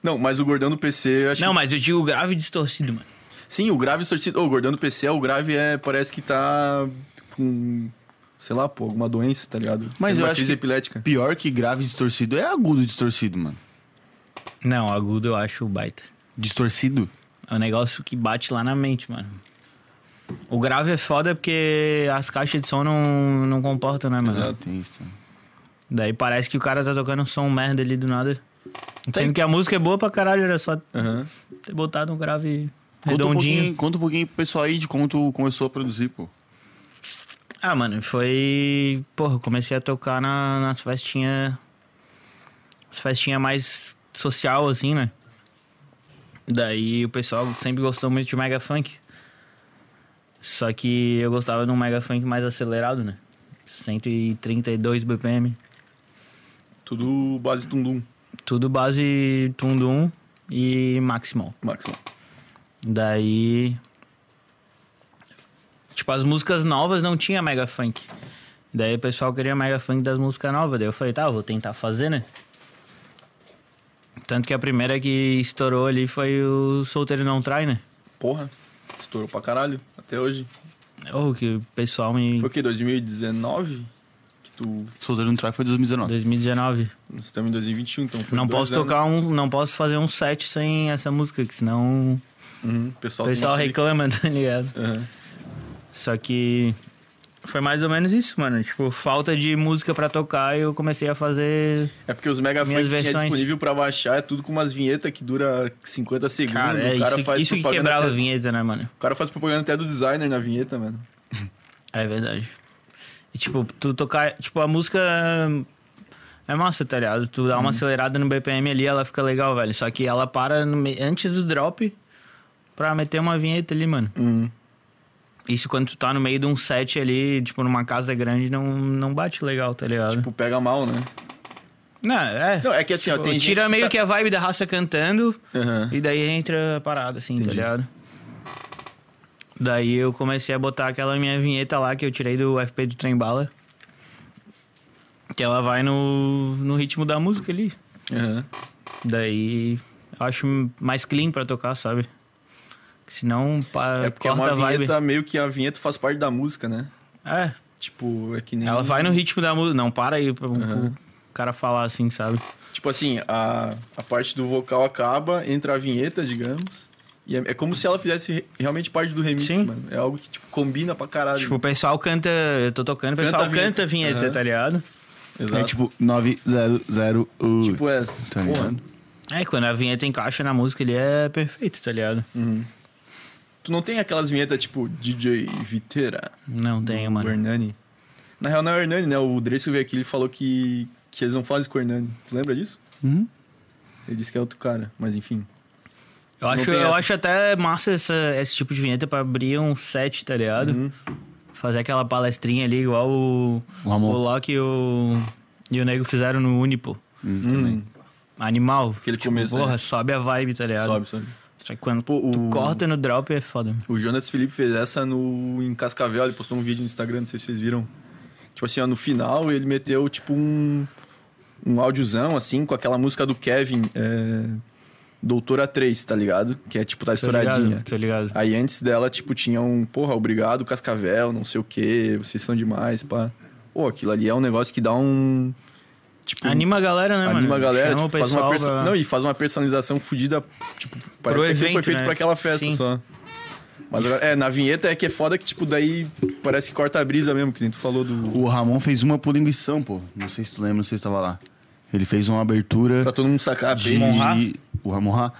S2: Não, mas o gordão do PC, eu acho
S3: Não, mas eu digo grave distorcido, mano.
S2: Sim, o grave distorcido. Ô, o gordão do PC, o grave é. Parece que tá com. Sei lá, pô, alguma doença, tá ligado?
S1: Mas
S2: Teve
S1: eu
S2: uma
S1: acho
S2: crise
S1: que-
S2: epilética.
S1: Pior que grave distorcido é agudo distorcido, mano.
S3: Não, agudo eu acho baita.
S1: Distorcido?
S3: É um negócio que bate lá na mente, mano. O grave é foda porque as caixas de som não, não comportam, né, mano?
S1: Ah, Tem isso. também.
S3: Daí parece que o cara tá tocando um som merda ali do nada. Sendo que a música é boa pra caralho, era só
S2: Aham.
S3: ter botado um grave
S1: Conta um,
S3: redondinho.
S1: pouquinho, conta um pouquinho pro pessoal aí de como tu começou a produzir, pô.
S3: Ah, mano, foi. Porra, eu comecei a tocar na- nas festinhas. As festinhas mais social, assim, né? Daí o pessoal sempre gostou muito de mega funk. Só que eu gostava de um mega funk mais acelerado, né? 132 BPM.
S2: Tudo base tundum,
S3: Tudo base Tundum e Maximal.
S2: Max. mano.
S3: Daí. Tipo, as músicas novas não tinha mega funk. Daí o pessoal queria mega funk das músicas novas. Daí eu falei, tá, eu vou tentar fazer, né? Tanto que a primeira que estourou ali foi o Solteiro Não Trai, né?
S2: Porra, estourou pra caralho. Até hoje.
S3: Ou que o pessoal me.
S2: Foi o quê? 2019? Que tu.
S1: Solteiro no Trai um foi 2019.
S3: 2019.
S2: Nós estamos em 2021, então. foi
S3: Não
S2: dois
S3: posso
S2: anos.
S3: tocar um. Não posso fazer um set sem essa música, que senão
S2: Uhum,
S3: o
S2: pessoal
S3: pessoal
S2: tem uma
S3: reclama, tá ligado?
S2: chilica. Aham.
S3: Só que foi mais ou menos isso, mano. Tipo, falta de música pra tocar, eu comecei a fazer.
S2: É porque os mega
S3: Minhas
S2: funk que tinha
S3: versões.
S2: disponível pra baixar, é tudo com umas vinhetas que dura 50 segundos.
S3: Cara, é
S2: o cara
S3: isso,
S2: faz
S3: isso que
S2: propaganda
S3: quebrava a
S2: até-
S3: vinheta, né, mano?
S2: O cara faz propaganda até do designer na vinheta, mano.
S3: É verdade. E, tipo, tu tocar. Tipo, a música é massa, tá ligado? Tu
S2: Uhum.
S3: dá uma acelerada no BPM ali, ela fica legal, velho. Só que ela para no me- antes do drop pra meter uma vinheta ali, mano. Isso quando tu tá no meio de um set ali, tipo, numa casa grande, não, não bate legal, tá ligado?
S2: Tipo, pega mal, né?
S3: não, é.
S2: Não, é que assim, ó,
S3: Tipo,
S2: tem gente
S3: tira
S2: que
S3: meio
S2: tá-
S3: que a vibe da raça cantando
S2: Aham.
S3: e daí entra a parada, assim,
S2: Entendi.
S3: tá ligado? Daí eu comecei a botar aquela minha vinheta lá que eu tirei do FP do Trem Bala. Que ela vai no, no ritmo da música ali.
S2: Aham.
S3: Daí eu acho mais clean pra tocar, sabe? Senão pá,
S2: É porque é uma
S3: corta a vibe.
S2: vinheta, meio que a vinheta faz parte da música, né?
S3: É,
S2: Tipo, é que nem.
S3: ela vai no ritmo da música. Não, para aí pra,
S2: Aham.
S3: pro cara falar assim, sabe?
S2: Tipo assim, a, a parte do vocal acaba, entra a vinheta, digamos. E é, é como se ela fizesse re- realmente parte do remix,
S3: Sim.
S2: mano. É algo que, tipo, combina pra caralho.
S3: Tipo, o pessoal canta. Eu tô tocando, o
S2: Canta
S3: pessoal
S2: a vinheta.
S3: canta a vinheta,
S2: Aham.
S3: tá ligado?
S2: Exato.
S1: É tipo 900. Uh,
S2: Tipo essa.
S1: tá
S2: Porra.
S1: ligado?
S3: É, quando a vinheta encaixa na música, ele é perfeito, tá ligado?
S2: Uhum. Tu não tem aquelas vinhetas, tipo, DJ Viteira?
S3: Não tem,
S2: O
S3: mano.
S2: Hernani. Na real, não é o Hernani, né? O Dreyse veio aqui, ele falou que, que eles não fazem com o Hernani. Tu lembra disso?
S1: Hum?
S2: Ele disse que é outro cara, mas enfim. Não
S3: Eu, acho,
S2: tem
S3: eu
S2: essa.
S3: acho até massa essa- esse tipo de vinheta pra abrir um set, tá ligado?
S2: Uhum.
S3: Fazer aquela palestrinha ali, igual o,
S1: O
S3: o
S1: Ramon.
S3: Loki e o, e o Nego fizeram no Unipo.
S2: Hum,
S3: Animal. Tipo,
S2: Aquele começo,
S3: Porra,
S2: né?
S3: sobe a vibe, tá ligado?
S2: sobe, sobe.
S3: Só que quando
S2: Pô,
S3: tu
S2: o-
S3: corta no drop é foda.
S2: O Jonas Felipe fez essa no, em Cascavel, ele postou um vídeo no Instagram, não sei se vocês viram. Tipo assim, ó, no final ele meteu tipo um, um áudiozão, assim, com aquela música do Kevin, é, Doutora 3, tá ligado? Que é tipo, tá
S3: Tô ligado,
S2: estouradinha.
S3: tô ligado.
S2: Aí antes dela, tipo, tinha um, porra, obrigado, Cascavel, não sei o quê, vocês são demais, pá. Pô, aquilo ali é um negócio que dá um. Tipo,
S3: Anima a galera, né, mano?
S2: anima a galera,
S3: Chama
S2: tipo, faz uma perso-
S3: pra-
S2: Não, e faz uma personalização fodida, tipo, parece que aquilo foi
S3: evento,
S2: feito
S3: né?
S2: pra aquela festa
S3: Sim.
S2: só. Mas agora, é, na vinheta é que é foda que, tipo, daí parece que corta a brisa mesmo, que nem tu falou do.
S1: O Ramon fez uma por linguição, pô. Não sei se tu lembra, não sei se tava lá. Ele fez uma abertura
S2: Pra todo mundo sacar
S1: de...
S2: bem.
S3: Ra?
S1: O Ramon Ra.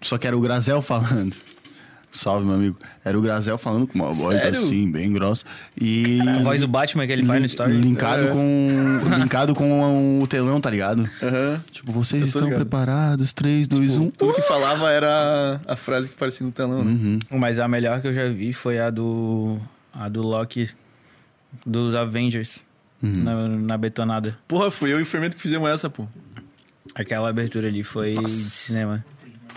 S1: Só que era o Grazel falando. Salve, meu amigo. Era o Grazel falando com uma voz
S2: Sério?
S1: assim, bem grossa. E...
S3: A voz do Batman que ele faz no story.
S1: Linkado, com, linkado com o telão, tá ligado?
S2: Aham.
S1: Tipo, vocês
S2: Eu tô
S1: estão
S2: ligado. Tipo, uh.
S1: preparados? um, 3, 2,
S3: Uhum.
S1: 1.
S2: Tudo que falava era a frase que parecia no telão, né?
S3: Mas a melhor que eu já vi foi a do. A do Loki dos Avengers.
S2: Uhum.
S3: Na, na betonada.
S2: Porra, fui eu e o Fermento que fizemos essa, pô.
S3: Aquela abertura ali foi de cinema.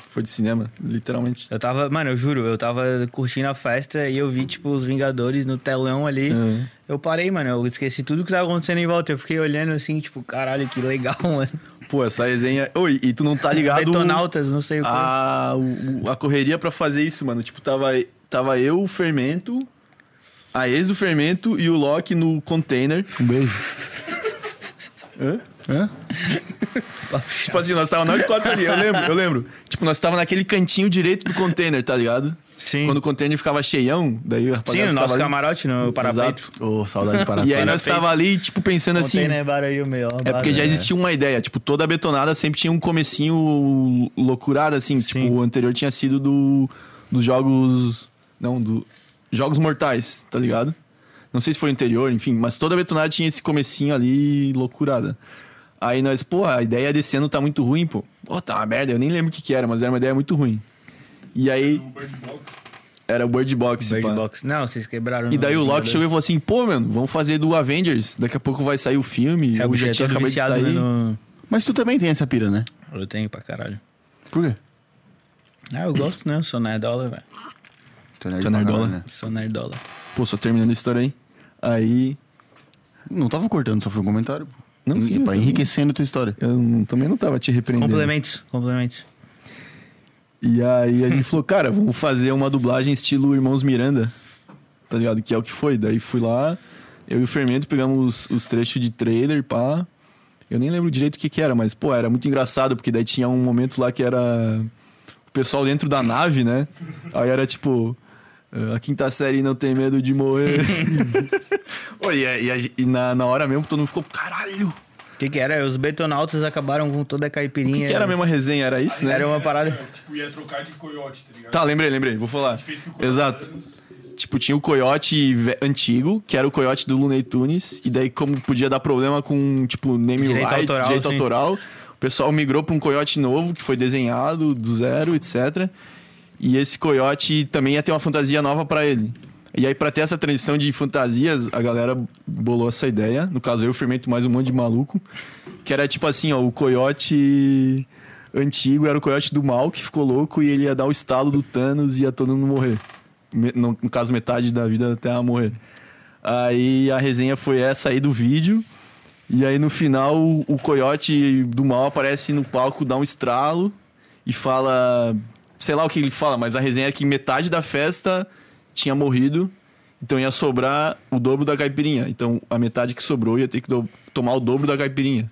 S2: Foi de cinema, literalmente.
S3: Eu tava, mano, eu juro, eu tava curtindo a festa e eu vi, tipo, os Vingadores no telão ali.
S2: Uhum.
S3: Eu parei, mano, eu esqueci tudo que tava acontecendo em volta. Eu fiquei olhando assim, tipo, caralho, que legal, mano.
S2: Pô, essa resenha. Oi, e tu não tá ligado. Ah,
S3: Betonautas, não sei o que.
S2: a, o- o- a correria pra fazer isso, mano. Tipo, tava, tava eu, o Fermento, a ex do Fermento e o Loki no container.
S1: Um beijo.
S2: Hã?
S1: Hã?
S2: Tipo assim, nós tava nós quatro ali, eu lembro, eu lembro. Tipo, nós tava naquele cantinho direito do container, tá ligado?
S3: Sim.
S2: Quando o container ficava cheião, daí o
S3: Sim,
S2: rapaziada
S3: o nosso
S2: ficava ali.
S3: camarote no parapeito.
S2: Exato.
S1: Ô, saudade de Paraty.
S2: E aí nós tava ali, tipo, pensando assim...
S3: Contei, né, bar aí o melhor.
S2: É porque
S3: bar,
S2: já
S3: né?
S2: existia uma ideia, tipo, toda a betonada sempre tinha um comecinho loucurado, assim,
S3: Sim.
S2: tipo, o anterior tinha sido do, dos jogos, não, do Jogos Mortais, tá ligado? Não sei se foi o anterior, enfim, mas toda a betonada tinha esse comecinho ali loucurada. Aí nós, pô, a ideia desse ano tá muito ruim, pô. Pô, tá uma merda, eu nem lembro o que que era, mas era uma ideia muito ruim. E aí... Era o Bird Box.
S3: Bird
S2: pá.
S3: Box. Uhum. Não, vocês quebraram.
S2: E daí
S3: no-
S2: o Loki chegou e falou assim, pô, mano, vamos fazer do Avengers. Daqui a pouco vai sair o filme.
S3: É
S2: eu
S3: o
S2: já tinha
S3: diretor
S2: acabado de
S3: viciado né,
S2: sair.
S3: no...
S1: Mas tu também tem essa pira, né?
S3: Eu tenho pra caralho.
S1: Por quê?
S3: Ah, eu gosto, né? Eu sou nerdola, velho.
S1: Tu é nerd
S2: Tu
S1: pra
S2: é
S1: caralho,
S2: nerdola?
S1: né?
S3: Sou nerdola.
S2: Pô, só terminando a história aí. Aí.
S1: Não tava cortando, só foi um comentário. pô.
S2: Não, sim, eu
S1: pra
S2: tô-
S1: enriquecendo tua história.
S2: Eu não- também não tava te repreendendo.
S3: Complementos, complementos.
S2: E aí a gente falou, cara, vamos fazer uma dublagem estilo Irmãos Miranda. Tá ligado? Que é o que foi. Daí fui lá, eu e o Fermento pegamos os, os trechos de trailer, pá. Eu nem lembro direito o que que era, mas, pô, era muito engraçado, porque daí tinha um momento lá que era o pessoal dentro da nave, né? Aí era tipo. "Ah, A quinta série não tem medo de morrer. Ô, e a- e a- e na, na hora mesmo todo mundo ficou, caralho,
S3: O que que era? Os betonautas acabaram com toda a
S2: O
S3: caipirinha.
S2: que, que era a mesma resenha? Era isso, né?
S5: É,
S3: Era uma parada.
S4: Tipo, ia trocar de coiote, tá ligado?
S2: Tá, lembrei, lembrei, vou falar.
S4: Fez que o
S2: Exato.
S5: né?
S4: coiote-
S2: tipo, tinha o coiote ve- antigo, que era o coiote do Looney Tunes, e daí como podia dar problema com, tipo, name
S3: Direito
S2: rights,
S3: autoral,
S2: direito
S3: sim.
S2: autoral, o pessoal migrou para um coiote novo, que foi desenhado do zero, etc. E esse coiote também ia ter uma fantasia nova para ele. E aí, pra ter essa transição de fantasias, a galera bolou essa ideia. No caso, eu fermento mais um monte de maluco. Que era tipo assim, ó, o coiote antigo era o coiote do mal que ficou louco e ele ia dar o estalo do Thanos e ia todo mundo morrer. Me- No, no caso, metade da vida da Terra morrer. Aí a resenha foi essa aí do vídeo. E aí no final o coiote do mal aparece no palco, dá um estralo e fala. Sei lá o que ele fala, mas a resenha é que metade da festa tinha morrido. Então ia sobrar o dobro da caipirinha. Então a metade que sobrou ia ter que do- tomar o dobro da caipirinha.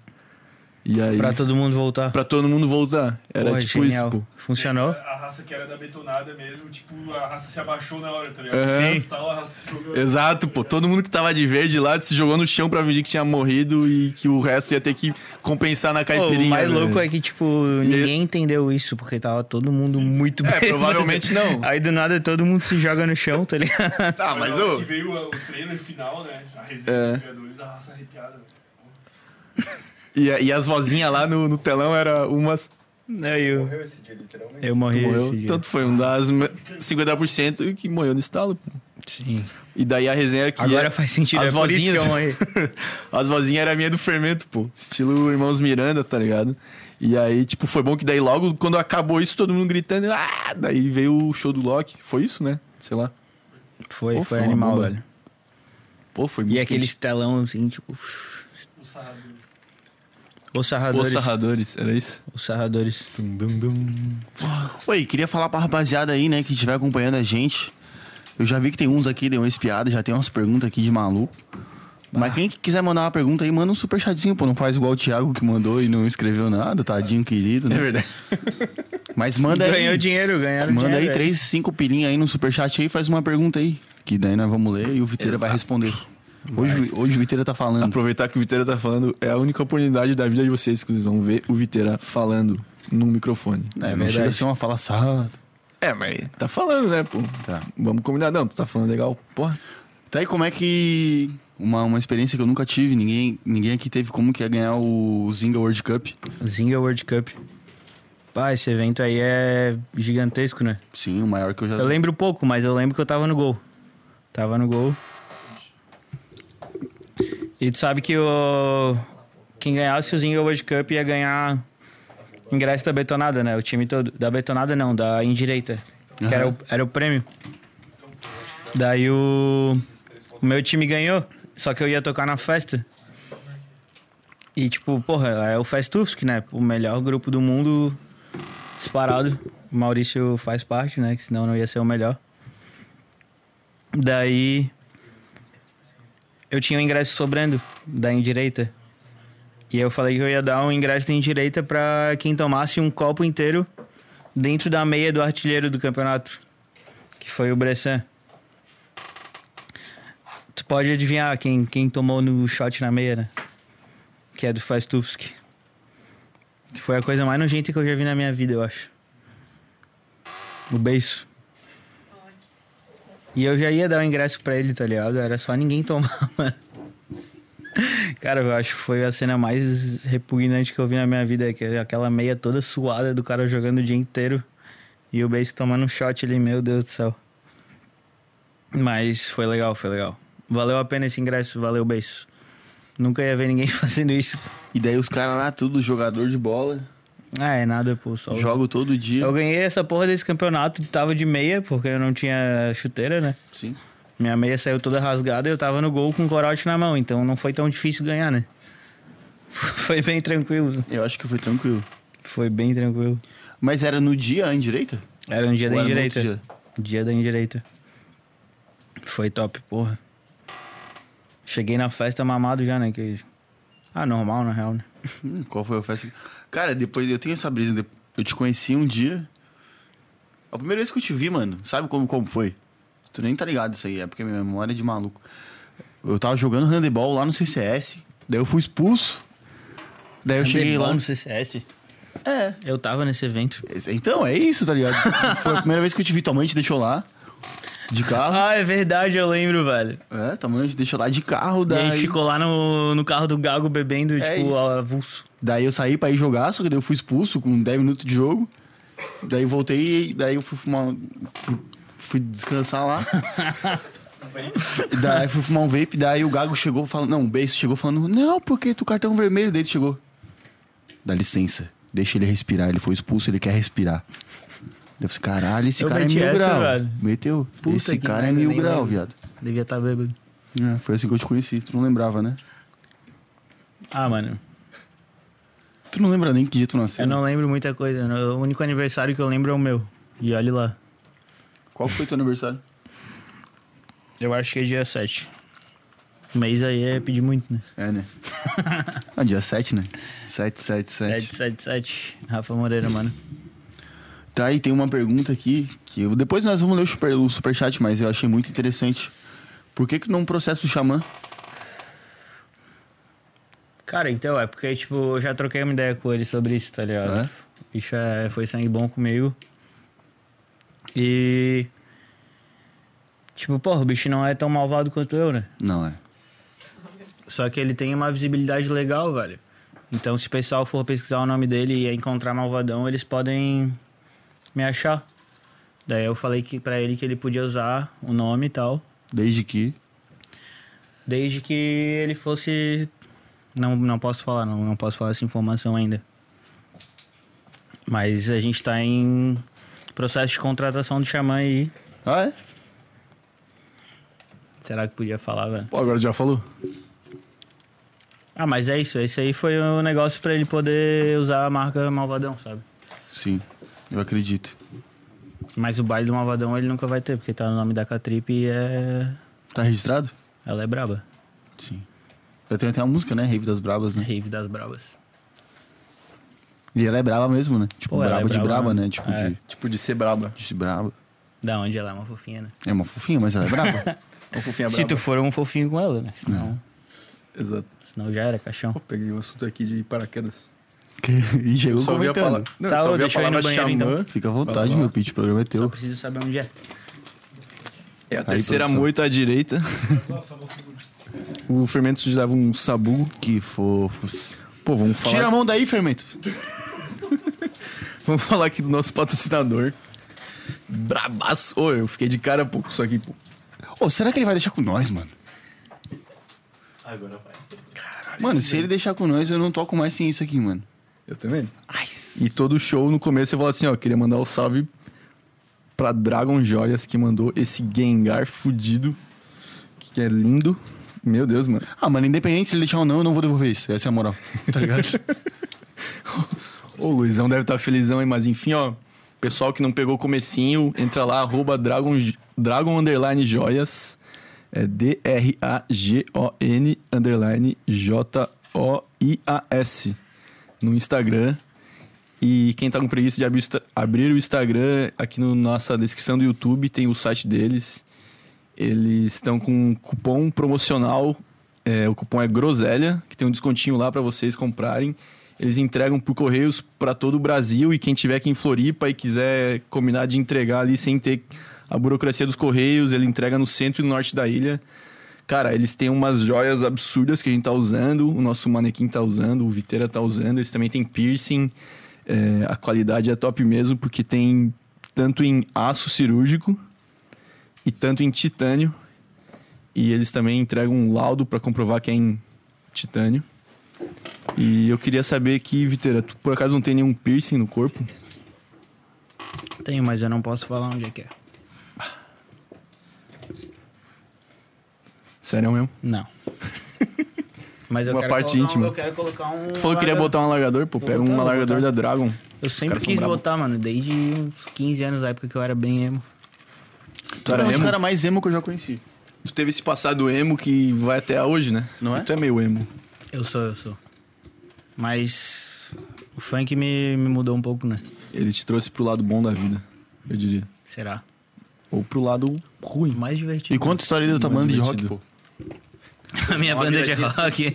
S2: E aí.
S3: Pra todo mundo voltar.
S2: Pra todo mundo voltar. Era
S3: Porra,
S2: tipo
S3: genial.
S2: isso, pô.
S3: Funcionou?
S5: A raça que era da betonada mesmo, tipo, a raça se abaixou na hora, tá ligado?
S2: Aham.
S5: Sim. Tal, a raça se jogou.
S2: Exato, pô. Todo mundo que tava de verde lá se jogou no chão pra fingir que tinha morrido e que o resto ia ter que compensar na
S3: Pô,
S2: caipirinha. né?
S3: o mais
S2: velho.
S3: louco é que, tipo, ninguém entendeu isso, porque tava todo mundo muito bem.
S2: É, provavelmente não.
S3: Aí do nada todo mundo se joga no chão, tá ligado?
S2: Tá, mas
S5: na hora
S2: ô.
S5: que veio a- o trailer final, né? A resenha
S2: É.
S5: dos criadores, a raça arrepiada. né?
S2: E, e as vozinhas lá no, no telão era umas.
S3: Aí eu,
S6: Morreu esse dia, literalmente.
S3: eu morri esse
S2: Morreu.
S3: dia.
S2: Tanto foi um das me- 50% que morreu no estalo. pô.
S3: Sim.
S2: E daí a resenha era que.
S3: Agora
S2: ia-
S3: faz sentido,
S2: as
S3: é por isso que
S2: vozinhas-
S3: eu morri.
S2: As vozinhas eram minha do fermento, pô. Estilo Irmãos Miranda, tá ligado? E aí, tipo, foi bom que daí logo, quando acabou isso, todo mundo gritando. Ah! Daí veio o show do Loki. Foi isso, né? Sei lá.
S3: Foi,
S2: Pô, foi
S3: foi
S2: uma
S3: animal,
S2: bomba.
S3: velho.
S2: Pô, foi
S3: E
S2: muito
S3: aqueles telão assim, tipo,
S5: O sarrador.
S3: os sarradores.
S2: Os sarradores, era isso?
S3: Os sarradores.
S1: Oi, queria falar pra rapaziada aí, né, que estiver acompanhando a gente. Eu já vi que tem uns aqui, deu uma espiada, já tem umas perguntas aqui de maluco. Mas quem quiser mandar uma pergunta aí, manda um superchatzinho, pô. Não faz igual o Thiago que mandou e não escreveu nada, tadinho querido, né?
S2: verdade.
S1: Mas manda
S3: Ganhou
S1: aí.
S3: dinheiro, ganharam
S1: Manda
S3: dinheiro. é
S1: aí três, cinco pilinhas aí no superchat aí, faz uma pergunta aí. Que daí nós vamos ler e o Viteira vai responder. Hoje, hoje o Viteira tá falando.
S2: Aproveitar que o Viteira tá falando, é a única oportunidade da vida de vocês que vocês vão ver o Viteira falando num microfone.
S1: É, não
S3: verdade.
S1: chega a ser uma fala sarda.
S2: É, mas tá falando, né, pô?
S1: Tá.
S2: Vamos combinar. Não, tu tá falando legal. Porra.
S1: Tá aí como é que. Uma, uma experiência que eu nunca tive, ninguém, ninguém aqui teve como que é ganhar o Zinga World Cup.
S3: Zinga World Cup. Pá, esse evento aí é gigantesco, né?
S1: Sim, o maior que eu já.
S3: Eu lembro pouco, mas eu lembro que eu tava no gol. Tava no gol. E tu sabe que o... quem ganhasse o Zinga World Cup ia ganhar ingresso da Betonada, né? O time todo. Da Betonada não, da Indireita. Que era o, era o prêmio. Daí o... o meu time ganhou, só que eu ia tocar na festa. E tipo, porra, é o Festufsk, né? O melhor grupo do mundo disparado. O Maurício faz parte, né? Que senão não ia ser o melhor. Daí. Eu tinha um ingresso sobrando da indireita. E eu falei que eu ia dar um ingresso da indireita pra quem tomasse um copo inteiro dentro da meia do artilheiro do campeonato, que foi o Bressan. Tu pode adivinhar quem, quem tomou no shot na meia, né? Que é do Fastufsky. Foi a coisa mais nojenta que eu já vi na minha vida, eu acho. O beijo. E eu já ia dar o ingresso pra ele, tá ligado? Era só ninguém tomar, mano. Cara, eu acho que foi a cena mais repugnante que eu vi na minha vida. que é Aquela meia toda suada do cara jogando o dia inteiro. E o Base tomando um shot ali, meu Deus do céu. Mas foi legal, foi legal. Valeu a pena esse ingresso, valeu, Base. Nunca ia ver ninguém fazendo isso.
S1: E daí os caras lá, tudo jogador de bola,
S3: Ah, é nada, pô. Só
S1: jogo todo dia.
S3: Eu ganhei essa porra desse campeonato, tava de meia, porque eu não tinha chuteira, né?
S1: Sim.
S3: Minha meia saiu toda rasgada e eu tava no gol com o corote na mão, então não foi tão difícil ganhar, né? Foi bem tranquilo.
S1: Eu acho que foi tranquilo.
S3: Foi bem tranquilo.
S1: Mas era no dia a direita?
S3: Era um dia
S1: Ou
S3: da
S1: era no
S3: indireita.
S1: outro
S3: Dia. da indireita. Foi top, porra. Cheguei na festa mamado já, né? Que... Ah, normal, na real, né?
S1: Hum, qual foi a festa? que- Cara, depois eu tenho essa brisa. de- Eu te conheci um dia. A primeira vez que eu te vi, mano, sabe como, como foi? Tu nem tá ligado isso aí, é porque minha memória é de maluco. Eu tava jogando handebol lá no CCS, daí eu fui expulso. Daí eu cheguei
S3: Handebol
S1: lá.
S3: no CCS.
S1: É.
S3: Eu tava nesse evento.
S1: Então, é isso, tá ligado? foi a primeira vez que eu te vi, tua mãe te deixou lá. De carro.
S3: Ah, é verdade, eu lembro, velho.
S1: É, tamanho de deixa lá de carro.
S3: E a
S1: Daí,
S3: gente ficou lá no, no carro do Gago bebendo,
S1: É
S3: tipo,
S1: isso.
S3: avulso.
S1: daí eu saí pra ir jogar, só que daí eu fui expulso com 10 minutos de jogo. Daí voltei, daí eu fui fumar. um- Fui, fui descansar lá. daí fui fumar um vape, daí o Gago chegou falando. Não, o Beijo chegou falando, não, porque tu cartão vermelho dele chegou. Dá licença, deixa ele respirar. Ele foi expulso, ele quer respirar. Eu falei, caralho, esse
S3: Eu
S1: cara é
S3: meti
S1: mil
S3: essa,
S1: grau.
S3: velho.
S1: Meteu.
S3: Puta
S1: esse
S3: que
S1: cara é
S3: merda,
S1: mil
S3: nem
S1: grau,
S3: lembro.
S1: viado.
S3: Devia estar bêbado.
S1: É, foi assim que eu te conheci. Tu não lembrava, né?
S3: Ah, mano.
S1: Tu não lembra nem que dia tu nasceu.
S3: Eu não lembro muita coisa. não. O único aniversário que eu lembro é o meu. E olhe lá.
S1: Qual foi teu aniversário?
S3: Eu acho que é dia 7. Mês aí é pedir muito, né?
S1: É, né? ah, dia 7, né? 7, 7,
S3: 7,
S1: 7.
S3: 7, 7. Rafa Moreira, mano.
S1: Tá, e tem uma pergunta aqui que eu- depois nós vamos ler o, super, o superchat, mas eu achei muito interessante. Por que, que não processa o xamã?
S3: Cara, então, é porque, tipo, eu já troquei uma ideia com ele sobre isso, tá ligado?
S1: É?
S3: Bicho é, foi sangue bom comigo. E. Tipo, porra, o bicho não é tão malvado quanto eu, né?
S1: Não, é.
S3: Só que ele tem uma visibilidade legal, velho. Então, se o pessoal for pesquisar o nome dele e encontrar Malvadão, eles podem me achar. Daí eu falei que para ele que ele podia usar o nome e tal,
S1: Desde que.
S3: desde que ele fosse não não posso falar, não, não posso falar essa informação ainda. Mas a gente tá em processo de contratação do xamã aí.
S1: Ah, é?
S3: Será que podia falar, velho?
S2: Pô, agora já falou?
S3: Ah, mas é isso, esse aí foi o negócio pra ele poder usar a marca Malvadão, sabe?
S1: Sim, eu acredito.
S3: Mas o baile do Malvadão ele nunca vai ter, porque tá no nome da Catripe e é.
S1: Tá registrado?
S3: Ela é braba.
S1: Sim. Eu tenho até uma música, né? Rave das Brabas, né?
S3: Rave das Brabas.
S1: E ela é braba mesmo, né? Tipo,
S3: Pô, ela é
S1: braba de
S3: braba,
S1: braba,
S3: né?
S1: né? Tipo,
S3: É.
S1: de,
S2: Tipo, de ser braba.
S1: de braba.
S3: Da onde ela é uma fofinha, né?
S1: É uma fofinha, mas ela é braba.
S2: Ou fofinha
S3: Se
S2: É braba.
S3: tu for um fofinho com ela, né? Senão,
S2: Exato.
S3: senão já era caixão.
S2: Pô, peguei o assunto aqui de paraquedas.
S1: e chegou
S2: Só ouvi a
S1: comentando.
S2: palavra. Não,
S3: Tá,
S2: só
S3: ô,
S2: ouvi a
S3: deixa eu ir no
S2: palavra
S3: banheiro,
S2: xamã.
S1: Fica à vontade,
S2: Vai lá.
S1: meu pitch, o programa é
S3: Só
S1: teu.
S3: preciso saber onde é.
S2: É a terceira
S1: produção.
S2: moita à direita.
S5: Não, só no segundo.
S2: O fermento já dava um sabugo.
S1: Que fofos.
S2: Pô, vamos falar.
S1: Tira a mão daí, fermento.
S2: Vamos falar aqui do nosso patrocinador. Brabaço. Ô, eu fiquei de cara pouco isso aqui, pô.
S1: Ô, será que ele vai deixar com nós, mano?
S5: Ah, Agora vai.
S1: Mano, se ele deixar com nós, eu não toco mais sem isso aqui, mano.
S2: Eu também. E todo show no começo eu falo assim, ó, queria mandar o salve pra Dragon Joias que mandou esse Gengar fudido, que é lindo. Meu Deus, mano.
S1: Ah, mano, independente se ele deixar ou não, eu não vou devolver isso. Essa é a moral, tá ligado?
S2: Ô, Luizão deve estar felizão aí, mas enfim, ó. Pessoal que não pegou o comecinho, entra lá, arroba Dragon, Dragon Underline Joias. É D-R-A-G-O-N Underline J-O-I-A-S. No Instagram. E quem tá com preguiça de abrir, o Insta- abrir o Instagram, aqui na nossa descrição do YouTube tem o site deles. Eles estão com um cupom promocional. é, o cupom é Groselha, que tem um descontinho lá para vocês comprarem. Eles entregam por correios para todo o Brasil e quem tiver aqui em Floripa e quiser combinar de entregar ali sem ter a burocracia dos correios, ele entrega no centro e no norte da ilha. Cara, eles têm umas joias absurdas que a gente tá usando, o nosso manequim tá usando, o Viteira tá usando, eles também têm piercing. É, a qualidade é top mesmo, porque tem tanto em aço cirúrgico e tanto em titânio. E eles também entregam um laudo para comprovar que é em titânio. E eu queria saber que, Viteira, tu por acaso não tem nenhum piercing no corpo?
S3: Tenho, mas eu não posso falar onde é que é.
S2: Sério mesmo?
S3: Não. Mas eu
S2: Uma
S3: quero
S2: parte
S3: colocar um-
S2: íntima.
S3: eu quero colocar um.
S2: Tu falou que queria botar um alargador, pô,
S3: Vou
S2: pega um
S3: botar, vou
S2: alargador
S3: botar.
S2: da Dragon.
S3: Eu sempre
S2: caras são
S3: quis
S2: brabo.
S3: botar, mano, desde uns 15 anos, na época que eu era bem emo.
S2: Tu
S1: é
S2: era
S1: o
S2: emo?
S1: cara mais emo que eu já conheci.
S2: Tu teve esse passado emo que vai até hoje, né?
S1: Não é?
S2: Tu é meio emo.
S3: Eu sou, eu sou. Mas o funk me, me mudou um pouco, né?
S2: Ele te trouxe pro lado bom da vida, eu diria.
S3: Será?
S2: Ou pro lado ruim.
S3: Mais divertido.
S1: E conta a história da tua
S2: Mano,
S1: banda de rock,
S2: divertido.
S1: pô.
S3: A minha
S2: Uma
S3: banda de
S2: viradinha assim.
S3: rock.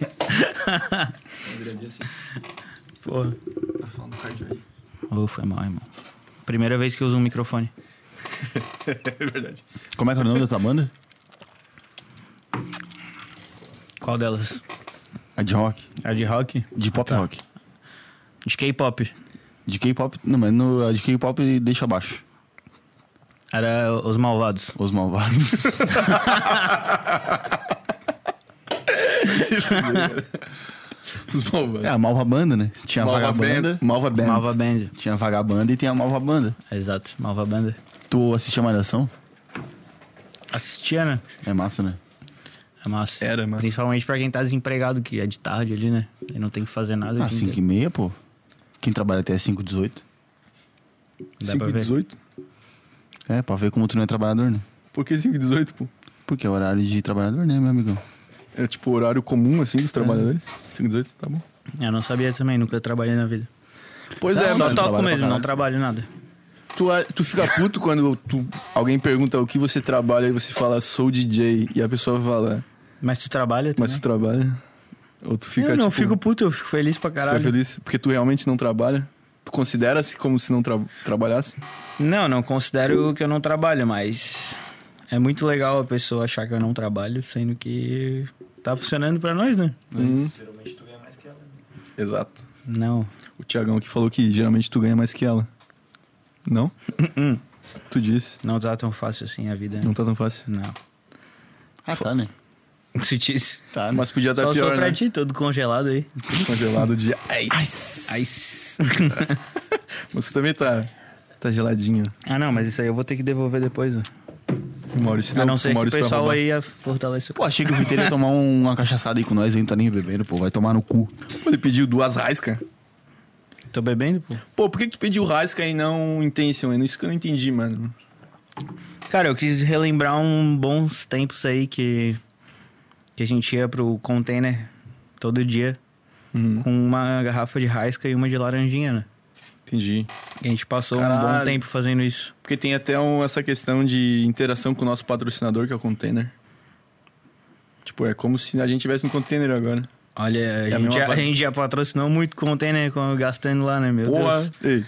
S3: Porra.
S2: Tá falando do cardio aí.
S3: Ô, foi mal, irmão. Primeira vez que eu uso um microfone.
S2: É verdade.
S1: Como é que é o nome da tua banda?
S3: Qual delas?
S1: A de rock.
S3: A de rock?
S1: De pop
S2: Tá.
S1: rock.
S3: De K-pop.
S1: De K-pop. Não, mas no, a de K-pop deixa abaixo.
S3: Era Os Malvados.
S1: Os malvados.
S2: Os malvados.
S1: É, a malva banda, né? Tinha a
S2: Malva
S1: vagabanda.
S2: Band. Malva Band.
S3: Malva Band.
S1: Tinha a vagabanda e tem a malva banda.
S3: Exato, Malva Band.
S1: Tu assistia Malhação?
S3: Assistia, né?
S1: É massa, né?
S3: É massa.
S2: Era massa.
S3: Principalmente pra quem tá desempregado, que é de tarde ali, né? E não tem que fazer nada. o
S1: Ah,
S3: dia
S1: 5 e
S3: inteiro.
S1: meia, pô. Quem trabalha até 5 18.
S3: Dá pra
S2: 5 e
S3: ver.
S2: 18?
S1: É, pra ver como tu não é trabalhador, né?
S2: Por que 5 e 18, pô?
S1: Porque é horário de trabalhador, né, meu amigão?
S2: É tipo o horário comum, assim,
S3: É.
S2: dos trabalhadores. 5 e 18, tá bom.
S3: Eu não sabia também, nunca trabalhei na vida.
S2: Pois é,
S3: Só tá-
S2: mano.
S1: trabalha
S3: toco
S1: pra
S3: mesmo, não
S1: caralho.
S3: trabalho nada.
S2: Tu, ah, tu fica puto quando tu, alguém pergunta o que você trabalha e você fala, sou DJ, e a pessoa fala,
S3: Mas tu trabalha também?
S2: mas tu trabalha? Ou tu fica,
S3: eu não
S2: tipo,
S3: fico puto, eu fico feliz pra
S2: fica
S3: caralho.
S2: feliz porque tu realmente não trabalha? Tu considera-se como se não tra- trabalhasse?
S3: Não, não considero que eu não trabalho, mas é muito legal a pessoa achar que eu não trabalho, sendo que tá funcionando pra nós, né?
S1: É Uhum.
S2: Hum,
S5: Geralmente tu ganha mais que ela. né?
S2: exato.
S3: Não.
S2: O Tiagão aqui falou que geralmente tu ganha mais que ela. Não?
S3: Hum,
S2: tu disse.
S3: Não tá tão fácil assim a vida.
S2: Não tá tão fácil.
S3: Não.
S1: Ah, tá, né?
S3: Se disse.
S1: Tá, né?
S2: Mas podia estar
S3: Só sou
S2: pior,
S3: pra
S2: né?
S3: ti, todo congelado aí.
S2: Congelado de ice. Você também tá, tá geladinho.
S3: ah, não, mas isso aí eu vou ter que devolver depois. né? Ó.
S2: O Maurício
S3: a
S2: não,
S3: não ser que o
S2: Maurício vai
S3: pessoal
S2: roubar.
S3: aí ah, ia fortalecer.
S1: Pô, achei que o Viteiro ia tomar um- uma cachaçada aí com nós, aí não tá nem bebendo, pô. Vai tomar no cu.
S2: Ele pediu duas raiscas.
S3: Tô Tá bebendo, pô.
S2: Pô, por que, que tu pediu raisca e não intention? É isso que eu não entendi, mano.
S3: Cara, eu quis relembrar um bons tempos aí que, que a gente ia pro container todo dia
S2: Uhum,
S3: com uma garrafa de raisca e uma de laranjinha, né?
S2: Entendi.
S3: E a gente passou um
S2: Caralho.
S3: bom tempo fazendo isso.
S2: Porque tem até um- essa questão de interação com o nosso patrocinador, que é o container. Tipo, é como se a gente tivesse um container agora.
S3: Olha, a,
S2: É a
S3: gente
S2: mesma
S3: já, a
S2: vibe.
S3: gente já patrocinou muito container com- gastando lá, né? Meu Deus.
S2: Ei.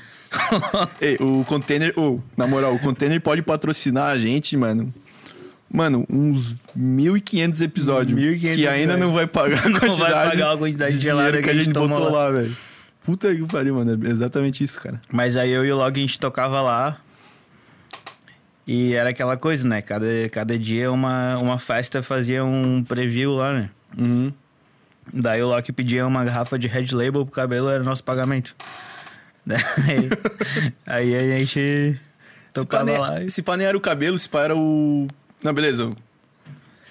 S2: Ei, o container. ô, na moral, o container pode patrocinar a gente, mano. Mano, uns 1.500 episódios.
S3: 1.500
S2: que ainda
S3: episódios.
S2: não vai pagar a
S3: Não vai
S2: quantidade.
S3: pagar a quantidade de
S2: dinheiro
S3: gelada
S2: que a gente,
S3: tomou
S2: botou
S3: lá.
S2: lá, velho. Puta que pariu, mano. É exatamente isso, cara.
S3: Mas aí eu e o Log a gente tocava lá. E era aquela coisa, né? Cada, cada dia uma, uma festa fazia um preview lá, né?
S2: Uhum.
S3: Daí o Loki pedia uma garrafa de Red Label pro cabelo, era nosso pagamento. Daí, aí a gente
S2: Se
S3: tocava
S2: pane-
S3: Então tá lá. e-
S2: Se panear o cabelo, se pá era o. Não, beleza.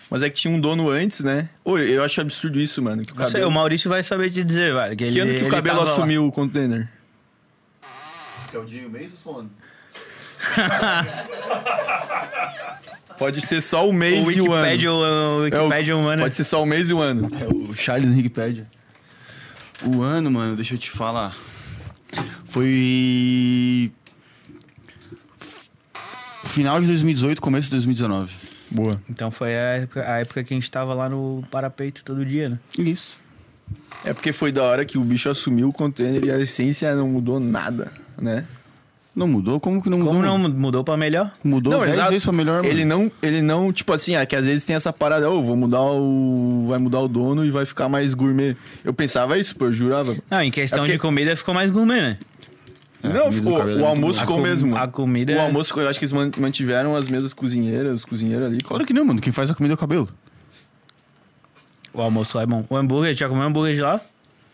S2: Mas é que tinha um dono antes, né? Ô, eu acho absurdo isso, mano. Que, o
S3: Não sei,
S2: cabelo-
S3: o Maurício vai saber te dizer, velho. Que,
S2: que
S3: ele,
S2: ano que o
S3: ele
S2: cabelo
S3: tava lá.
S2: assumiu o container?
S1: Que é o dia e o mês ou sono?
S2: Pode ser só o mês
S3: O
S2: e o um ano.
S3: Wikipedia, um, o, o
S2: É o-
S3: Wikipedia
S1: um
S3: um humano.
S2: Pode ser só o mês e o ano.
S1: É o Charles Wikipedia. O ano, mano, deixa eu te falar. Foi. Final de 2018, começo de 2019.
S2: Boa.
S3: Então foi a época, a época que a gente tava lá no parapeito todo dia, né?
S1: Isso.
S2: É porque foi da hora que o bicho assumiu o container e a essência não mudou nada, né?
S1: Não mudou? Como que não mudou?
S3: Como não
S1: mano?
S3: mudou pra melhor?
S1: Mudou
S2: Não,
S1: 10
S2: exato.
S1: vezes pra melhor, mano.
S2: Ele não, ele não, tipo assim, ah, que às vezes tem essa parada, ô, vou mudar o. Vai mudar o dono e vai ficar mais gourmet. Eu pensava isso, pô, eu jurava.
S3: Não, em questão
S2: É porque-
S3: de comida ficou mais gourmet, né?
S1: É, a
S2: não,
S1: comida
S2: ficou-
S1: do cabelo é
S2: o
S1: muito
S2: almoço
S1: boa.
S2: ficou o
S3: com-
S2: mesmo.
S3: a comida-
S1: é-
S2: O almoço, ficou- eu acho que eles man- mantiveram as mesmas cozinheiras, os cozinheiros ali.
S1: Claro que não, mano. Quem faz a comida é o cabelo.
S3: O almoço lá é bom. O hambúrguer, já comeu hambúrguer de lá?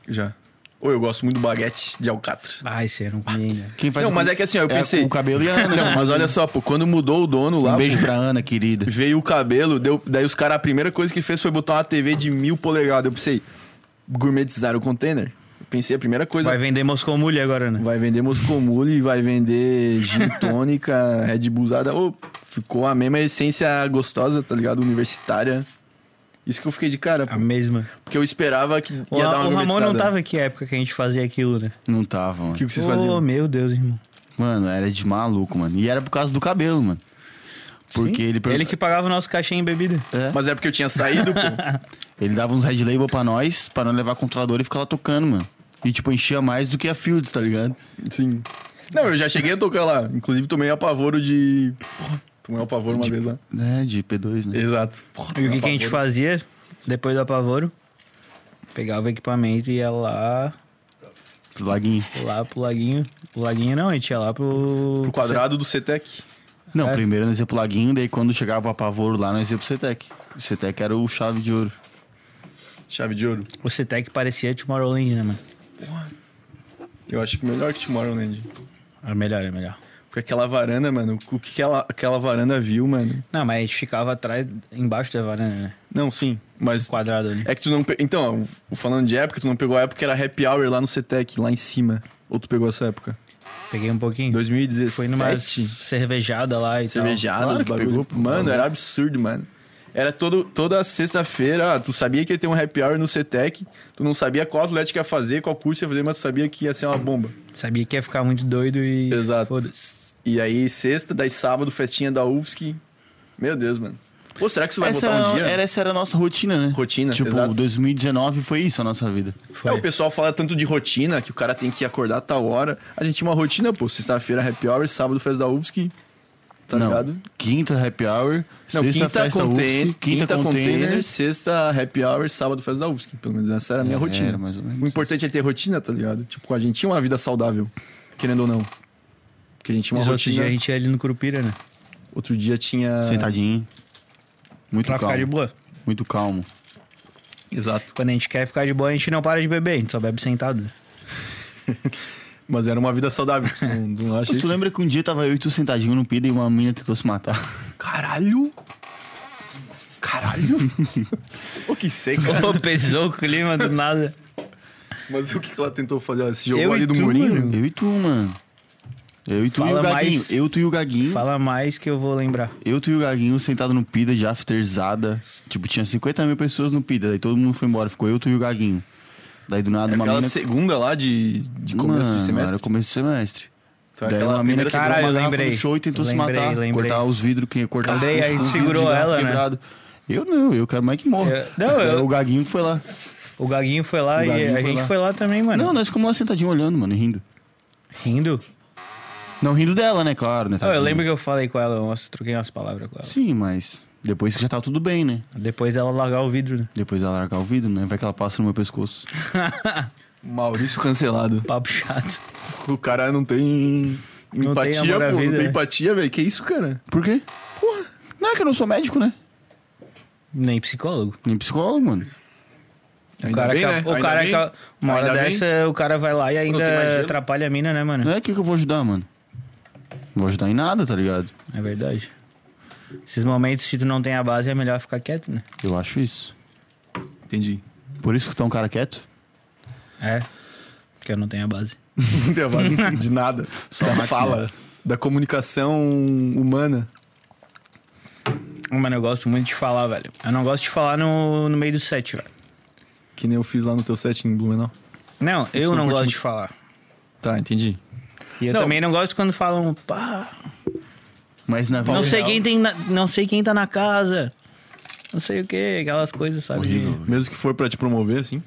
S2: Já. Ou eu gosto muito do baguete de alcatra.
S3: Ai, você não comi ainda.
S1: Quem faz
S2: Não,
S1: a
S2: mas
S1: comi-
S2: é que assim, ó, eu pensei-
S1: O cabelo e a Ana.
S2: Não,
S1: né?
S2: mas olha só, pô, quando mudou o dono lá,
S1: Um beijo
S2: pô,
S1: pra Ana, querida.
S2: veio o cabelo, deu, daí os caras, a primeira coisa que fez foi botar uma TV de mil polegadas. Eu pensei, gourmetizar o container. Eu pensei, a primeira coisa.
S3: Vai vender Moscou Mulher agora, né?
S2: Vai vender Moscou Mule, vai vender gin tônica, Red Bullzada. Ô, ficou a mesma essência gostosa, tá ligado? Universitária. Isso que eu fiquei de cara,
S3: A mesma.
S2: porque eu esperava que ia
S3: O,
S2: dar
S3: Ra-
S2: uma
S3: o Ramon
S2: gourmetizada.
S3: não tava aqui na época que a gente fazia aquilo, né?
S1: Não tava, mano.
S2: O que que vocês
S3: Oh,
S2: faziam?
S3: meu Deus, irmão.
S1: Mano, era de maluco, mano. E era por causa do cabelo, mano. Porque
S3: Sim,
S1: ele pergun-
S3: Ele que pagava o nosso cachê em bebida.
S1: É.
S2: Mas é porque eu tinha saído, pô.
S1: Ele dava uns red label pra nós, pra não levar controlador e ficar lá tocando, mano. E, tipo, enchia mais do que a Fields, tá ligado?
S2: Sim. Não, eu já cheguei a tocar lá. Inclusive, tomei apavoro de. Porra, tomei um apavoro uma vez lá.
S1: É, de P2, né?
S2: Exato. Porra,
S3: E o que, que a
S2: É um apavoro.
S3: gente fazia depois do apavoro? Pegava o equipamento e ia lá,
S1: Pro Laguinho.
S3: lá pro laguinho. O laguinho não, a gente ia lá pro.
S2: Pro quadrado do CETEC.
S1: Não,
S3: É.
S1: primeiro nós ia pro Laguinho, daí quando chegava o apavoro lá, nós ia pro CETEC. O CETEC era o chave de ouro.
S2: Chave de ouro.
S3: O CETEC parecia Tomorrowland, né, mano?
S2: Eu acho que melhor que Tomorrowland.
S3: É melhor, é melhor.
S2: Porque aquela varanda, mano, o que que ela, aquela varanda viu, mano?
S3: Não, mas a gente ficava atrás, embaixo da varanda, né?
S2: Não, sim, mas.
S3: Quadrado ali.
S2: É que tu não. pe- Então, ó, falando de época, tu não pegou a época que era happy hour lá no CETEC, lá em cima. Ou tu pegou essa época?
S3: Peguei um pouquinho.
S2: 2017.
S3: Foi numa cervejada lá e
S2: cervejada,
S1: Claro
S2: os
S1: que
S2: bagulho.
S1: pegou, pô.
S2: mano, era absurdo, mano. Era todo, toda sexta-feira, ah, tu sabia que ia ter um happy hour no CETEC, tu não sabia qual atleta ia fazer, qual curso ia fazer, mas tu sabia que ia ser uma bomba.
S3: tal. Sabia que ia ficar muito doido e.
S2: Exato.
S3: Foda-se.
S2: E aí, sexta, daí sábado, festinha da UFSC. Meu Deus, mano. Pô, será que isso vai
S1: Essa
S2: voltar
S1: era,
S2: um dia?
S1: era- essa era a nossa rotina, né?
S2: Rotina,
S1: Tipo,
S2: exato.
S1: 2019 foi isso a nossa vida.
S3: Foi.
S2: É, o pessoal fala tanto de rotina, que o cara tem que acordar a tal hora. A gente tinha uma rotina, pô, sexta-feira happy hour, sábado festa da UFSC. Tá
S1: Não,
S2: ligado?
S1: Quinta happy hour,
S2: Não,
S1: sexta
S2: quinta,
S1: festa
S2: container,
S1: UFSC,
S2: quinta, container,
S1: container.
S2: sexta happy hour, sábado festa da UFSC. Pelo menos essa era a minha
S1: É,
S2: rotina.
S1: era mais ou menos
S2: o importante é ter rotina, tá ligado? Tipo, a gente tinha uma vida saudável, querendo ou não. Porque a gente tinha uma
S3: Os outros
S2: rotina.
S3: dias a gente ia ali no Curupira, né?
S2: Outro dia
S1: É.
S2: tinha.
S1: Sentadinho. Muito
S3: Pra
S1: calmo.
S3: ficar de boa.
S1: Muito calmo.
S2: Exato.
S3: Quando a gente quer ficar de boa, a gente não para de beber, a gente só bebe sentado.
S2: Mas era uma vida saudável. Tu não, tu não acha
S1: Tu
S2: isso?
S1: lembra que um dia tava eu e tu sentadinho no pida e uma menina tentou se matar?
S2: Caralho! Caralho! o que seca!
S3: Pesou o clima do nada.
S2: Mas o que que ela tentou fazer? Ela se jogou
S3: Eu
S2: ali
S3: e
S2: do
S3: tu,
S2: murinho?
S3: mano.
S1: Eu e tu, mano. Eu e tu e
S3: Fala
S1: o Gaguinho.
S3: mais.
S1: Eu, tu e o Gaguinho.
S3: Fala mais que eu vou lembrar.
S1: Eu, tu e o Gaguinho sentado no Pida de afterzada. Tipo, tinha 50 mil pessoas no Pida. Daí todo mundo foi embora. Ficou eu, tu e o Gaguinho. Daí do nada uma
S2: É Aquela
S1: mina...
S2: segunda lá de, de começo
S1: Mano,
S2: do semestre.
S1: Era começo do semestre.
S2: Então,
S1: Daí
S2: aquela
S1: uma mina
S2: primeira
S1: quebrou
S3: Caralho,
S1: uma garrafa
S3: lembrei.
S1: no show e tentou se
S3: Lembrei,
S1: matar.
S3: lembrei.
S1: Cortar os vidros, que cortar
S3: Lembrei,
S1: os
S3: aí
S1: vidros de
S3: segurou
S1: garrafa
S3: ela, né?
S1: quebrado. Eu não, eu quero mais que morra.
S3: Eu- não,
S1: Mas
S3: eu-
S1: é O Gaguinho que foi lá.
S3: O Gaguinho foi lá
S1: O
S3: e
S1: Gaguinho
S3: a
S1: foi
S3: gente
S1: lá.
S3: foi lá também, mano.
S1: Não, nós ficamos lá sentadinho olhando, mano, e rindo.
S3: Rindo?
S1: Não, rindo dela, né? Claro, né?
S2: Tá
S3: Ah, eu lembro que eu falei com ela, eu troquei umas palavras com ela.
S1: Sim, mas depois que já tá tudo bem, né?
S3: Depois ela largar o vidro, né?
S1: Depois ela largar o vidro, né? Vai que ela passa no meu pescoço.
S2: Maurício cancelado.
S3: Papo chato.
S2: O cara não tem
S3: tem
S2: empatia,
S3: amor à
S2: pô.
S3: vida,
S2: não tem
S3: né?
S2: empatia, velho. Que isso, cara?
S1: Por quê? Porra. Não é que eu não sou médico, né?
S3: Nem psicólogo.
S1: Nem psicólogo, mano.
S3: O cara,
S2: bem,
S3: que-
S2: né?
S3: o
S2: Ainda
S3: cara
S2: bem.
S3: que- Uma hora
S2: Ainda bem.
S3: dessa, o cara vai lá e
S2: tem mais
S3: ainda
S2: gelo.
S3: atrapalha a mina, né, mano?
S1: Não é que que eu vou ajudar, mano. Não vou ajudar em nada, tá ligado?
S3: É verdade. Esses momentos, se tu não tem a base, é melhor ficar quieto, né?
S1: Eu acho isso.
S2: Entendi.
S1: Por isso que tá um cara quieto?
S3: É. Porque eu não tenho a base.
S2: Não tem a base de nada. Só da
S1: máquina.
S2: fala. Da comunicação humana.
S3: Mano, eu gosto muito de falar, velho. Eu não gosto de falar no, no meio do set, velho.
S2: Que nem eu fiz lá no teu set em Blumenau.
S3: Não, eu
S2: não
S3: não,
S2: curte
S3: gosto
S2: muito.
S3: de falar.
S2: Tá, entendi.
S3: E eu
S2: Não.
S3: também não gosto quando falam, pá,
S1: Mas na
S3: não
S1: vida-
S3: sei, quem tem na- não sei quem tá na casa, não sei o que, aquelas coisas, sabe?
S1: Horrível.
S2: Mesmo que for pra te promover, assim,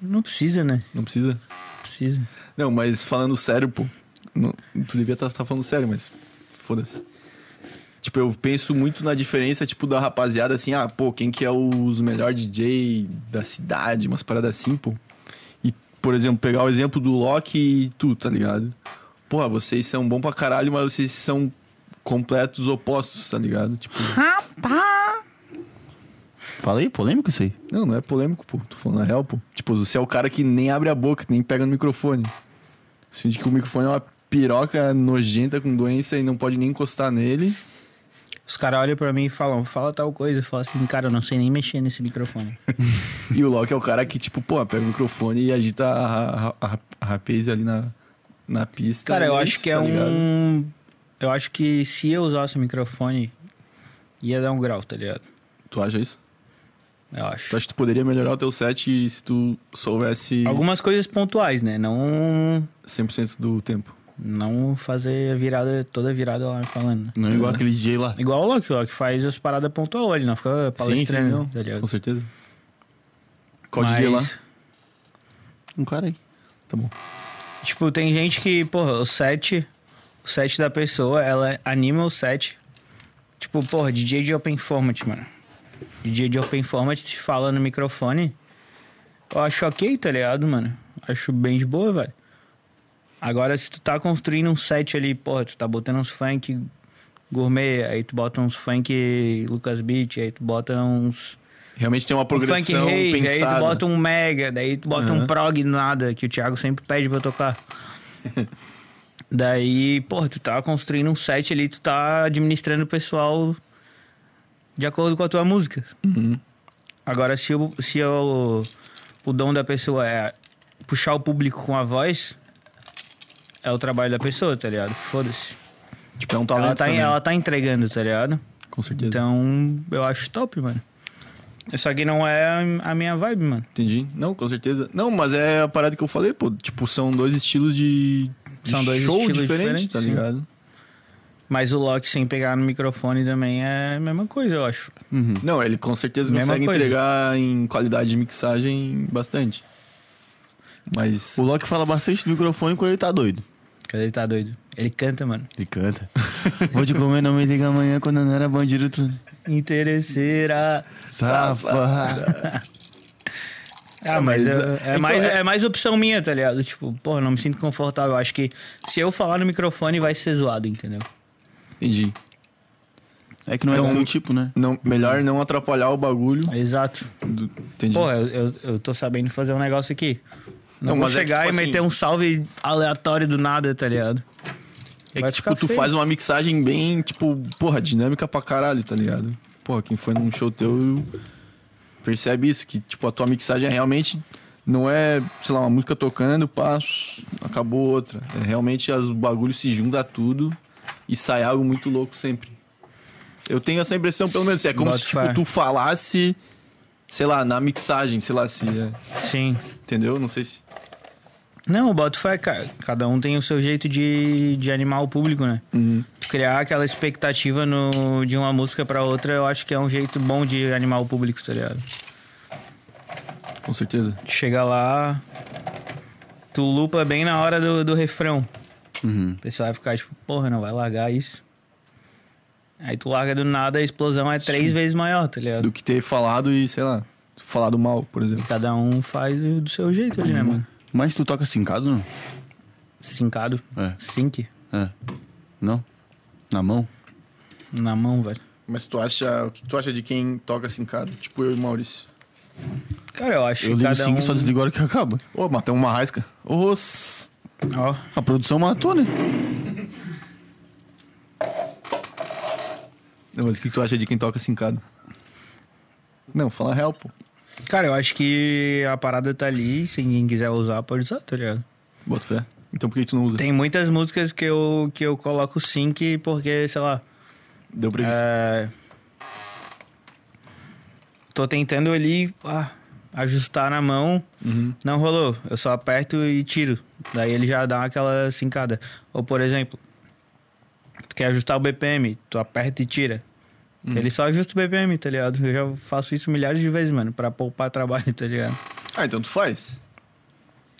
S3: Não precisa, né?
S2: não precisa.
S3: Não precisa.
S2: Não, mas falando sério, pô. não- tu devia estar falando sério, mas foda-se. Tipo, eu penso muito na diferença, tipo, da rapaziada, assim, ah, pô, quem que é os melhor DJ da cidade, umas paradas assim, pô. E, por exemplo, pegar o exemplo do Loki e tu, tá ligado? Porra, vocês são bom pra caralho, mas vocês são completos opostos, tá ligado? Tipo,
S1: Fala aí, polêmico isso aí.
S2: não, não é polêmico, pô. Tô falando na real, pô. Tipo, você é o cara que nem abre a boca, nem pega no microfone. Sente que o microfone é uma piroca nojenta com doença e não pode nem encostar nele.
S3: Os caras olham pra mim e falam, fala tal coisa. Eu falo assim, cara, eu não sei nem mexer nesse microfone.
S2: Então E o Loki é o cara que, tipo, pô, pega o microfone e agita a, a, a, a rapaz ali na, na pista.
S3: Cara, eu
S2: e
S3: acho
S2: isso,
S3: que é
S2: tá ligado?
S3: um. Eu acho que se eu usasse o microfone, ia dar um grau, tá ligado?
S2: Tu acha isso?
S3: Eu
S2: Tu
S3: acho.
S2: acha que tu poderia melhorar o teu set se tu soubesse
S3: Algumas coisas pontuais, né? Não.
S2: 100% do tempo?
S3: Não fazer a virada, toda a virada lá falando. né?
S1: Não é igual aquele DJ lá.
S3: Igual o Loki, o Loki faz as paradas pontual, ele não fica palestrando, tá ligado?
S2: Com certeza. Qual DJ lá?
S3: Mas
S1: Um cara aí.
S2: Tá bom.
S3: Tipo, tem gente que, porra, o set, o set da pessoa, ela anima o set. Tipo, porra, DJ de open format, mano. DJ de open format se fala no microfone. Eu acho ok, tá ligado, mano? Acho bem de boa, velho. Agora, se tu tá construindo um set ali, porra, tu tá botando uns funk gourmet, aí tu bota uns funk Lucas Beat, aí tu bota uns
S2: Realmente tem uma
S3: um
S2: progressão
S3: funk rave,
S2: pensada.
S3: aí tu bota um mega, daí tu bota
S2: Aham.
S3: um prog nada, que o Thiago sempre pede pra eu tocar. daí, porra, tu tá construindo um set ali, tu tá administrando o pessoal de acordo com a tua música.
S2: Uhum.
S3: Agora, se, o, se o, o dom da pessoa é puxar o público com a voz, é o trabalho da pessoa, tá ligado? Foda-se.
S2: Tipo, é um talento
S3: Ela tá,
S2: também.
S3: ela tá entregando, tá ligado?
S2: Com certeza.
S3: Então, eu acho top, mano. Isso aqui não é a minha vibe, mano.
S2: Entendi. Não, com certeza. Não, mas é a parada que eu falei, pô. Tipo, são dois estilos de, de
S3: São dois
S2: show
S3: estilos
S2: diferentes,
S3: diferentes,
S2: tá
S3: sim.
S2: ligado?
S3: Mas o Loki sem pegar no microfone também é a mesma coisa, eu acho.
S1: Uhum.
S2: Não, ele com certeza
S3: Mesma
S2: consegue
S3: coisa.
S2: entregar em qualidade de mixagem bastante. Mas
S1: O Loki fala bastante no microfone quando ele tá doido.
S3: Cadê ele tá doido? Ele canta, mano.
S1: Ele canta. Vou te comer, não me liga amanhã quando eu não era bandido. Tu...
S3: Interesseira.
S1: Safada.
S3: Ah, mas,
S2: mas,
S3: é, é
S2: então,
S3: mais,
S2: é-
S3: é... mais opção minha, tá ligado? Tipo, porra, não me sinto confortável. Acho que se eu falar no microfone vai ser zoado, entendeu?
S2: entendi.
S1: É que não é
S2: Então-
S1: do teu tipo, né?
S2: Não, melhor não atrapalhar o bagulho.
S3: Exato.
S2: do- entendi.
S3: Porra, eu, eu, eu tô sabendo fazer um negócio aqui. Não,
S2: Não,
S3: vou
S2: mas é que,
S3: chegar
S2: tipo
S3: e
S2: assim-
S3: meter um salve aleatório do nada, tá ligado?
S2: é que,
S3: vai
S2: tipo,
S3: ficar
S2: tu
S3: feio.
S2: faz uma mixagem bem, tipo, porra, dinâmica pra caralho, tá ligado? Porra, quem foi num show teu percebe isso, que, tipo, a tua mixagem é realmente não é, sei lá, uma música tocando, pá, acabou outra. É realmente as o bagulho se junta tudo e sai algo muito louco sempre. Eu tenho essa impressão, pelo menos, é como
S3: Bota
S2: se, tipo,
S3: fé.
S2: tu falasse, sei lá, na mixagem, sei lá, se é,
S3: Sim.
S2: entendeu? Não sei se...
S3: Não, o boto fé, cara. Cada um tem o seu jeito de, de animar o público, né? Tu Criar aquela expectativa no, de uma música pra outra, eu acho que é um jeito bom de animar o público, tá ligado?
S2: Com certeza.
S3: Tu Chega lá, tu lupa bem na hora do, do refrão.
S1: Uhum.
S3: O pessoal vai ficar tipo, porra, não vai largar isso. Aí tu larga do nada, a explosão é três vezes maior, tá ligado?
S2: Do que ter falado e, sei lá, falado mal, por
S3: E
S2: exemplo.
S3: cada um faz do do seu jeito ali, né, mano?
S1: Mas tu toca sincado, não?
S3: Sincado,
S1: É.
S3: sync,
S1: É. Não? Na mão?
S3: na mão, velho.
S2: Mas tu acha, o que tu acha de quem toca sincado? Tipo eu e Maurício.
S3: Cara, eu acho
S1: eu
S3: que
S1: ligo o
S3: cada
S1: sync
S3: um...
S1: e só desligo a hora que acaba.
S2: Ô, matamos uma rasca. Os...
S3: Ó.
S1: A produção matou, né?
S2: Não, mas o que tu acha de quem toca sincado? Não, fala real, pô.
S3: Cara, eu acho que a parada tá ali. Se ninguém quiser usar, pode usar, tá ligado?
S2: Bota fé. Então por que tu não usa?
S3: Tem muitas músicas que eu, que eu coloco sync porque, sei lá.
S2: Deu preguiça.
S3: é, Tô tentando ali ah, ajustar na mão.
S2: Uhum.
S3: Não rolou. Eu só aperto e tiro. Daí ele já dá aquela sincada. Ou, por exemplo, tu quer ajustar o BPM, tu aperta e tira. Ele só ajusta o BPM, tá ligado? Eu já faço isso milhares de vezes, mano, pra poupar trabalho, tá ligado?
S2: Ah, então tu faz.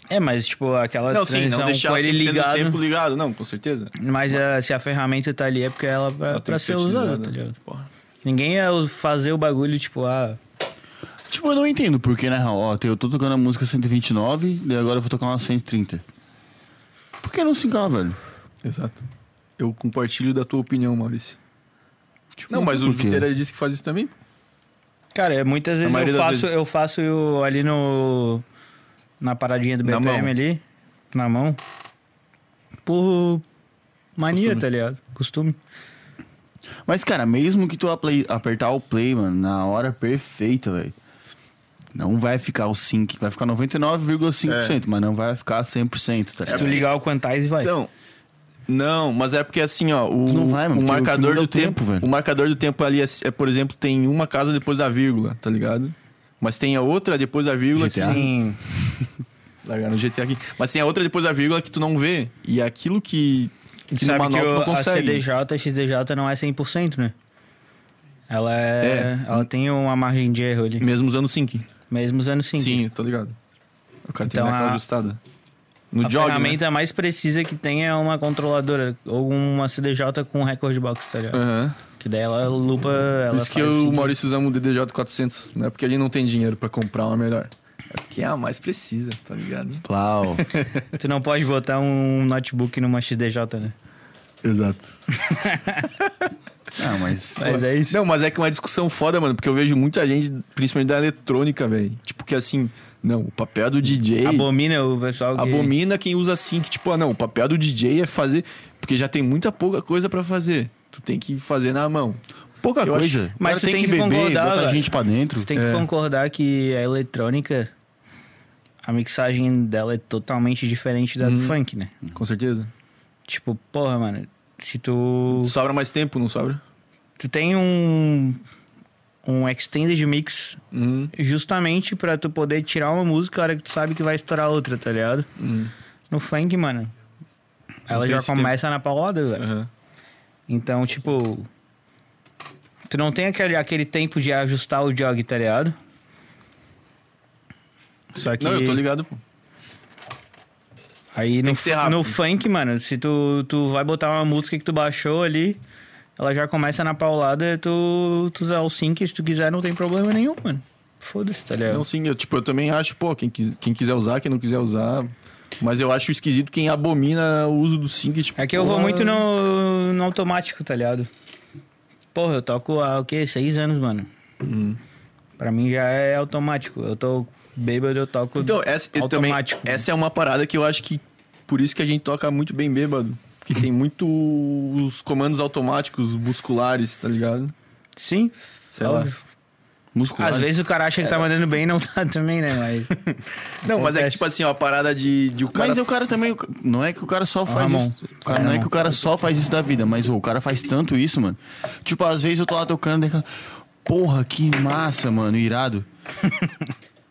S3: É, mas tipo, aquela
S2: Não, sim,
S3: transição
S2: não deixar
S3: com ele
S2: 100% do
S3: ligado.
S2: tempo ligado. Não, com certeza.
S3: Mas eh, se a ferramenta tá ali é porque ela é pra,
S2: Ela tem
S3: pra
S2: que
S3: ser usada,
S2: utilizada.
S3: tá ligado?
S2: Porra.
S3: Ninguém ia us- fazer o bagulho, tipo, ah,
S1: Tipo, eu não entendo porque, né? Ó, eu tô tocando a música 129 e agora eu vou tocar uma 130. Por que não 5K, velho?
S2: Exato. Eu compartilho da tua opinião, Maurício.
S1: Tipo,
S2: Não, mas o
S1: por quê?
S2: Viteira disse que faz isso também.
S3: cara, é, muitas vezes
S2: maioria
S3: eu
S2: das
S3: faço,
S2: vezes.
S3: eu faço eu- ali no na paradinha do
S2: Na
S3: BPM
S2: mão.
S3: ali, na mão. Por mania,
S2: Costume.
S3: tá ligado? Costume.
S1: Mas, cara, mesmo que tu aplay- apertar o play, mano, na hora perfeita, velho. Não vai ficar o sync. Vai ficar 99,5%, mas não vai ficar 100%, tá
S3: Se tu
S1: ligado?
S3: ligar o Quantize, vai.
S2: É, Então, não, mas é porque assim, ó, o,
S1: Não vai, mano, porque
S2: o
S1: o
S2: marcador
S1: primeiro é
S2: do
S1: o
S2: tempo,
S1: tempo, velho.
S2: o marcador do tempo ali é, é, por exemplo, tem uma casa depois da vírgula, tá ligado? Mas tem a outra depois da vírgula,
S1: GTA.
S2: que
S3: Sim.
S2: largaram o GTA aqui. Mas tem a outra depois da vírgula que tu não vê e é aquilo que, que
S3: Sabe
S2: no manual
S3: que
S2: tu não
S3: o- a
S2: consegue.
S3: CDJ, a XDJ não é 100%, né? Ela é,
S2: É.
S3: Ela tem uma margem de erro ali.
S2: Mesmo usando sync.
S3: Mesmo usando 5.
S2: Sim, tô ligado. O cara tem
S3: Então,
S2: que dar aquela
S3: a-
S2: ajustada. No né?
S3: a
S2: jogging,
S3: ferramenta mais precisa que tem é uma controladora ou uma CDJ com record box, tá ligado?
S2: Aham.
S3: Que daí ela lupa. Ela
S2: É. Por isso que
S3: faz
S2: eu,
S3: assim,
S2: o Maurício usamos o DDJ 400, não é porque a gente não tem dinheiro pra comprar uma melhor. É porque é a mais precisa, tá ligado?
S1: Plau.
S3: Tu não pode botar um notebook numa XDJ, né?
S2: Exato.
S1: Ah, mas.
S3: Mas é isso.
S2: Não, mas é que é uma discussão foda, mano, porque eu vejo muita gente, principalmente da eletrônica, velho. Tipo que assim, não, o papel do DJ.
S3: Abomina o pessoal. que-
S2: Abomina quem usa assim, que tipo, ah, não, o papel do DJ é fazer. Porque já tem muita pouca coisa pra fazer. Tu tem que fazer na mão.
S1: Pouca
S2: Eu
S1: coisa.
S2: acho-
S1: O
S3: Mas
S1: cara
S3: tu tem que concordar,
S1: botar
S3: velho.
S1: gente pra dentro.
S3: Tu tem que
S2: É.
S3: concordar que a eletrônica, a mixagem dela é totalmente diferente da do
S2: Uhum.
S3: funk, né?
S2: Com certeza.
S3: Tipo, porra, mano, se tu.
S2: Sobra mais tempo, não sobra?
S3: Tu tem um. Um extended mix
S2: Uhum.
S3: justamente pra tu poder tirar uma música a hora que tu sabe que vai estourar outra, tá ligado?
S2: Uhum.
S3: No funk, mano. Ela
S2: tem
S3: já
S2: esse tempo. É.
S3: começa na paulada, velho.
S2: Aham.
S3: Então, tipo. Tu não tem aquele, aquele tempo de ajustar o jog, tá ligado? Só É que.
S2: Não, eu tô ligado, pô.
S3: Aí no,
S2: que ser rápido.
S3: no funk, mano, se tu, tu vai botar uma música que tu baixou ali, ela já começa na paulada, tu, tu usar o sync, se tu quiser, não tem problema nenhum, mano. Foda-se, tá ligado?
S2: Então, sim, eu, tipo, eu também acho, pô, quem, quis- quem quiser usar, quem não quiser usar. Mas eu acho esquisito quem abomina o uso do sync. Tipo,
S3: É que eu vou
S2: porra.
S3: muito no, no automático, tá ligado? Porra, eu toco há o quê? Seis anos, mano.
S2: Hum.
S3: Pra mim já é automático. Eu tô bêbado, eu toco
S2: Então, essa, eu também,
S3: automático. né?
S2: essa é uma parada que eu acho que. Por isso que a gente toca muito bem bêbado. Que tem muito os comandos automáticos musculares, tá ligado?
S3: Sim,
S2: Sei lá. É.
S3: óbvio.
S1: Muscular.
S3: Às vezes o cara acha que tá mandando bem e não tá também, né? Mas.
S2: Não, mas é que,
S3: Acontece.
S2: tipo assim, ó, a parada de, de o cara.
S1: Mas o cara também. Não é que o cara só faz
S3: Ah, Ramon.
S1: isso. o cara- não é que o cara só faz isso da vida, mas ô, o cara faz tanto isso, mano. Tipo, às vezes eu tô lá tocando. daí cara, Porra, que massa, mano, irado.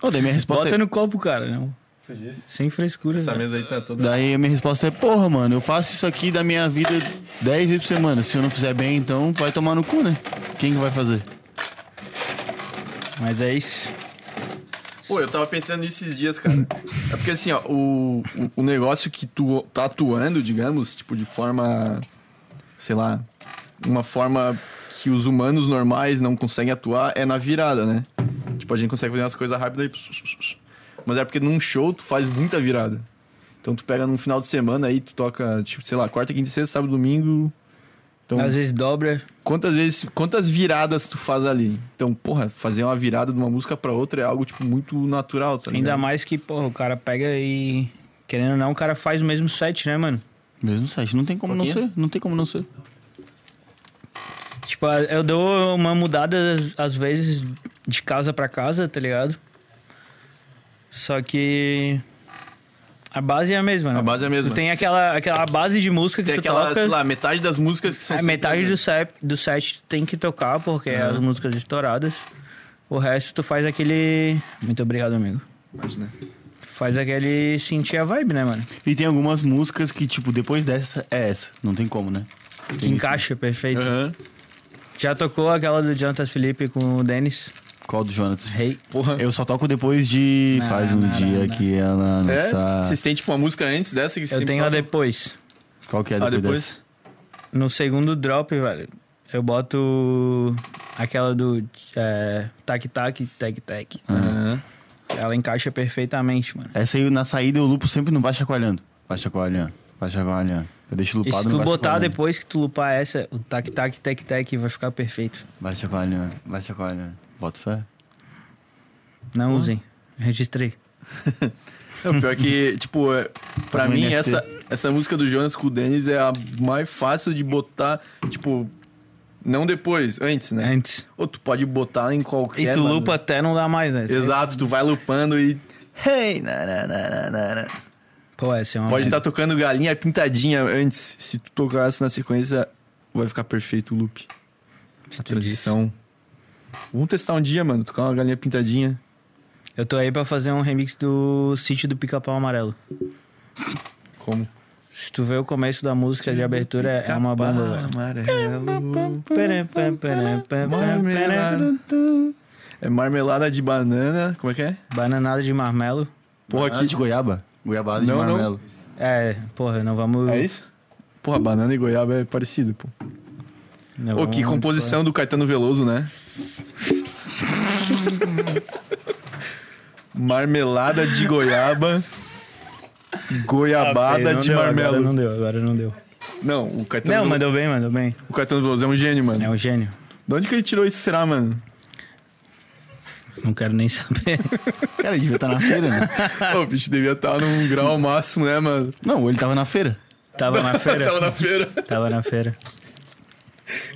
S1: Ô, daí minha
S2: tipo,
S1: resposta
S3: Bota
S1: é,
S3: no copo, cara. Não. Sem frescura, velho.
S2: mesa aí tá toda.
S1: Daí a minha resposta é, porra, mano, eu faço isso aqui da minha vida 10 vezes por semana. Se eu não fizer bem, então vai tomar no cu, né? Quem que vai fazer?
S3: Mas é isso.
S2: Pô, eu tava pensando nisso esses dias, cara. É porque assim, ó, o, o, o negócio que tu tá atuando, digamos, tipo, de forma. Sei lá. Uma forma que os humanos normais não conseguem atuar é na virada, né? Tipo, a gente consegue fazer umas coisas rápidas aí. Mas é porque num show tu faz muita virada. Então tu pega num final de semana aí, tu toca, tipo, sei lá, quarta, quinta, sexta, sábado, domingo. Então,
S3: Às vezes dobra.
S2: quantas vezes, quantas viradas tu faz ali? Então, porra, fazer uma virada de uma música pra outra é algo tipo muito natural, tá
S3: Ainda
S2: ligado?
S3: mais que, porra, o cara pega e. Querendo ou não, o cara faz o mesmo set, né, mano?
S1: Mesmo site, não tem como não
S2: Pouquinho.
S1: ser. Não tem como não ser.
S3: Tipo, a- eu dou uma mudada às- às vezes de casa pra casa, tá ligado? Só que a base é a mesma, né?
S2: A base é a mesma.
S3: Tu tem aquela, aquela base de música que
S2: Tem
S3: tu
S2: aquela,
S3: toca.
S2: sei lá, metade das músicas que são
S3: é,
S2: sempre-
S3: metade do set, do set tu tem que tocar, porque é as músicas estouradas. O resto tu faz aquele. Muito obrigado, amigo.
S2: Imagina.
S3: Faz aquele sentir a vibe, né, mano?
S1: E tem algumas músicas que, tipo, depois dessa é essa. Não tem como, né?
S3: Que encaixa perfeito.
S2: Aham.
S3: Já tocou aquela do Jonathan Felipe com o Denis?
S1: Qual do Jonas?
S3: Rei.
S2: Porra.
S1: Eu só toco depois de.
S3: Não,
S1: Faz um
S3: não,
S1: dia
S3: não, não.
S1: que ela não
S2: É?
S1: sabe.
S2: Vocês têm tipo uma música antes dessa que
S3: Eu
S2: sempre
S3: tenho a
S2: tocam?
S3: depois.
S1: Qual que é
S2: Ah,
S1: depois, dessa?
S2: depois?
S3: No segundo drop, velho, eu boto aquela do é, tac tac, tac tac.
S2: Aham.
S3: Ela encaixa perfeitamente, mano.
S1: Essa aí na saída eu lupo sempre no vai chacoalhando. Vai chacoalhando. Vai chacoalhando. Eu deixo
S3: E
S1: lupado
S3: se
S1: no
S3: tu
S1: vai
S3: botar
S2: né?
S1: chacoalhando.
S3: depois que tu lupar essa, o tac tac, tac tac vai ficar perfeito.
S1: Vai chacoalhando. Vai chacoalhando. Bota fé.
S3: Não usem. Registrei.
S2: É, o pior que, tipo, é, pra
S1: um
S2: mim
S1: NFT.
S2: essa, essa música do Jonas com o Dennis é a mais fácil de botar, tipo, não depois, antes, né?
S3: Antes.
S2: Ou tu pode botar em qualquer.
S3: É. E tu
S2: é, mano.
S3: lupa até não dá mais, né?
S2: Exato, tu vai lupando e. Hey, na, na, na, na, na, na.
S3: Pô, essa é uma.
S2: Pode
S3: merda.
S2: estar tocando galinha pintadinha antes. Se tu tocasse na sequência, vai ficar perfeito o loop. A transição. Vamos testar um dia, mano. Tocar uma galinha pintadinha.
S3: Eu tô aí pra fazer um remix do Sítio do Pica-Pau Amarelo.
S2: Como?
S3: Se tu vê o começo da música de abertura, é uma bomba, velho.
S2: Amarelo.
S3: Pera, pera, pera, pera, pera, pera.
S2: Marmelada. É marmelada de banana. Como é que é?
S3: Bananada de marmelo.
S2: Porra,
S1: Aqui
S2: que
S1: Ah, de goiaba. Goiabada de
S2: Não, não.
S1: marmelo.
S3: É, porra, não vamos.
S2: É isso? Porra, banana e goiaba é parecido, pô.
S3: não
S2: Ô,
S3: vamos
S2: que composição do Caetano Veloso, né? Marmelada de goiaba.
S3: Ah, feio,
S2: Goiabada
S3: não
S2: de
S3: deu, Agora
S2: marmelo.
S3: não deu, agora não deu.
S2: Não, o Caetano,
S3: Não,
S2: Veloso-
S3: mandou bem, mandou bem.
S2: o Caetano Veloso é um gênio, mano.
S3: É um gênio.
S2: De onde que ele tirou isso, será, mano?
S3: Não quero nem saber.
S1: Cara, ele devia estar na feira, né?
S2: Ô, o bicho devia estar num grau máximo, né, mano?
S1: Não, ele tava na feira.
S3: Tava na
S2: Tava
S3: feira.
S2: na feira.
S3: Tava na feira.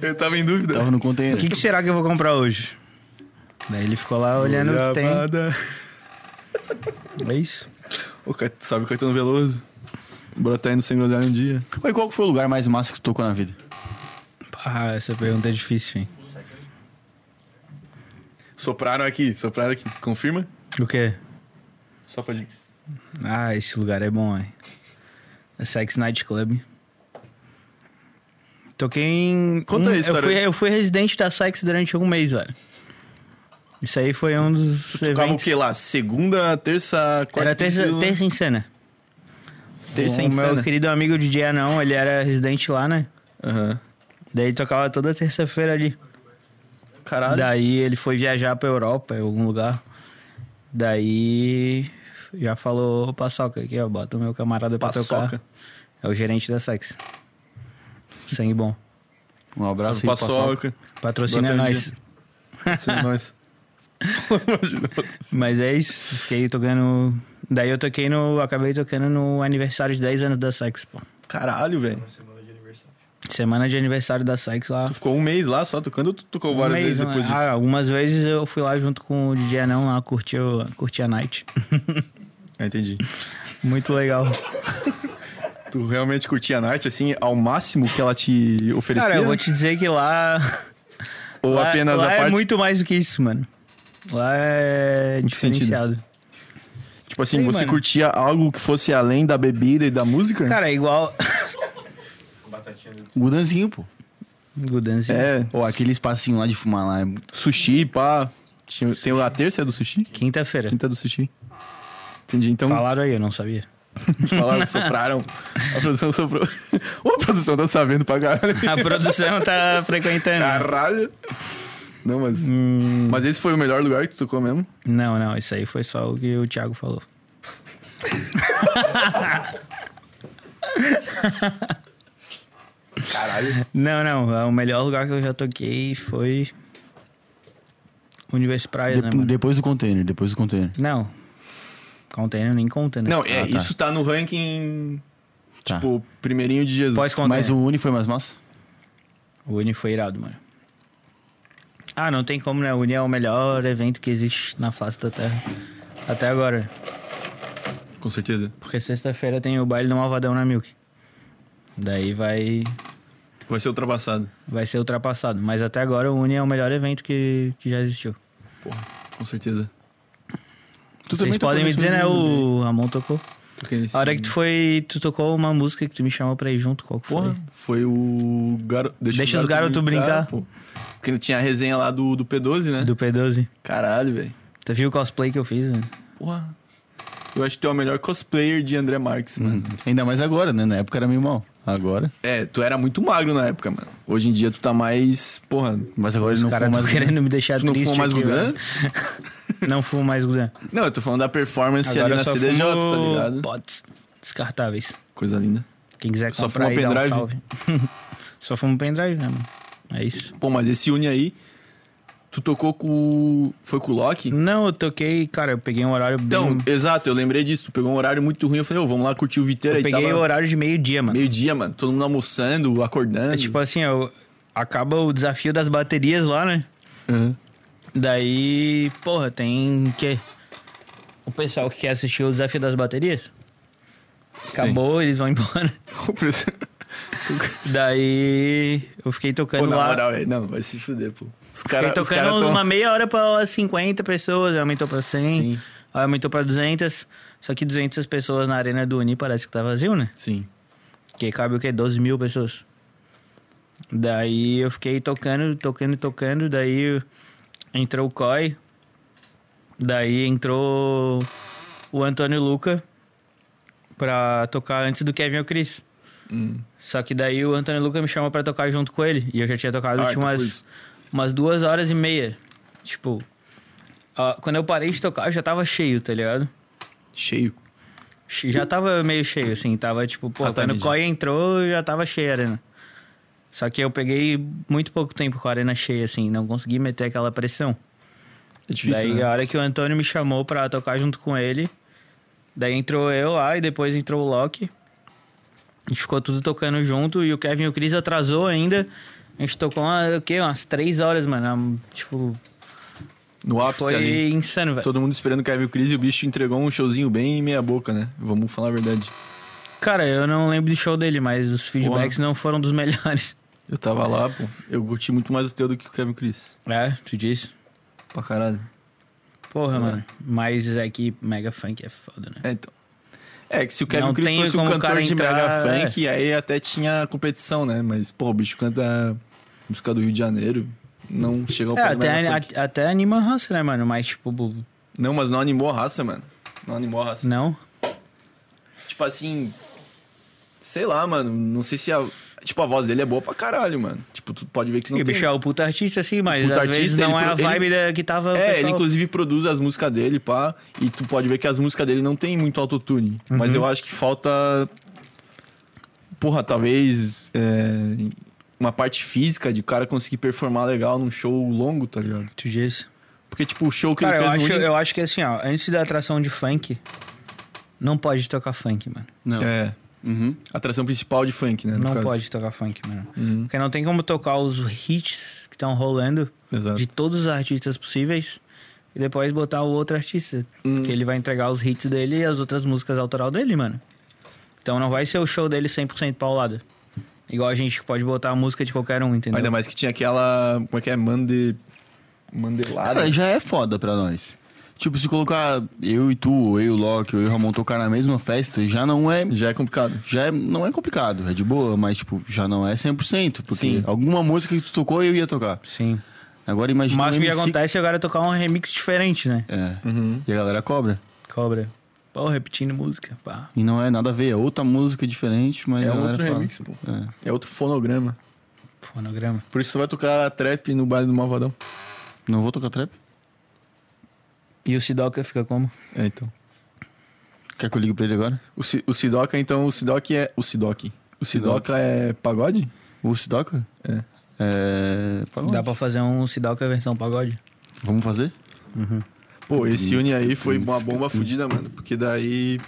S2: Eu tava em dúvida.
S1: Tava no
S3: O que,
S1: container.
S3: que será que eu vou comprar hoje? Daí ele ficou lá olhando o que tem.
S2: Goiabada.
S3: É isso.
S2: Ô, Ca- salve Caetano Veloso. Bora tá indo sem grudar um dia.
S1: Oi, qual que foi o lugar mais massa que tu tocou na vida?
S3: Ah, essa pergunta é difícil, hein?
S2: Sopraram aqui, sopraram aqui. Confirma?
S3: O quê?
S2: Só pra...
S3: Ah, esse lugar é bom, hein? É Sex Night Club. Toquei em.
S2: Conta
S3: um,
S2: aí,
S3: eu
S2: história.
S3: fui, eu fui residente da Sex durante um mês, velho. Isso aí foi um dos
S2: Tocava o
S3: eventos.
S2: que lá? Segunda, terça, quarta...
S3: Era terça,
S2: quinta?
S3: terça em cena.
S2: um, né? Terça
S3: o
S2: em
S3: meu
S2: cena.
S3: querido amigo DJ Anão, ele era residente lá, né?
S2: Aham.
S3: Daí ele tocava toda terça-feira ali.
S2: Caralho.
S3: Daí ele foi viajar pra Europa, em algum lugar. Daí já falou, "Ô, Paçoca, aqui ó, bota o meu camarada pra
S2: Paçoca.
S3: tocar. É o gerente da Sex. Sangue bom.
S1: Um abraço aí, pessoal.
S2: Paçoca. é
S3: Patrocina
S2: Bota um
S3: nós.
S2: Sim, nós. Imagina.
S3: Mas é isso, fiquei tocando... Daí eu toquei no... Acabei tocando no aniversário de 10 anos da Sex, pô.
S2: Caralho, velho.
S3: Semana de aniversário da Sex lá.
S2: Tu ficou um mês lá só tocando ou tu tocou várias
S3: Um mês,
S2: vezes depois
S3: né?
S2: disso?
S3: Ah, algumas vezes eu fui lá junto com o DJ Anão lá, curti, o- curti a night.
S2: Ah, entendi.
S3: Muito legal.
S2: Tu realmente curtia a night, assim, ao máximo que ela te oferecia?
S3: Cara, eu vou te dizer que lá...
S2: Ou
S3: lá-
S2: apenas
S3: lá
S2: a parte...
S3: é muito mais do que isso, mano. Lá é
S2: Em que sentido?
S3: diferenciado.
S2: Tipo assim,
S3: Sei,
S2: você
S3: mano.
S2: curtia algo que fosse além da bebida e da música?
S3: Cara, é igual...
S1: Gudanzinho, pô.
S3: Gudance.
S2: é.
S1: Ou aquele espacinho lá de fumar lá. é muito-
S2: Sushi, pá. Tinha- Tem a terça é do sushi?
S3: Quinta-feira.
S2: Quinta é do sushi. Entendi. Então,
S3: Falaram aí, eu não sabia.
S2: falaram, sopraram. A produção soprou. Ô, a produção tá sabendo pra caralho.
S3: A produção tá frequentando.
S2: Caralho. Não, mas.
S3: Hum.
S2: Mas esse foi o melhor lugar que tu tocou mesmo?
S3: Não, não, isso aí foi só o que o Thiago falou.
S2: Caralho.
S3: Não, não, o melhor lugar que eu já toquei foi. Universo Praia, né,
S1: De-
S3: mano?
S1: depois do container, depois do container.
S3: Não. Container nem conta, né?
S2: Não, é,
S1: Ah, tá.
S2: isso tá no ranking.
S1: Tá.
S2: Tipo, primeirinho de Jesus.
S3: Pós container.
S1: Mas o Uni foi mais massa?
S3: O Uni foi irado, mano. Ah, não tem como, né? O Uni é o melhor evento que existe na face da Terra. Até agora.
S2: Com certeza.
S3: Porque sexta-feira tem o baile do Malvadão na Milk. Daí vai,
S2: Vai ser ultrapassado.
S3: vai ser ultrapassado. Mas até agora o Uni é o melhor evento que, que já existiu.
S2: Com certeza.
S1: Tu
S3: Vocês
S1: também tá tocou
S3: podem me
S1: nesse
S3: dizer, né?
S1: mesmo-
S3: O Ramon tocou.
S2: Toquei nesse-
S3: A hora que tu foi, tu tocou uma música que tu me chamou pra ir junto. Qual que foi?
S2: Porra, foi o garo...
S3: Deixa os
S2: garoto
S3: garoto brincar.
S2: pô. Porque tinha a resenha lá do, do P12, né?
S3: Do P12.
S2: Caralho, velho.
S3: Tu viu o cosplay que eu fiz? né?
S2: Porra. Eu acho que tu é o melhor cosplayer de André Marques, mano.
S1: Hum, Ainda mais agora, né? Na época era meio mal. Agora.
S2: É, tu era muito magro na época, mano. Hoje em dia tu tá mais. Porra.
S1: Mas agora ele
S3: Os
S1: não
S3: caras
S1: foi
S3: tão
S1: mais.
S3: tá querendo me deixar
S2: Tu não
S3: triste
S2: fuma mais
S3: aqui, né?
S2: Gudan?
S3: velho. Não fumo mais Gudan.
S2: Não, eu tô falando da performance ali na
S3: só
S2: CDJ,
S3: fumo
S2: tá ligado?
S3: Pots descartáveis.
S2: Coisa linda.
S3: Quem quiser
S2: Só
S3: comprar
S2: fuma
S3: aí, dá um
S2: pendrive?
S3: salve. Só fumo pendrive, né, mano? É isso.
S2: Pô, mas esse Uni aí. Tu tocou com. o- Foi com o Loki?
S3: Não, eu toquei... Cara, eu peguei um horário bem...
S2: Então, exato, eu lembrei disso. Tu pegou um horário muito ruim. Eu falei, ô, vamos lá curtir o Viteira
S3: eu
S2: e
S3: peguei o
S2: tava
S3: horário de meio-dia, mano.
S2: meio-dia, mano. Todo mundo almoçando, acordando.
S3: É tipo assim, eu... Acaba o desafio das baterias lá, né?
S2: Aham.
S3: Daí, porra, tem que o pessoal que quer assistir o desafio das baterias. Acabou, eles vão embora.
S2: O pessoal-
S3: Daí eu fiquei tocando
S2: Pô, na
S3: lá.
S2: moral, velho, não, vai se fuder, pô. Os
S3: fiquei
S2: caras os
S3: tocando
S2: cara tão...
S3: uma meia hora pra 50 pessoas, aí aumentou pra 100,
S2: Sim.
S3: aí aumentou pra 200. Só que 200 pessoas na arena do Uni parece que tá vazio, né?
S2: Sim.
S3: Que cabe o quê? 12 mil pessoas. Daí eu fiquei tocando, tocando, tocando. Daí entrou o COI. Daí entrou o Antônio Luca. pra tocar antes do Kevin e o Chris.
S6: Hum.
S3: Só que daí o Antônio Luca me chamou pra tocar junto com ele. E eu já tinha tocado
S6: Ah,
S3: tinha
S6: então foi
S3: umas,
S6: isso.
S3: umas duas horas e meia. Tipo, ah, quando eu parei de tocar, já tava cheio, tá ligado?
S2: Cheio.
S3: Che- Já tava meio cheio, assim. Tava tipo, pô,
S2: Ah, tá,
S3: quando o
S2: entendi.
S3: Coy entrou, já tava cheia a arena. Só que eu peguei muito pouco tempo com a arena cheia, assim. Não consegui meter aquela pressão.
S2: É difícil,
S3: daí
S2: né?
S3: a hora que o Antônio me chamou pra tocar junto com ele, daí entrou eu lá e depois entrou o Loki. A gente ficou tudo tocando junto e o Kevin e o Chris atrasou ainda. A gente tocou uma, o quê? umas três horas, mano. Tipo,
S2: No ápice
S3: foi
S2: ali.
S3: insano, velho.
S2: Todo mundo esperando o Kevin e o Chris e o bicho entregou um showzinho bem meia boca, né? Vamos falar a verdade.
S3: Cara, eu não lembro do show dele, mas os feedbacks não foram dos melhores.
S2: Eu tava lá, pô. Eu curti muito mais o teu do que o Kevin e o Chris.
S3: É, tu disse?
S2: Pra caralho.
S3: Porra,
S2: Sei lá.
S3: mano. Mas é que Mega Funk é foda, né?
S2: É, então. É que se o Kevin e
S3: Não
S2: o Chris
S3: tem
S2: fosse um
S3: como o
S2: cantor
S3: cara
S2: de
S3: entrar, é.
S2: mega funk, aí até tinha competição, né? Mas, pô, o bicho canta música do Rio de Janeiro. Não chegou ao
S3: É,
S2: pé do
S3: até,
S2: mega
S3: a,
S2: funk.
S3: até anima a raça, né, mano? Mas, tipo, bu-
S2: Não, mas não animou a raça, mano. Não animou a raça.
S3: não.
S2: Tipo assim. Sei lá, mano. Não sei se a. Tipo, a voz dele é boa pra caralho, mano. Tipo, tu pode ver que não
S3: E o
S2: tem.
S3: bicho é o puta artista, assim, mas
S2: Puta
S3: às vezes
S2: artista,
S3: não
S2: ele
S3: é a
S2: pro-
S3: vibe da que tava. o
S2: É, ele
S3: pessoal.
S2: inclusive produz as músicas dele, pá. E tu pode ver que as músicas dele não tem muito autotune.
S3: Uhum.
S2: Mas eu acho que falta. Porra, talvez. é, uma parte física de o cara conseguir performar legal num show longo, tá ligado?
S3: Tu diz.
S2: Porque, tipo, o show que
S3: Cara,
S2: ele
S3: eu
S2: fez
S3: acho,
S2: no Uni-
S3: eu acho que assim, ó, antes da atração de funk, não pode tocar funk, mano.
S1: Não.
S2: É.
S1: Uhum.
S2: Atração principal de funk, né? no
S3: Não
S2: caso.
S3: pode tocar funk, mano.
S2: Uhum,
S3: Porque não tem como tocar os hits que estão rolando
S2: Exato.
S3: de todos os artistas possíveis e depois botar o outro artista.
S2: Hum.
S3: Porque ele vai entregar os hits dele e as outras músicas autoral dele, mano. Então não vai ser o show dele 100% paulado. Igual a gente pode botar a música de qualquer um, entendeu?
S2: Ainda mais que tinha aquela. Como é que é? Mande. Mandelada.
S1: Cara, já é foda pra nós. Tipo, se colocar eu e tu, ou eu e o Loki, ou eu e o Ramon tocar na mesma festa, já não é.
S2: Já é complicado.
S1: Já é- não é complicado, é de boa, mas tipo, já não é 100%, porque
S2: Sim.
S1: alguma música que tu tocou eu ia tocar.
S3: Sim.
S1: Agora
S3: O
S1: imagina
S3: máximo
S1: um
S3: que
S1: MC
S3: acontece é agora tocar um remix diferente, né?
S1: É. E a galera cobra.
S3: Cobra. Pô, repetindo música, pá.
S1: E não é nada a ver, é outra música diferente, mas.
S2: É
S1: a galera
S2: outro
S1: fala.
S2: remix, pô.
S1: É.
S2: É outro fonograma.
S3: Fonograma.
S2: Por isso tu vai tocar trap no baile do Malvadão.
S1: Não vou tocar trap?
S3: E o Sidoca fica como?
S2: É, então.
S1: Quer que eu ligue pra ele agora?
S2: O, Si- o Sidoca, então, o Sidoc é. O Sidoc. O Sidoca é pagode?
S1: O Sidoca?
S2: É.
S1: É. pá,
S3: Dá pra fazer um Sidoca versão pagode?
S1: Vamos fazer?
S2: Pô, esse Uni aí foi uma bomba fodida, mano. Porque daí.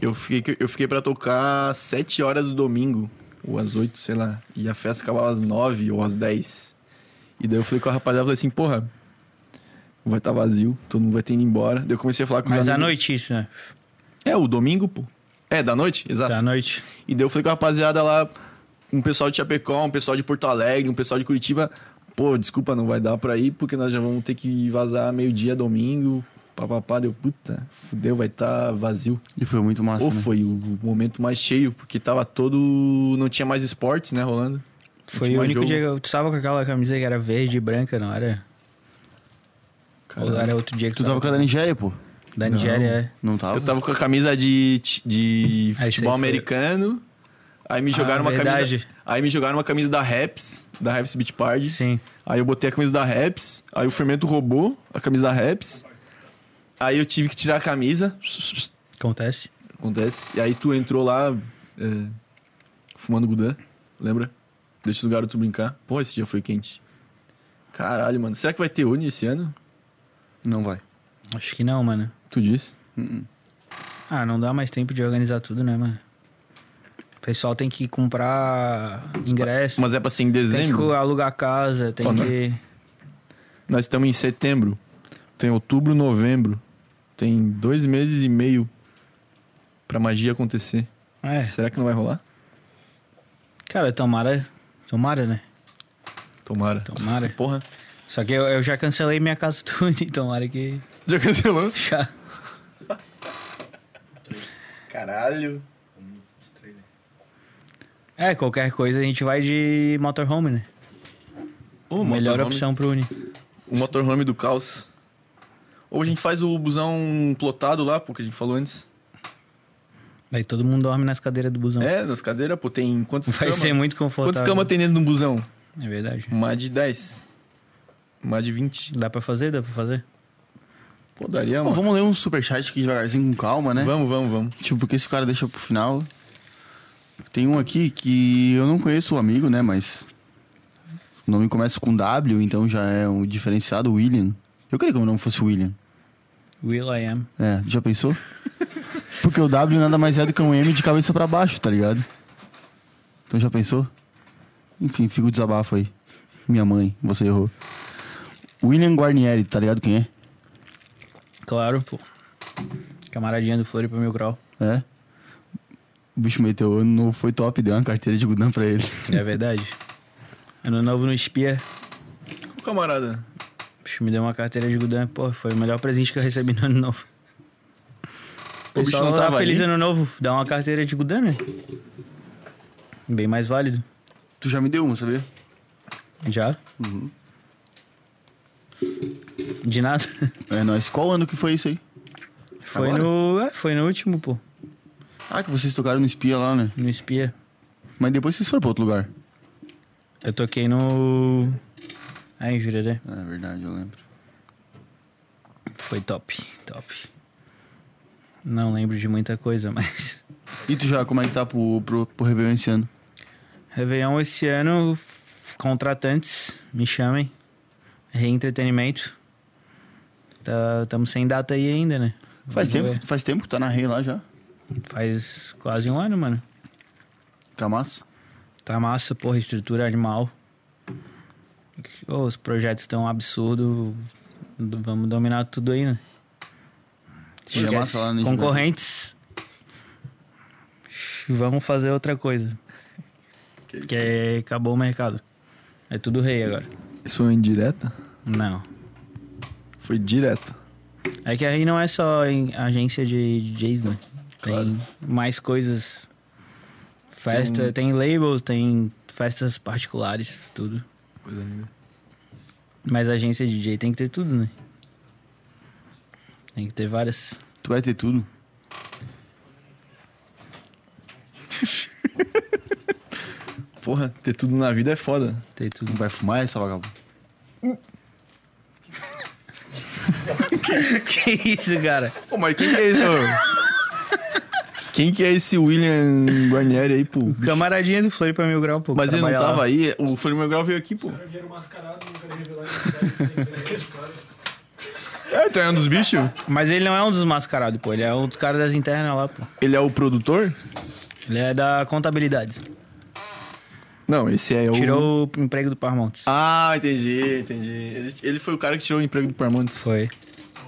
S2: Eu fiquei, eu fiquei pra tocar às 7 horas do domingo, ou às 8, sei lá. E a festa acabava às 9 ou às 10. E daí eu falei com a rapaziada, falei assim, porra, vai estar vazio, todo mundo vai ter ido embora. Daí eu comecei a falar com os
S3: Mas à
S2: amigos-
S3: noite isso, né?
S2: É, o domingo, pô. É, da noite? Exato.
S3: À noite.
S2: E daí eu falei com a rapaziada lá, um pessoal de Chapecó, um pessoal de Porto Alegre, um pessoal de Curitiba. Pô, desculpa, não vai dar pra ir, porque nós já vamos ter que vazar meio-dia, domingo. Papapá, deu puta, fudeu, vai estar vazio.
S1: E foi muito massa.
S2: Ou
S1: né?
S2: foi o momento mais cheio, porque tava todo. Não tinha mais esportes, né, rolando. Não
S3: Foi
S2: tinha
S3: o
S2: mais
S3: único
S2: jogo.
S3: dia que eu tu tava com aquela camisa que era verde e branca, não era? Ou
S2: Caralho.
S3: era outro dia que
S1: Tu tava com a da Nigéria, pô.
S3: Da Nigéria, é.
S1: Não tava?
S2: Eu tava com a camisa de, de
S3: Aí Ah, isso aí
S2: futebol
S3: foi- Ah,
S2: americano. Aí me jogaram uma
S3: verdade.
S2: camisa. Aí me jogaram uma camisa da Raps, da Raps Beach
S3: é.
S2: Party.
S3: Sim.
S2: Aí eu botei a camisa da Raps, aí o Fermento roubou a camisa da Raps. Aí eu tive que tirar a camisa.
S3: Acontece.
S2: Acontece. E aí tu entrou lá é, fumando Gudan, lembra? Deixa os garotos brincar. Pô, esse dia foi quente. Caralho, mano. Será que vai ter Uni esse ano?
S1: Não vai. Hum,
S3: Acho que não, mano.
S2: Tu disse?
S3: Ah, não dá mais tempo de organizar tudo, né, mano? O pessoal tem que comprar ingresso,
S2: Mas é pra ser em
S3: tem que
S2: dezembro?
S3: alugar casa, tem
S2: Ó, tá.
S3: que...
S2: Nós estamos em setembro. Tem outubro, novembro. Tem dois meses e meio pra magia acontecer.
S3: É,
S2: Será que não vai rolar?
S3: cara, tomara... Tomara, né?
S2: Tomara.
S3: Tomara.
S2: Porra.
S3: Só que eu, eu já cancelei minha casa tudo, então tomara que.
S2: Já cancelou?
S3: Já.
S2: Caralho.
S3: É, qualquer coisa a gente vai de motorhome, né?
S2: O
S3: Melhor
S2: motorhome,
S3: opção pro Uni.
S2: O motorhome do caos. Ou a gente faz o busão plotado lá, porque a gente falou antes.
S3: Daí todo mundo dorme nas cadeiras do busão.
S2: É, nas cadeiras, pô, tem quantas
S3: Vai
S2: camas?
S3: ser muito
S2: Quantas
S3: confortável.
S2: camas tem dentro de um busão?
S3: É verdade.
S2: Mais de 10. Mais de 20.
S3: Dá pra fazer? Dá pra fazer?
S2: Pô, daria,
S1: Bom,
S2: mano.
S1: vamos ler um superchat aqui devagarzinho, com calma, né?
S2: Vamos, vamos, vamos.
S1: Tipo, porque esse cara deixa pro final. Tem um aqui que eu não conheço o amigo, né? Mas. O nome começa com W, então já é um diferenciado, William. Eu queria que o nome fosse William.
S3: Will I am.
S1: É, já pensou? Porque o W nada mais é do que um M de cabeça pra baixo, tá ligado? Então já pensou? Enfim, fica o desabafo aí. Minha mãe, você errou. William Guarnieri, tá ligado quem é?
S3: Claro, pô. Camaradinha do Floripa Mil Grau.
S1: É? O bicho meteu ano novo, foi top, deu uma carteira de Gudan pra ele.
S3: É verdade. Ano novo no Espia.
S2: Ô, camarada.
S3: Bicho, me deu uma carteira de Gudan. Pô, foi o melhor presente que eu recebi no ano novo.
S2: O bicho não
S3: Pessoal lá,
S2: tava
S3: feliz
S2: ali?
S3: ano novo. Dá uma carteira de Gudan, né? Bem mais válido.
S1: Tu já me deu uma, sabia?
S3: Já?
S2: Uhum.
S3: De nada.
S1: É nóis. Qual ano que foi isso aí?
S3: Foi
S1: Agora?
S3: no. é, foi no último, pô.
S1: Ah, que vocês tocaram no Espia lá, né?
S3: No Espia.
S1: Mas depois vocês foram pra outro lugar.
S3: Eu toquei no. Aí, Jurerê.
S1: É verdade, eu lembro.
S3: Foi top, top. Não lembro de muita coisa, mas.
S1: E tu já, como é que tá pro, pro, pro Réveillon esse ano?
S3: Réveillon esse ano, contratantes, me chamem. Reentretenimento. Tá, tamo sem data aí ainda, né?
S1: Faz
S3: Vamos
S1: tempo, faz tempo que tá na rei lá já.
S3: ver. Faz quase um ano, mano.
S1: Tá massa.
S3: Tá massa, porra, estrutura animal. Ô, os projetos estão absurdos. Vamos dominar tudo aí, né?
S1: Já é massa lá no
S3: Concorrentes. Vamos fazer outra coisa.
S2: Que isso?
S3: Porque acabou o mercado. É tudo rei agora.
S2: Isso foi uma indireta?
S3: Não.
S2: Foi direto.
S3: É que a Rei não é só em agência de DJs, né? Tem
S2: Claro.
S3: mais coisas. Festa, tem... labels, tem festas particulares, tudo.
S2: Coisa linda.
S3: Mas agência de DJ tem que ter tudo, né? Tem que ter várias.
S1: Tu vai ter tudo.
S2: Porra, ter tudo na vida é foda.
S3: Ter tudo.
S1: Vai fumar essa vagabunda.
S3: que isso, cara?
S2: Pô, mas quem que é esse? quem que é esse William Guarnieri aí, pô?
S3: Camaradinha do Floripa Mil Grau, pô.
S2: Mas ele não
S3: trabalha
S2: tava
S3: lá.
S2: aí, o Flamengo Grau veio aqui, pô.
S5: Cara, vieram mascarado, não quero revelar identidade.
S2: É, então é um dos bichos?
S3: Mas ele não é um dos mascarados, pô. Ele é um dos caras das internas lá, pô.
S2: Ele é o produtor?
S3: Ele é da contabilidade.
S2: Não, esse é o.
S3: Tirou o emprego do Parmontes.
S2: Ah, entendi, entendi. Ele, ele foi o cara que tirou o emprego do Parmontes.
S3: Foi.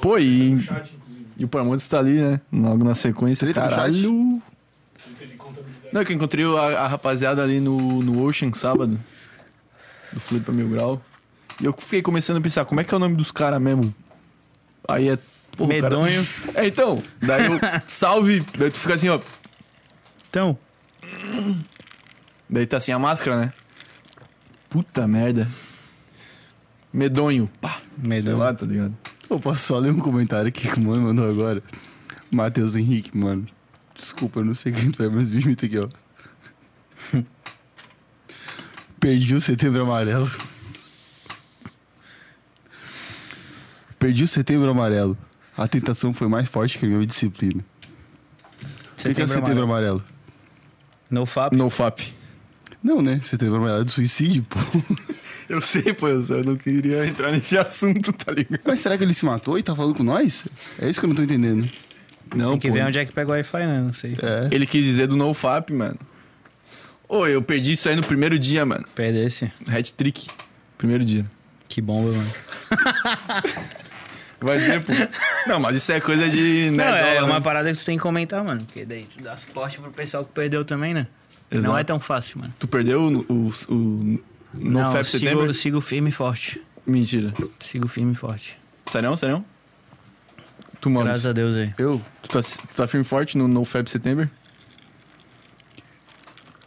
S2: Pô, e,
S5: Chat, inclusive,
S2: e o Parmontes tá ali, né? Logo na sequência.
S1: Ele tá no
S2: Caralho.
S5: ele teve contabilidade.
S2: Não, é que eu encontrei a, a rapaziada ali no, no Ocean sábado. Do Felipe Mil Grau. E eu fiquei começando a pensar, como é que é o nome dos caras mesmo? Aí é. Porra, o cara-
S3: Medonho.
S2: É, então. Daí eu. Salve! Daí tu fica assim, ó.
S3: Então,
S2: Daí tá assim a máscara, né? Puta merda. Medonho. Pá. Sei
S3: Medonho.
S2: lá, tá ligado?
S1: Eu posso só ler um comentário aqui que o mãe mandou agora. Matheus Henrique, mano. Desculpa, eu não sei quem tu é, mas bicho aqui, ó. Perdi o setembro amarelo. Perdi o setembro amarelo. A tentação foi mais forte que a minha disciplina. O que que é setembro amarelo?
S3: No FAP.
S2: Nofap.
S1: Não, né? Setembro amarelo é do suicídio, pô.
S2: Eu sei, pô, eu, só não queria entrar nesse assunto, tá ligado?
S1: Mas será que ele se matou e tá falando com nós? É isso que eu não tô entendendo.
S2: Não,
S3: Tem que ver onde é que pega o Wi-Fi, né? Não sei.
S1: É.
S2: Ele quis dizer do Nofap, mano. Ô, eu perdi isso aí no primeiro dia, mano.
S3: Perdesse.
S2: Hat trick. Primeiro dia.
S3: Que bomba, mano.
S2: Vai ver, pô. Não, mas isso é coisa de.
S3: Não,
S2: nerdola,
S3: é uma
S2: né?
S3: parada que tu tem que comentar, mano. Porque daí tu dá suporte pro pessoal que perdeu também, né? Não
S2: Exato.
S3: é tão fácil, mano.
S2: Tu perdeu o, o, o
S3: não,
S2: Nofap setembro?
S3: sigo, sigo firme e forte.
S2: Mentira.
S3: Sigo firme e forte.
S2: Sério, sério? Tu, mano.
S3: Graças a Deus aí.
S1: Eu?
S2: Tu tá, tu tá firme e forte no NoFap Setembro?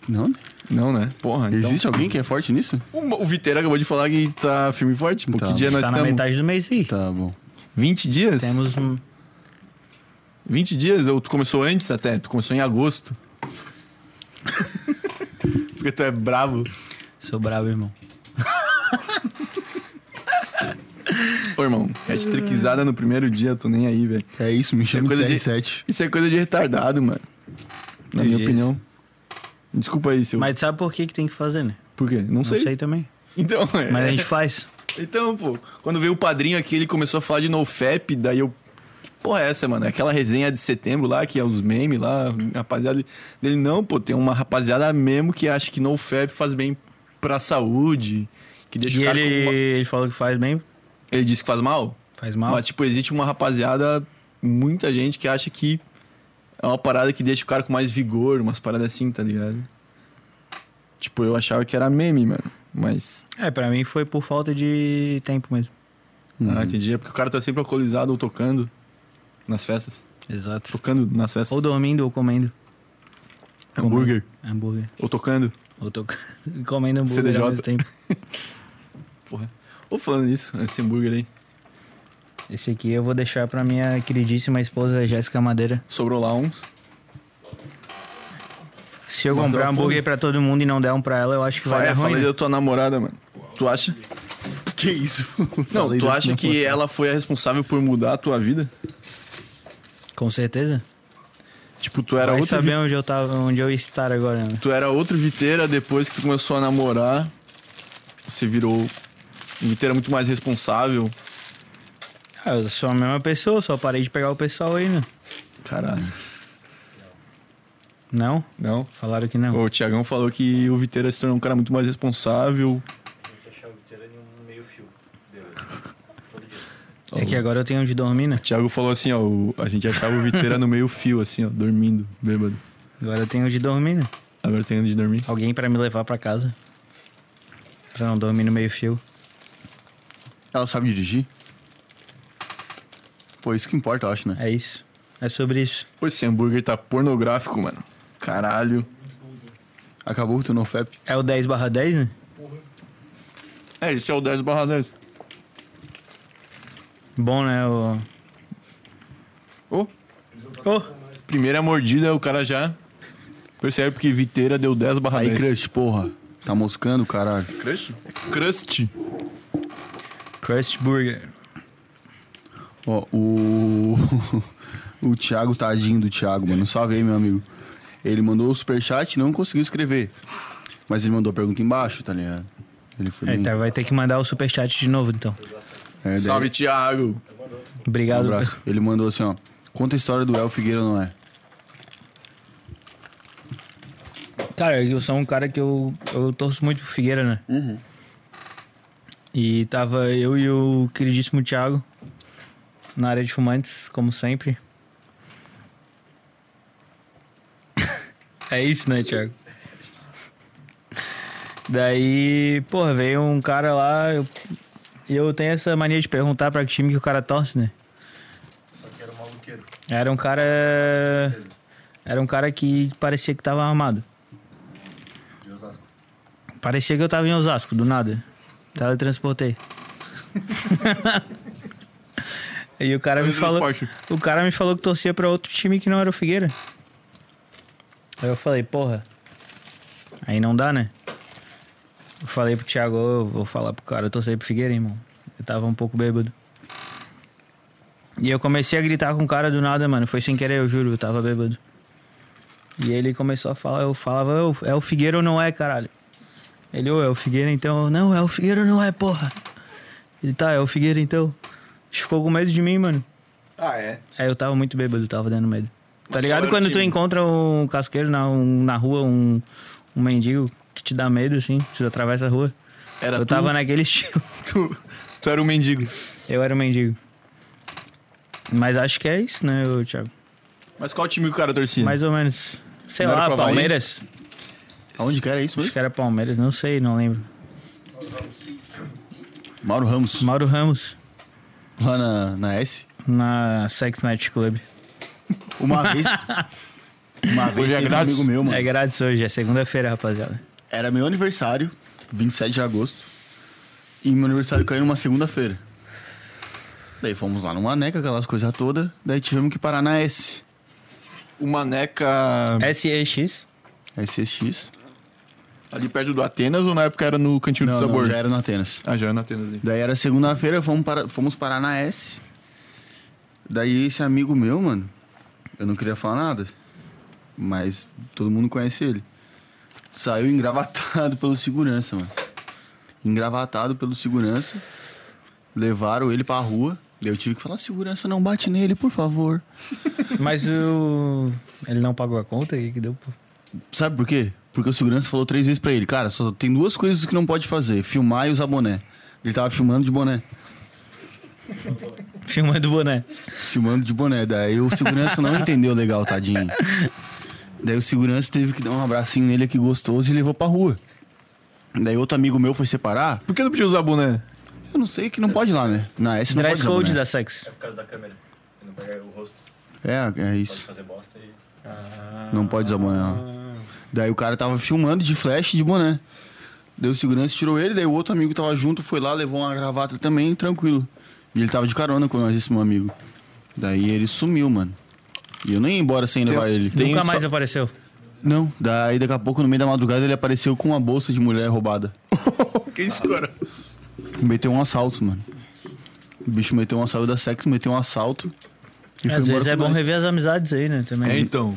S1: Não, né?
S2: Não, né? Porra, então...
S1: Existe alguém que é forte nisso?
S3: um-
S2: O, o Viteira acabou de falar que tá firme e forte. Pô,
S1: Tá,
S2: que dia
S3: Tá
S2: nós
S3: na
S2: estamos?
S3: metade do mês aí.
S1: Tá bom.
S2: 20 dias?
S3: Temos um.
S2: 20 dias? Ou tu começou antes até? Tu começou em agosto. Porque tu é bravo.
S3: Sou bravo, irmão.
S2: Ô, irmão, é de triquizada no primeiro dia, tô nem aí, velho.
S1: É isso, me chama de
S2: coisa de-
S1: CR7.
S2: Isso é coisa de retardado, mano. Na
S3: Tem
S2: minha
S3: jeito.
S2: opinião. Desculpa aí, seu.
S3: Mas sabe por que, que tem que fazer, né?
S2: Por quê? Não,
S3: Não
S2: sei.
S3: sei, também.
S2: Então, é.
S3: Mas a gente faz.
S2: Então, pô, quando veio o padrinho aqui, ele começou a falar de NoFap, daí eu. Que porra é essa, mano? Aquela resenha de setembro lá, que é os memes lá, rapaziada. Dele, não, pô, tem uma rapaziada mesmo que acha que NoFap faz bem pra saúde, que deixa
S3: E
S2: o cara.
S3: ele,
S2: com uma-
S3: ele falou que faz bem,
S2: Ele disse que faz mal?
S3: faz mal.
S2: Mas, tipo, existe uma rapaziada, muita gente que acha que é uma parada que deixa o cara com mais vigor, umas paradas assim, tá ligado? Tipo, eu achava que era meme, mano. Mas.
S3: É, pra mim foi por falta de tempo mesmo. Uhum.
S2: Ah, entendi. É porque o cara tá sempre alcoolizado ou tocando nas festas.
S3: Exato.
S2: Tocando nas festas.
S3: Ou dormindo ou comendo.
S2: hambúrguer.
S3: Hambúrguer.
S2: Ou tocando.
S3: Ou tô comendo hambúrguer
S2: CDJ.
S3: ao mesmo tempo.
S2: Porra. Ou falando isso, esse hambúrguer aí.
S3: Esse aqui eu vou deixar pra minha queridíssima esposa Jéssica Madeira.
S2: Sobrou lá uns.
S3: Se eu
S1: Mas
S3: comprar
S1: ela
S3: hambúrguer pra todo mundo e não der um pra ela, eu acho que vai
S2: Fala,
S3: dar ruim.
S2: fala
S3: né?
S2: da tua namorada, mano. Tu acha?
S1: Que isso?
S2: Não,
S1: Hum. Falei
S2: tu
S1: desse
S2: acha
S1: não.
S2: que ela foi a responsável por mudar a tua vida?
S3: Com certeza.
S2: Tipo, tu era
S3: vai
S2: outra
S3: saber onde eu tava, onde eu estar agora, né?
S2: Tu era outro Viteira depois que tu começou a namorar. Você virou um Viteira muito mais responsável.
S3: Ah, eu sou a mesma pessoa, só parei de pegar o pessoal aí, né?
S2: Caralho.
S3: Não?
S2: Não?
S3: Falaram que não.
S2: O Tiagão falou que o Viteira se tornou um cara muito mais responsável.
S5: um
S3: É que agora eu tenho onde dormir, né?
S2: O Thiago falou assim, ó, o- a gente achava o Viteira no meio fio, assim, ó, dormindo, bêbado.
S3: Agora eu tenho onde dormir, né?
S2: Agora tem onde dormir.
S3: Alguém pra me levar pra casa. Pra não dormir no meio fio.
S1: Ela sabe dirigir? Pô, isso que importa, eu acho, né?
S3: É isso. É sobre isso.
S2: Pô, esse hambúrguer tá pornográfico, mano. Caralho.
S1: Acabou o teu NoFap.
S3: É o 10 barra 10, né?
S2: É, esse é o 10 barra 10.
S3: Bom, né? O...
S2: Ô,
S3: Oh,
S2: primeira mordida, o cara já percebe porque Viteira deu 10 barra
S1: Aí,
S2: 10.
S1: crush, porra. Tá moscando, caralho.
S2: Crust? Crust.
S3: Crust Burger.
S1: Ó, o. o Thiago, tadinho do Thiago, mano. Salve aí, meu amigo. Ele mandou o superchat e não conseguiu escrever. Mas ele mandou a pergunta embaixo, tá ligado? Ele foi
S3: É,
S1: bem-
S3: tá, vai ter que mandar o superchat de novo, então.
S1: É, daí-
S2: Salve, Thiago.
S1: Um
S3: Obrigado.
S1: abraço. Ele mandou assim, ó. Conta a história do El Figueira, não é?
S3: Cara, eu sou um cara que eu, eu torço muito pro Figueira, né? E tava eu e o queridíssimo Thiago na área de fumantes, como sempre. é isso, né, Thiago? Daí, porra, veio um cara lá. Eu, eu tenho essa mania de perguntar pra que time que o cara torce, né?
S4: Só que era um maluqueiro.
S3: Era um cara. Era um cara que parecia que tava armado.
S4: De Osasco.
S3: Parecia que eu tava em Osasco, do nada. Teletransportei. e o cara Tá me falou.
S2: Teletransporte.
S3: O cara me falou que torcia pra outro time que não era o Figueira. Aí eu falei, porra. Aí não dá, né? Eu falei pro Thiago, "Ô, eu vou falar pro cara, eu torci pro Figueira, irmão. Eu tava um pouco bêbado. E eu comecei a gritar com o cara do nada, mano. Foi sem querer, eu juro, eu tava bêbado. E ele começou a falar, eu falava, "Ô, é o Figueira ou não é, caralho? Ele, ô, é o Figueira então? Eu, Não, é o Figueira ou não é, porra? Ele, tá, é o Figueira então. Ficou com medo de mim, mano.
S2: Ah, é?
S3: É, eu tava muito bêbado, tava dando medo. Tá
S2: Mas qual
S3: ligado
S2: era
S3: quando
S2: o
S3: tu
S2: time?
S3: encontra um casqueiro na, um- na rua, um, um mendigo que te dá medo, assim, tu atravessa a rua?
S2: Era
S3: eu
S2: tu,
S3: tava naquele estilo.
S2: tu, tu era um mendigo.
S3: Eu era um mendigo. Mas acho que é isso, né, ô, Thiago?
S2: Mas qual time que o cara torcia?
S3: Mais ou menos. Sei
S2: Não era
S3: lá,
S2: pro Havaí?
S3: Palmeiras?
S1: Aonde que era isso
S3: Acho
S1: mesmo?
S3: que era Palmeiras, não sei, não lembro.
S1: Mauro Ramos,
S3: Mauro Ramos,
S1: lá na, na S.
S3: na Sex Night Club.
S1: Uma vez. Uma vez
S2: Hoje é
S1: teve um
S2: grátis?
S1: amigo meu, mano.
S3: É grátis hoje, é segunda-feira, rapaziada.
S1: Era meu aniversário, 27 de agosto. E meu aniversário caiu numa segunda-feira. Daí fomos lá no Maneca, aquelas coisas todas. Daí tivemos que parar na S.
S2: O Maneca
S3: SEX.
S1: SX.
S3: É.
S2: ali perto do Atenas ou na época era no Cantinho
S1: Não,
S2: do
S1: não,
S2: Sabor?
S1: já era no Atenas.
S2: Ah, já era no Atenas. hein?
S1: Daí era segunda-feira, fomos, para, fomos parar na S. Daí esse amigo meu, mano, eu não queria falar nada, mas todo mundo conhece ele. Saiu engravatado pelo segurança, mano. Engravatado pelo segurança. Levaram ele pra rua. Daí eu tive que falar, segurança, não bate nele, por favor.
S3: Mas o. Ele não pagou a conta? O que, que deu? pô?
S1: Sabe por quê? Porque o segurança falou três vezes pra ele, cara, só tem duas coisas que não pode fazer, filmar e usar boné. Ele tava filmando de boné.
S3: Filmando o boné.
S1: Filmando de boné. Daí o segurança não entendeu legal, tadinho. Daí o segurança teve que dar um abracinho nele aqui gostoso e levou pra rua. Daí outro amigo meu foi separar.
S2: Por que não podia usar boné?
S1: Eu não sei que não pode lá, né? Na S não
S3: Dress
S1: pode
S3: code
S1: lá,
S3: da Sex.
S7: Por causa da câmera. Não pega o rosto,
S1: É, é
S7: pode
S1: isso.
S7: fazer bosta Ah. e.
S1: Não pode usar boné lá. Daí o cara tava filmando de flash de boné. Daí o segurança tirou ele, daí o outro amigo que tava junto foi lá, levou uma gravata também, tranquilo. E ele tava de carona com nós, esse meu amigo. Daí ele sumiu, mano. E eu nem ia embora sem
S3: um-
S1: levar ele.
S3: Nunca mais apareceu.
S1: Não, daí daqui a pouco, no meio da madrugada, ele apareceu com uma bolsa de mulher roubada.
S2: Que isso, cara?
S1: Meteu um assalto, mano. O bicho meteu um assalto da sexo, meteu um assalto. E
S3: Às vezes
S1: com
S3: é bom
S1: nós.
S3: rever as amizades aí, né? Também.
S2: É, então.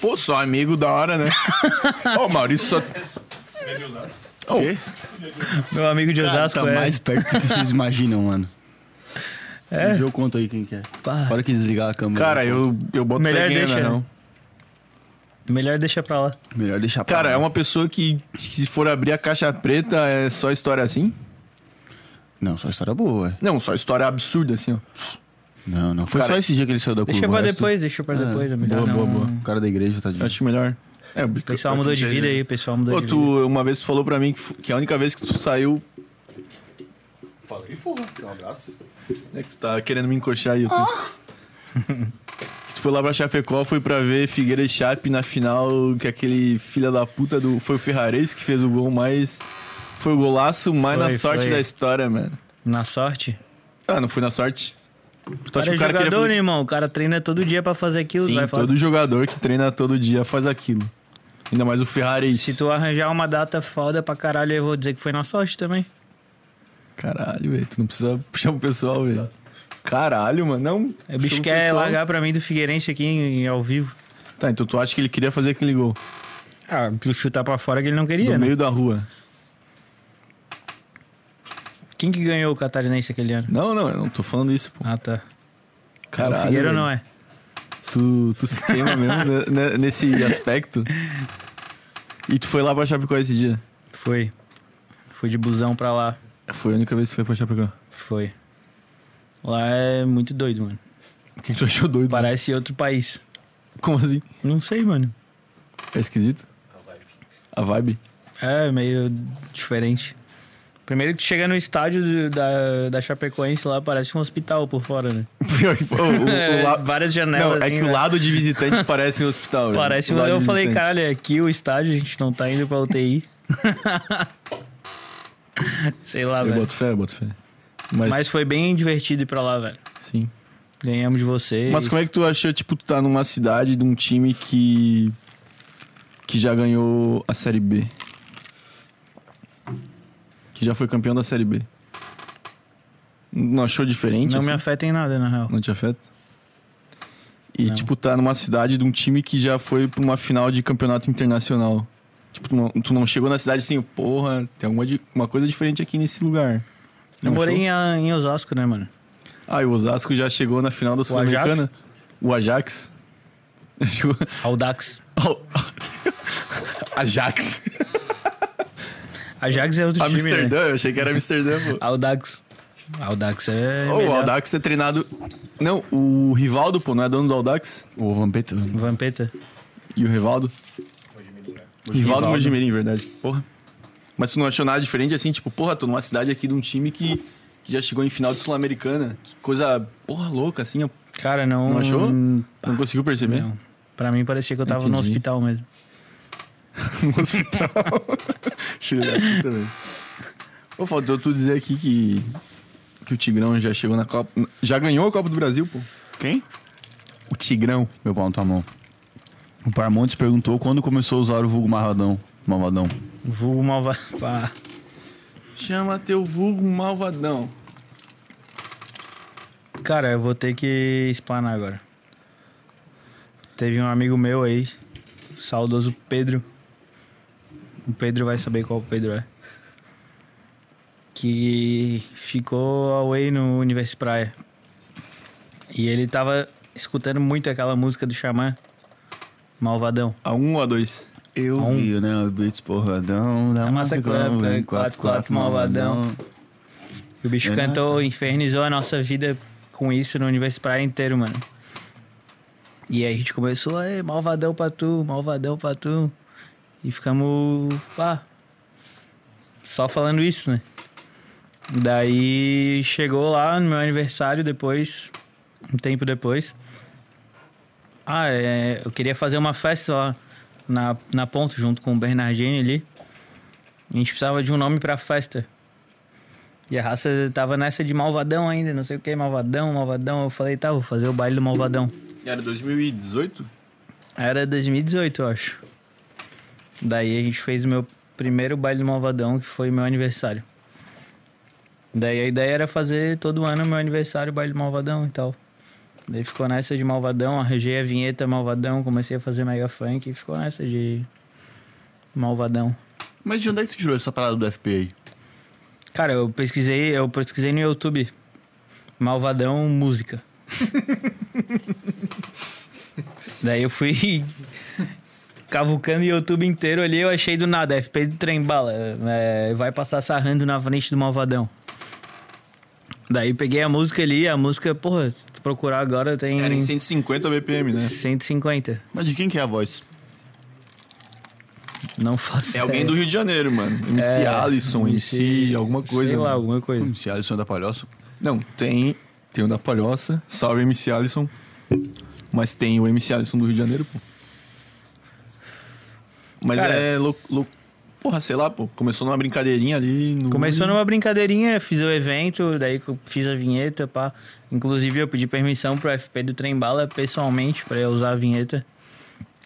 S2: Pô, só amigo da hora, né? Ó, o Maurício só.
S1: O quê?
S3: Meu amigo de
S1: Cara,
S3: Osasco
S1: tá
S3: é.
S1: mais perto do que vocês imaginam, mano.
S3: É? Ah.
S1: Um dia eu conto aí quem que é.
S3: Pá.
S1: Para que desligar a câmera.
S2: Cara, eu, eu boto
S3: Melhor
S2: fé em
S3: deixa,
S2: Ana, não.
S3: né? Melhor deixar pra lá.
S1: Melhor deixar pra
S2: Cara,
S1: lá.
S2: é uma pessoa que, se for abrir a caixa preta, é só história assim?
S1: Não, só história boa, ué.
S2: Não, só história absurda assim, ó.
S1: Não, não. Foi
S2: Cara,
S1: só esse dia que ele saiu da curva.
S3: Deixa
S1: o
S3: pra
S1: resto-
S3: depois, deixa pra depois. É melhor
S2: Ah, boa,
S3: não.
S2: boa, boa.
S1: O cara da igreja, tá tadinho.
S2: Acho melhor. É,
S3: O pessoal mudou de vida aí, o pessoal mudou
S2: Pô,
S3: de vida.
S2: tu, uma vez tu falou pra mim que, f- que a única vez que tu saiu.
S1: Falei, porra. Um abraço. Ah!
S2: É que tu tá querendo me encoxar aí, eu tô... Que Tu foi lá pra Chapecó, foi pra ver Figueira e Chape na final, que aquele filha da puta do. Foi o Ferrarese que fez o gol mais. Foi o golaço mais na
S3: Foi,
S2: sorte
S3: foi.
S2: da história, mano.
S3: Na sorte.
S2: Ah, não foi na sorte. Tu
S3: O
S2: acha que
S3: cara é
S2: o cara
S3: jogador,
S2: queria fazer-
S3: né, irmão? O cara treina todo dia pra fazer aquilo.
S2: Sim,
S3: vai falar,
S2: todo jogador que treina todo dia faz aquilo. Ainda mais o Ferrari.
S3: Se tu arranjar uma data foda pra caralho, eu vou dizer que foi na sorte também.
S2: Caralho, velho. Tu não precisa puxar o pessoal, velho. Caralho, mano. Não.
S3: O bicho
S2: puxa
S3: quer
S2: pessoal.
S3: largar pra mim do Figueirense aqui em- ao vivo.
S2: Tá, então tu acha que ele queria fazer aquele gol?
S3: Ah, pro chutar pra fora que ele não
S2: No
S3: queria, né?
S2: meio da rua.
S3: Quem que ganhou o catarinense aquele ano?
S2: Não, não, eu não tô falando isso, pô.
S3: Ah, tá.
S2: Caralho.
S3: o Figueira
S2: velho.
S3: não é.
S2: Tu, tu se queima mesmo né, né, nesse aspecto. E tu foi lá pra Chapecó esse dia?
S3: Foi. Foi de busão pra lá.
S2: Foi a única vez que foi pra Chapecó.
S3: Foi. Lá é muito doido, mano.
S2: O que, que tu achou doido?
S3: Parece outro país.
S2: Como assim?
S3: Não sei, mano.
S2: É esquisito? A vibe.
S3: É meio diferente. Primeiro que tu chega no estádio do- da, da Chapecoense lá, parece um hospital por fora, né?
S2: Pior que foi. o- o- o
S3: É,
S2: la-
S3: Várias
S2: Não,
S3: janelas.
S2: é
S3: assim,
S2: que
S3: né?
S2: o lado de visitante parece um hospital. velho.
S3: Parece
S2: O
S3: um.
S2: lado
S3: Eu
S2: de
S3: falei,
S2: visitante.
S3: caralho, aqui o estádio, a gente não tá indo pra UTI. Sei lá,
S2: Eu
S3: velho.
S2: boto fé, eu boto fé. Mas,
S3: Mas foi bem divertido ir pra lá, velho.
S2: sim.
S3: Ganhamos de vocês.
S2: Mas como é que tu achou, tipo, tu tá numa cidade de um time que. que já ganhou a Série B? Que já foi campeão da Série B? Não achou diferente?
S3: Não me
S2: assim?
S3: afeta em nada, na real.
S2: Não te afeta? E,
S3: Não.
S2: tipo, tá numa cidade de um time que já foi pra uma final de campeonato internacional. Tipo, tu não, tu não chegou na cidade assim, porra, tem alguma di- uma coisa diferente aqui nesse lugar.
S3: Eu
S2: Não
S3: morei
S2: achou?
S3: em, em Osasco, né, mano?
S2: Ah, e o Osasco já chegou na final da Sul-Americana? O Ajax? Chegou-
S3: Audax.
S2: Au- Ajax.
S3: Ajax é outro time, né?
S2: Amsterdã, eu achei que era Amsterdã, pô.
S3: Audax. Audax é.
S2: Ô, o
S3: melhor.
S2: Aldax é treinado. Não, o Rivaldo, pô, não é dono do Aldax?
S1: Ô, Vampeta.
S3: Vampeta.
S2: E o Rivaldo? Rivaldo Mojimirim, verdade. Porra. Mas tu não achou nada diferente assim? Tipo, porra, tô numa cidade aqui de um time que, que já chegou em final de Sul-Americana. Que coisa, porra, louca assim. ó.
S3: Cara, não.
S2: Não achou?
S3: Pá,
S2: Não conseguiu perceber?
S3: não. Pra mim parecia que eu tava no
S2: Entendi.
S3: hospital mesmo.
S2: no hospital. Filho da puta, velho. Ô, faltou tu dizer aqui que que o Tigrão já chegou na Copa. Já ganhou a Copa do Brasil, pô.
S1: Quem?
S2: O Tigrão.
S1: Meu pau na tua mão. O Parmontes perguntou quando começou a usar o vulgo malvadão. Malvadão.
S3: Vulgo malvado. Pá.
S2: Chama teu vulgo malvadão.
S3: Cara, eu vou ter que explanar agora. Teve um amigo meu aí, saudoso Pedro. O Pedro vai saber qual o Pedro é. Que ficou away no Universo Praia. E ele tava escutando muito aquela música do Xamã, Malvadão.
S2: A um ou a dois?
S1: Eu
S3: Um.
S1: vi, né? O Blitz porradão. Da
S3: Da
S1: massa
S3: massa
S1: clã,
S3: clã,
S1: vem
S3: vem
S1: 4-4 malvadão.
S3: E o bicho
S1: É
S3: cantou, infernizou a nossa vida com isso no Universo Praia inteiro, mano. E aí a gente começou, "Ê, malvadão pra tu, malvadão pra tu. E ficamos, pá, só falando isso, né? Daí chegou lá no meu aniversário depois, um tempo depois. Ah, é, eu queria fazer uma festa lá na, na ponta, junto com o Bernardini ali. A gente precisava de um nome pra festa. E a raça tava nessa de malvadão ainda, não sei o que, malvadão, malvadão. Eu falei, tá, vou fazer o baile do malvadão.
S2: Era 2018?
S3: Era 2018, eu acho. Daí a gente fez o meu primeiro baile do Malvadão, que foi meu aniversário. Daí a ideia era fazer todo ano meu aniversário, baile do Malvadão e tal. Daí ficou nessa de Malvadão, arranjei a vinheta Malvadão, comecei a fazer Mega Funk e ficou nessa de Malvadão.
S1: Mas de onde é que você tirou essa parada do FP aí?
S3: Cara, eu pesquisei, eu pesquisei no YouTube. Malvadão música. Daí eu fui cavucando o YouTube inteiro ali, eu achei do nada, FP do trem bala. é, vai passar sarrando na frente do Malvadão. Daí peguei a música ali, a música, porra, se tu procurar agora tem
S2: Era em 150 BPM, né?
S3: 150.
S1: Mas de quem que é a voz?
S3: Não faço.
S2: É alguém do Rio de Janeiro, mano. MC
S3: É,
S2: Alisson, MC, alguma coisa.
S3: Sei lá,
S2: mano.
S3: alguma coisa.
S1: Se Alisson é da Palhoça.
S2: Não, tem. Tem o da Palhoça. Salve MC Alisson. Mas tem o MC Alisson do Rio de Janeiro, pô. Mas
S3: Cara.
S2: é louco. Lou... Porra, sei lá, pô. Começou numa brincadeirinha ali. No...
S3: Começou numa brincadeirinha, fiz o evento, daí co- fiz a vinheta, pá. Inclusive eu pedi permissão pro FP do Trem Bala pessoalmente pra eu usar a vinheta.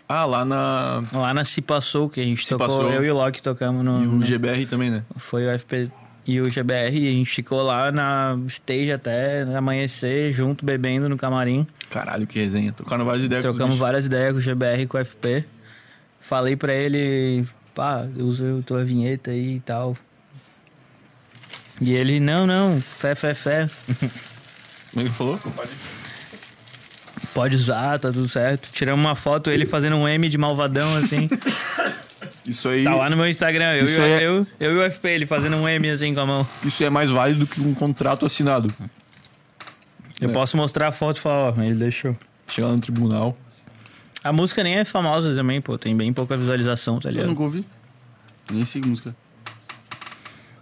S2: Ah, lá na.
S3: Lá na Se Passou, que a gente
S2: Se
S3: tocou,
S2: Passou.
S3: eu e o Loki tocamos no.
S2: E o
S3: no-
S2: GBR também, né?
S3: Foi o FP e o GBR e a gente ficou lá na stage até amanhecer, junto, bebendo no camarim.
S2: Caralho, que resenha. Trocaram várias ideias com os
S3: Trocamos
S2: bichos.
S3: várias ideias com o GBR e com o FP. Falei pra ele, pá, usa a tua vinheta aí e tal. E ele, não, não, fé, fé, fé.
S2: Como é ele falou?
S3: Pode usar, tá tudo certo. Tiramos uma foto, ele fazendo um M de malvadão, assim.
S2: Isso aí.
S3: tá lá no meu Instagram, eu, e,
S2: Isso
S3: o-
S2: aí é-
S3: eu, eu e o FP, ele fazendo um M, assim, com a mão.
S2: Isso é mais válido que um contrato assinado.
S3: Eu
S2: É.
S3: posso mostrar a foto e falar, ó, ele deixou.
S2: Chegar no tribunal.
S3: A música nem é famosa também, pô, tem bem pouca visualização, tá
S1: Eu
S3: ligado?
S1: nunca ouvi. Nem sei música.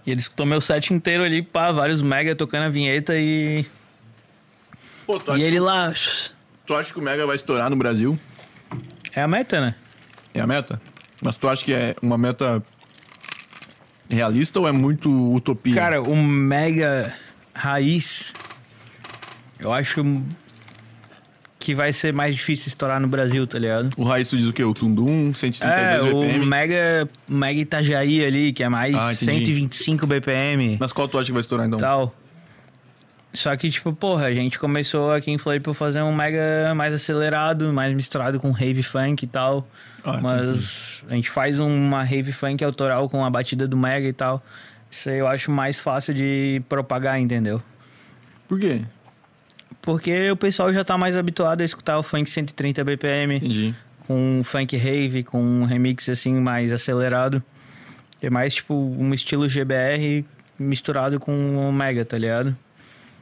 S3: E ele escutou meu set inteiro ali, pá, vários mega tocando a vinheta e...
S2: Pô, tu
S3: E
S2: acha,
S3: ele lá...
S2: tu acha que o Mega vai estourar no Brasil?
S3: É a meta, né?
S2: É a meta? Mas tu acha que é uma meta realista ou é muito utopia?
S3: Cara, o Mega Raiz, eu acho que vai ser mais difícil estourar no Brasil, tá ligado?
S2: o Raiz tu diz o quê? O Tundum, 132
S3: É, o
S2: BPM.
S3: Mega, Mega Itajaí ali, que é mais
S2: Ah, entendi.
S3: 125 BPM
S2: Mas qual tu acha que vai estourar então?
S3: e tal. Só que, tipo, porra, a gente começou aqui em Floripa a fazer um Mega mais acelerado, mais misturado com rave funk e tal.
S2: Ah, entendi.
S3: Mas a gente faz uma rave funk autoral com a batida do Mega e tal. Isso aí eu acho mais fácil de propagar, entendeu?
S2: Por quê?
S3: Porque o pessoal já tá mais habituado a escutar o funk 130 BPM
S2: Entendi.
S3: com um funk rave, com um remix assim mais acelerado. É mais tipo um estilo GBR misturado com o Mega, tá ligado?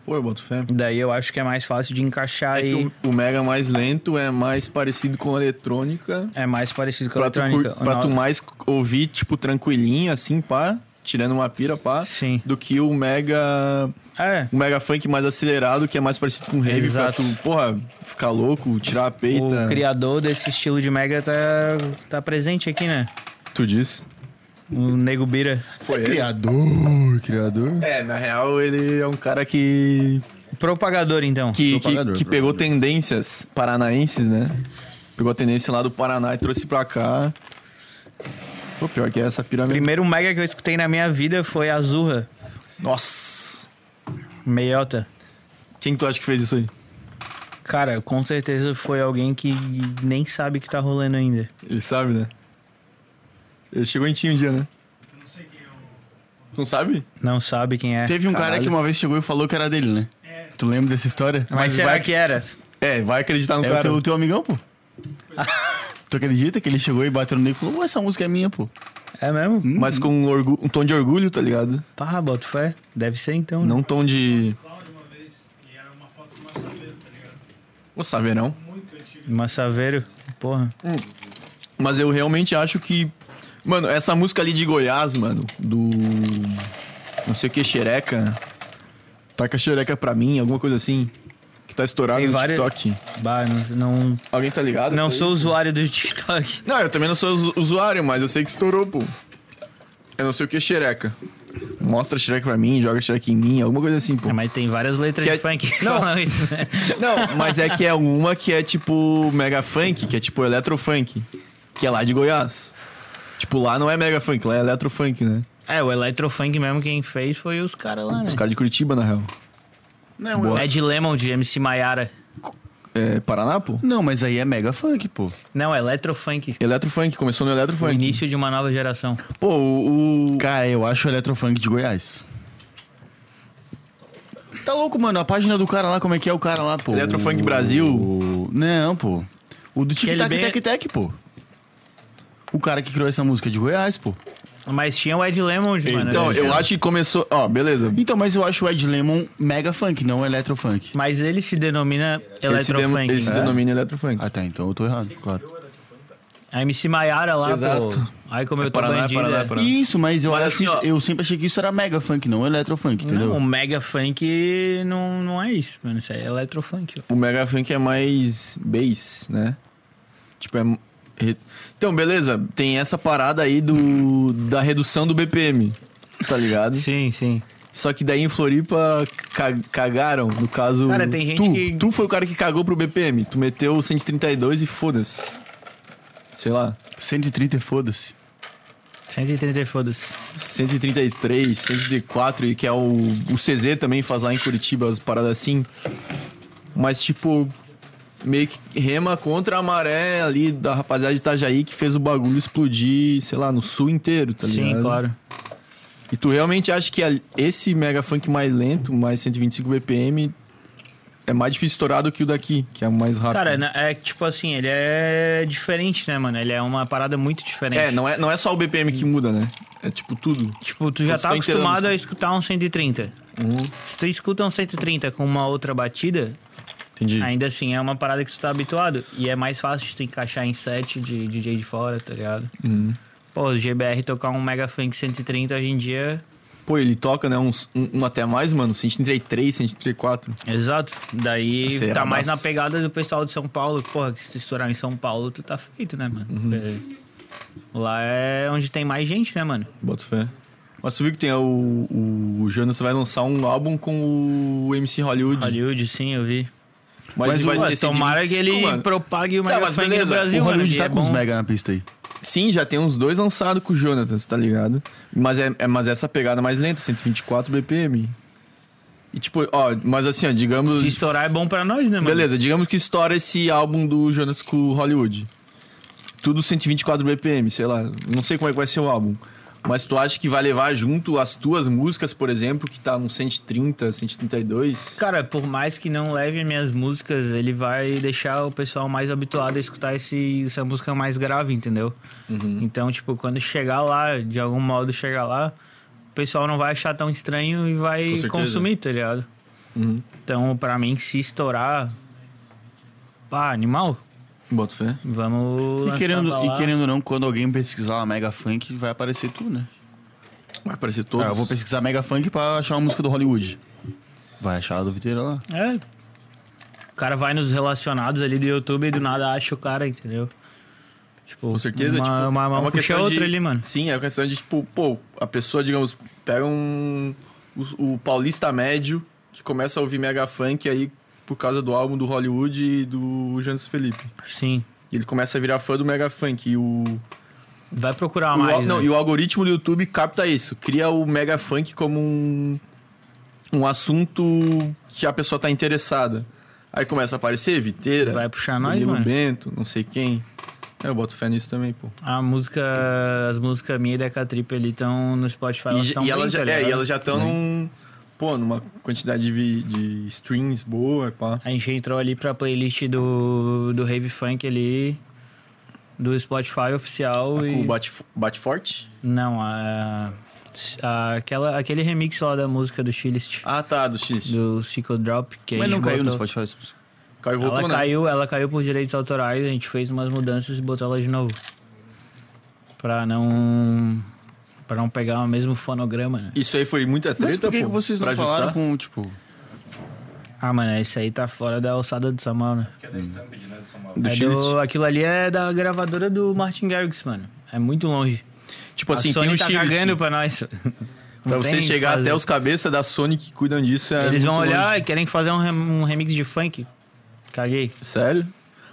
S2: Pô, eu boto fé.
S3: Daí eu acho que é mais fácil de encaixar
S2: É que
S3: e
S2: o, o Mega mais lento é mais parecido com a eletrônica.
S3: é mais parecido com a
S2: Pra tu,
S3: eletrônica.
S2: cur- pra
S3: O
S2: tu
S3: no-
S2: mais ouvir, tipo, tranquilinho, assim, pá. Tirando uma pira, pá.
S3: Sim.
S2: Do que o Mega.
S3: É.
S2: O Mega Funk mais acelerado, que é mais parecido com Rave,
S3: Exato.
S2: pra tu, porra, ficar louco, tirar a peita.
S3: O criador desse estilo de Mega tá, tá presente aqui, né?
S2: Tu diz?
S3: O Nego Bira.
S1: Foi criador, criador.
S2: É, na real, ele é um cara que.
S3: Propagador, então.
S2: que, que,
S1: Propagador,
S2: que pegou
S1: propagador.
S2: tendências paranaenses, né? Pegou a tendência lá do Paraná e trouxe pra cá. Pô, pior que é essa pirâmide.
S3: Primeiro mega que eu escutei na minha vida foi Azurra,
S2: Nossa!
S3: Meiota.
S2: Quem tu acha que fez isso aí?
S3: Cara, com certeza foi alguém que nem sabe o que tá rolando ainda.
S2: Ele sabe, né? Ele chegou em ti um dia, né? Eu não sei quem eu. Não sabe?
S3: Não sabe quem é.
S1: Teve um cara que uma vez chegou e falou que era dele, né? Tu lembra dessa história?
S3: Mas, será que era?
S2: É, vai acreditar no
S1: É o
S2: cara.
S1: teu, o teu amigão, pô. tu acredita que ele chegou e bateu no nego e falou, "Ué, essa música é minha, pô.
S3: É mesmo?
S2: Mas com um, orgu- um tom de orgulho, tá ligado?
S3: Pá, boto fé. Deve ser então. né?
S2: Não um tom de.
S5: Cláudio uma vez, e era uma foto de uma saveira, tá ligado?
S2: Ô, saverão.
S5: Muito antiga.
S3: Massaveiro. Porra.
S2: Mas eu realmente acho que. Mano, essa música ali de Goiás, mano, do. Não sei o que, xereca. Taca xereca pra mim, alguma coisa assim. Que tá estourado
S3: Tem
S2: no
S3: várias-
S2: TikTok.
S3: Bah, não, não,
S2: Alguém tá ligado?
S3: não
S2: Isso aí?
S3: sou usuário do TikTok.
S2: Não, eu também não sou usu- usuário, mas eu sei que estourou, pô. Eu não sei o que, xereca. Mostra xereca pra mim, joga xereca em mim, alguma coisa assim, pô.
S3: É, Mas tem várias letras
S2: Que
S3: de
S2: é-
S3: funk que
S2: Não.
S3: falam isso, né?
S2: Não, mas é que é uma que é tipo mega funk, que é tipo eletrofunk, que é lá de Goiás. Tipo, lá não é mega funk, lá é eletrofunk, né?
S3: É, o Electrofunk mesmo quem fez foi os caras lá, né?
S2: Os caras de Curitiba, na real.
S1: Não,
S2: Boa.
S3: É de Lemon, de MC Maiara.
S2: É, Paraná, pô?
S1: Não, mas aí é mega funk, pô.
S3: Não, Electrofunk.
S2: Eletrofunk, começou no
S3: O
S2: Eletrofunk.
S3: início de uma nova geração.
S2: Pô, o. o-
S1: Cara, eu acho o Eletrofunk de Goiás. Tá louco, mano? A página do cara lá, como é que é o cara lá, pô?
S2: Eletrofunk Brasil.
S1: O- Não, pô. O do Tic
S3: Aquele
S1: Tac
S3: bem-
S1: Tec Tec, pô. O cara que criou essa música é de Goiás, pô.
S3: Mas tinha o Ed Lemon, mano.
S2: Então, eu acho que começou. Ó, beleza.
S1: Então, mas eu acho o Ed Lemon mega funk, não electrofunk.
S3: Mas ele se denomina
S2: Ele se, dem-
S3: Electrofunk.
S2: ele se
S3: né?
S2: denomina Eletrofunk.
S1: Ah, tá. Então eu tô errado, claro.
S3: A MC né? Maiara lá,
S2: Exato.
S3: pô. Aí como eu tô
S2: Paraná, é
S3: bandida.
S2: Paraná, é Paraná.
S1: Isso, mas eu
S2: Mas
S1: acho
S2: assim,
S1: isso-
S2: ó.
S1: eu sempre achei que isso era mega funk, não electrofunk, entendeu?
S3: Não, o Mega Funk não, não é isso, mano. Isso aí é Electrofunk. ó.
S2: O Mega Funk é mais bass, né? Tipo, é. re- Então, beleza, tem essa parada aí do. da redução do BPM. Tá ligado?
S3: Sim, sim.
S2: Só que daí em Floripa ca- cagaram, no caso.
S3: Cara, tem gente
S2: tu,
S3: que-
S2: tu foi o cara que cagou pro BPM. Tu meteu 132 e foda-se. Sei lá.
S1: 130 e foda-se.
S3: 130 e foda-se.
S2: 133, 104, e que é o, o CZ também faz lá em Curitiba as paradas assim. Mas, tipo, meio que rema contra a maré ali da rapaziada de Itajaí que fez o bagulho explodir, sei lá, no sul inteiro, tá ligado?
S3: Sim, claro.
S2: E tu realmente acha que a- esse mega funk mais lento, mais 125 BPM, é mais difícil estourar do que o daqui, que é o mais rápido?
S3: Cara, na- é que, tipo assim, ele é diferente, né, mano? Ele é uma parada muito diferente.
S2: é, não é, não é só o BPM que muda, né? É tipo tudo.
S3: Tipo, tu já
S2: Tu
S3: tá
S2: tá inteirando,
S3: acostumado
S2: sabe?
S3: a escutar um 130. Se tu escuta um 130 com uma outra batida,
S2: Entendi.
S3: ainda assim é uma parada que tu tá habituado. E é mais fácil de tu encaixar em set de DJ de fora, tá ligado?
S2: Uhum.
S3: Pô, o GBR tocar um Mega Funk 130 hoje em dia.
S2: Pô, ele toca, né? Uns, um, um até mais, mano. 133, 134.
S3: Exato. Daí
S2: Será
S3: tá mais
S2: das-
S3: na pegada do pessoal de São Paulo. Porra, que se tu estourar em São Paulo, tu tá feito, né, mano?
S2: Uhum.
S3: Porque Lá é onde tem mais gente, né, mano?
S2: Boto fé. Mas tu viu que tem é, o, o, o Jonas vai lançar um álbum com o MC Hollywood.
S3: Hollywood, sim, eu vi.
S2: Uhum. Mas, ele vai
S3: Ué,
S2: ser 125,
S3: tomara que ele
S2: mano.
S3: propague o
S2: Tá,
S3: Mega
S2: mas
S3: Funk
S2: beleza.
S3: no Brasil,
S1: o
S3: mano,
S1: Hollywood
S3: que
S1: tá
S3: é
S1: com os
S3: bom.
S1: mega na pista aí.
S2: Sim, já tem uns dois lançados com o Jonathan, tá ligado? Mas é, é- mas é essa pegada mais lenta, 124 BPM. E tipo, ó, mas assim, ó, digamos.
S3: Se estourar é bom pra nós, né, mano?
S2: Beleza, digamos que estoura esse álbum do Jonas com o Hollywood. Tudo 124 BPM, sei lá. Não sei como é que vai ser o álbum. Mas tu acha que vai levar junto as tuas músicas, por exemplo, que tá no 130, 132?
S3: Cara, por mais que não leve minhas músicas, ele vai deixar o pessoal mais habituado a escutar esse, essa música mais grave, entendeu?
S2: Uhum.
S3: Então, tipo, quando chegar lá, de algum modo chegar lá, o pessoal não vai achar tão estranho e
S2: Com
S3: vai
S2: certeza.
S3: consumir, tá ligado?
S2: Uhum.
S3: Então, pra mim, se estourar. Pá, animal,
S2: Boto fé.
S3: vamos.
S1: E
S3: lançar pra
S1: querendo,
S3: lá.
S1: e querendo ou não, quando alguém pesquisar lá mega funk, vai aparecer tu, né?
S2: Vai aparecer todo.
S1: Ah, eu vou pesquisar mega funk pra achar uma música do Hollywood. Vai achar a do Viteira lá.
S3: É. O cara vai nos relacionados ali do YouTube e do nada acha o cara, entendeu?
S2: Tipo, com certeza,
S3: uma-
S2: tipo,
S3: uma mão puxa a outra
S2: de,
S3: ali, mano.
S2: Sim, é uma questão de, tipo, pô, a pessoa, digamos, pega um. O, o paulista médio que começa a ouvir mega funk aí por causa do álbum do Hollywood e do Jantos Felipe.
S3: Sim.
S2: E ele começa a virar fã do mega funk. E o.
S3: Vai procurar
S2: o al-
S3: mais.
S2: não,
S3: né?
S2: e o algoritmo do YouTube capta isso. Cria o mega funk como um. Um assunto que a pessoa tá interessada. Aí começa a aparecer Viteira,
S3: Vai puxar nós,
S2: Danilo
S3: mano.
S2: Bento, não sei quem. É, Eu boto fé nisso também, pô.
S3: A música, as músicas minha e da Catripe ali estão no Spotify.
S2: E
S3: Elas
S2: já-
S3: estão
S2: E, elas
S3: bem,
S2: já,
S3: tá
S2: é,
S3: ligado?
S2: e elas já estão num. Pô, numa quantidade de, vi- de streams boa, pá.
S3: A gente entrou ali pra playlist do, do Rave Funk ali, do Spotify oficial e...
S2: Tá O bate, bate forte?
S3: Não, a, a- aquela, aquele remix lá da música do Chilist,
S2: Ah, tá, do X.
S3: do Psycho Drop, que a
S1: Mas
S3: gente
S1: não caiu no
S3: botou.
S1: Spotify. essa música.
S2: Caiu e
S3: Ela
S2: voltou, né?
S3: caiu, ela caiu por direitos autorais, a gente fez umas mudanças e botou ela de novo. Pra não. Pra não pegar o mesmo fonograma, né?
S2: Isso aí foi muita treta,
S1: Mas por que,
S2: pô,
S1: que vocês não
S2: pra
S1: falaram
S2: ajustar?
S1: com, tipo...
S3: Ah, mano, isso aí tá fora da alçada do Samuel, né?
S5: Que é da Stampede, né? Do Samuel.
S2: Do
S3: É
S2: Chilist?
S3: do- aquilo ali é da gravadora do Martin Garrix, mano. É muito longe.
S2: Tipo
S3: a
S2: assim,
S3: Sony
S2: tem o
S3: tá
S2: Chilist.
S3: cagando pra nós.
S2: Pra você chegar até os cabeças da Sony que cuidam disso é
S3: Eles vão
S2: muito
S3: olhar
S2: longe.
S3: e querem fazer um, rem- um remix de funk. Caguei.
S2: Sério?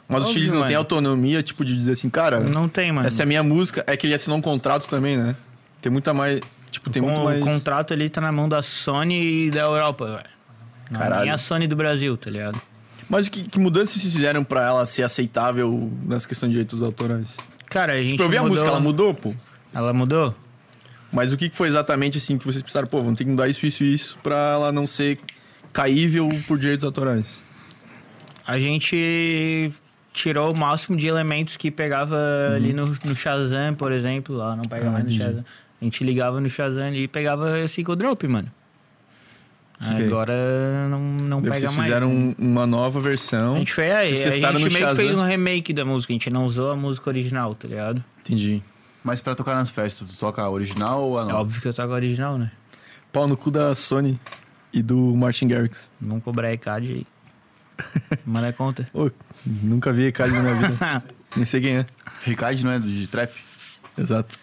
S2: Mas o
S3: Óbvio,
S2: X não tem
S3: mano.
S2: autonomia, tipo, de dizer assim, cara,
S3: Não tem, mano.
S2: essa é a minha música. É que ele assinou um contrato também, né? Tem muita mais. Tipo, tem
S3: Com-
S2: muito mais.
S3: O contrato ali tá na mão da Sony e da Europa, velho. Não é
S2: Caralho.
S3: Nem a Sony do Brasil, tá ligado?
S2: Mas que, que mudanças vocês fizeram pra ela ser aceitável nessa questão de direitos autorais?
S3: Cara, a gente.
S2: Tipo, eu vi a
S3: mudou-
S2: música, ela mudou, pô.
S3: Ela mudou?
S2: Mas o que que foi exatamente assim que vocês pensaram, pô, vamos ter que mudar isso, isso e isso pra ela não ser caível por direitos autorais?
S3: A gente tirou o máximo de elementos que pegava
S2: Uhum.
S3: ali no, no Shazam, por exemplo. Lá não
S2: Ah,
S3: pega mais no Shazam. A gente ligava no Shazam ali e pegava esse drop, mano.
S2: Saquei.
S3: Agora não, não
S2: Daí
S3: pega
S2: vocês
S3: mais.
S2: fizeram um,
S3: né?
S2: uma nova
S3: A
S2: versão.
S3: gente fez, a,
S2: Vocês
S3: a
S2: testaram no
S3: gente meio que fez
S2: Shazam?
S3: um remake da música, a gente não usou a música original, tá ligado?
S2: Entendi.
S1: Mas pra tocar nas festas, tu toca a original ou a
S3: É
S1: nova?
S3: óbvio que eu toco a original, né?
S2: Pau no cu da Sony e do Martin Garrix.
S3: Vamos cobrar ECAD aí. Manda conta.
S2: Ô, nunca vi cara na minha vida. Nem sei quem é.
S1: Ricardo não é do de trap?
S2: Exato.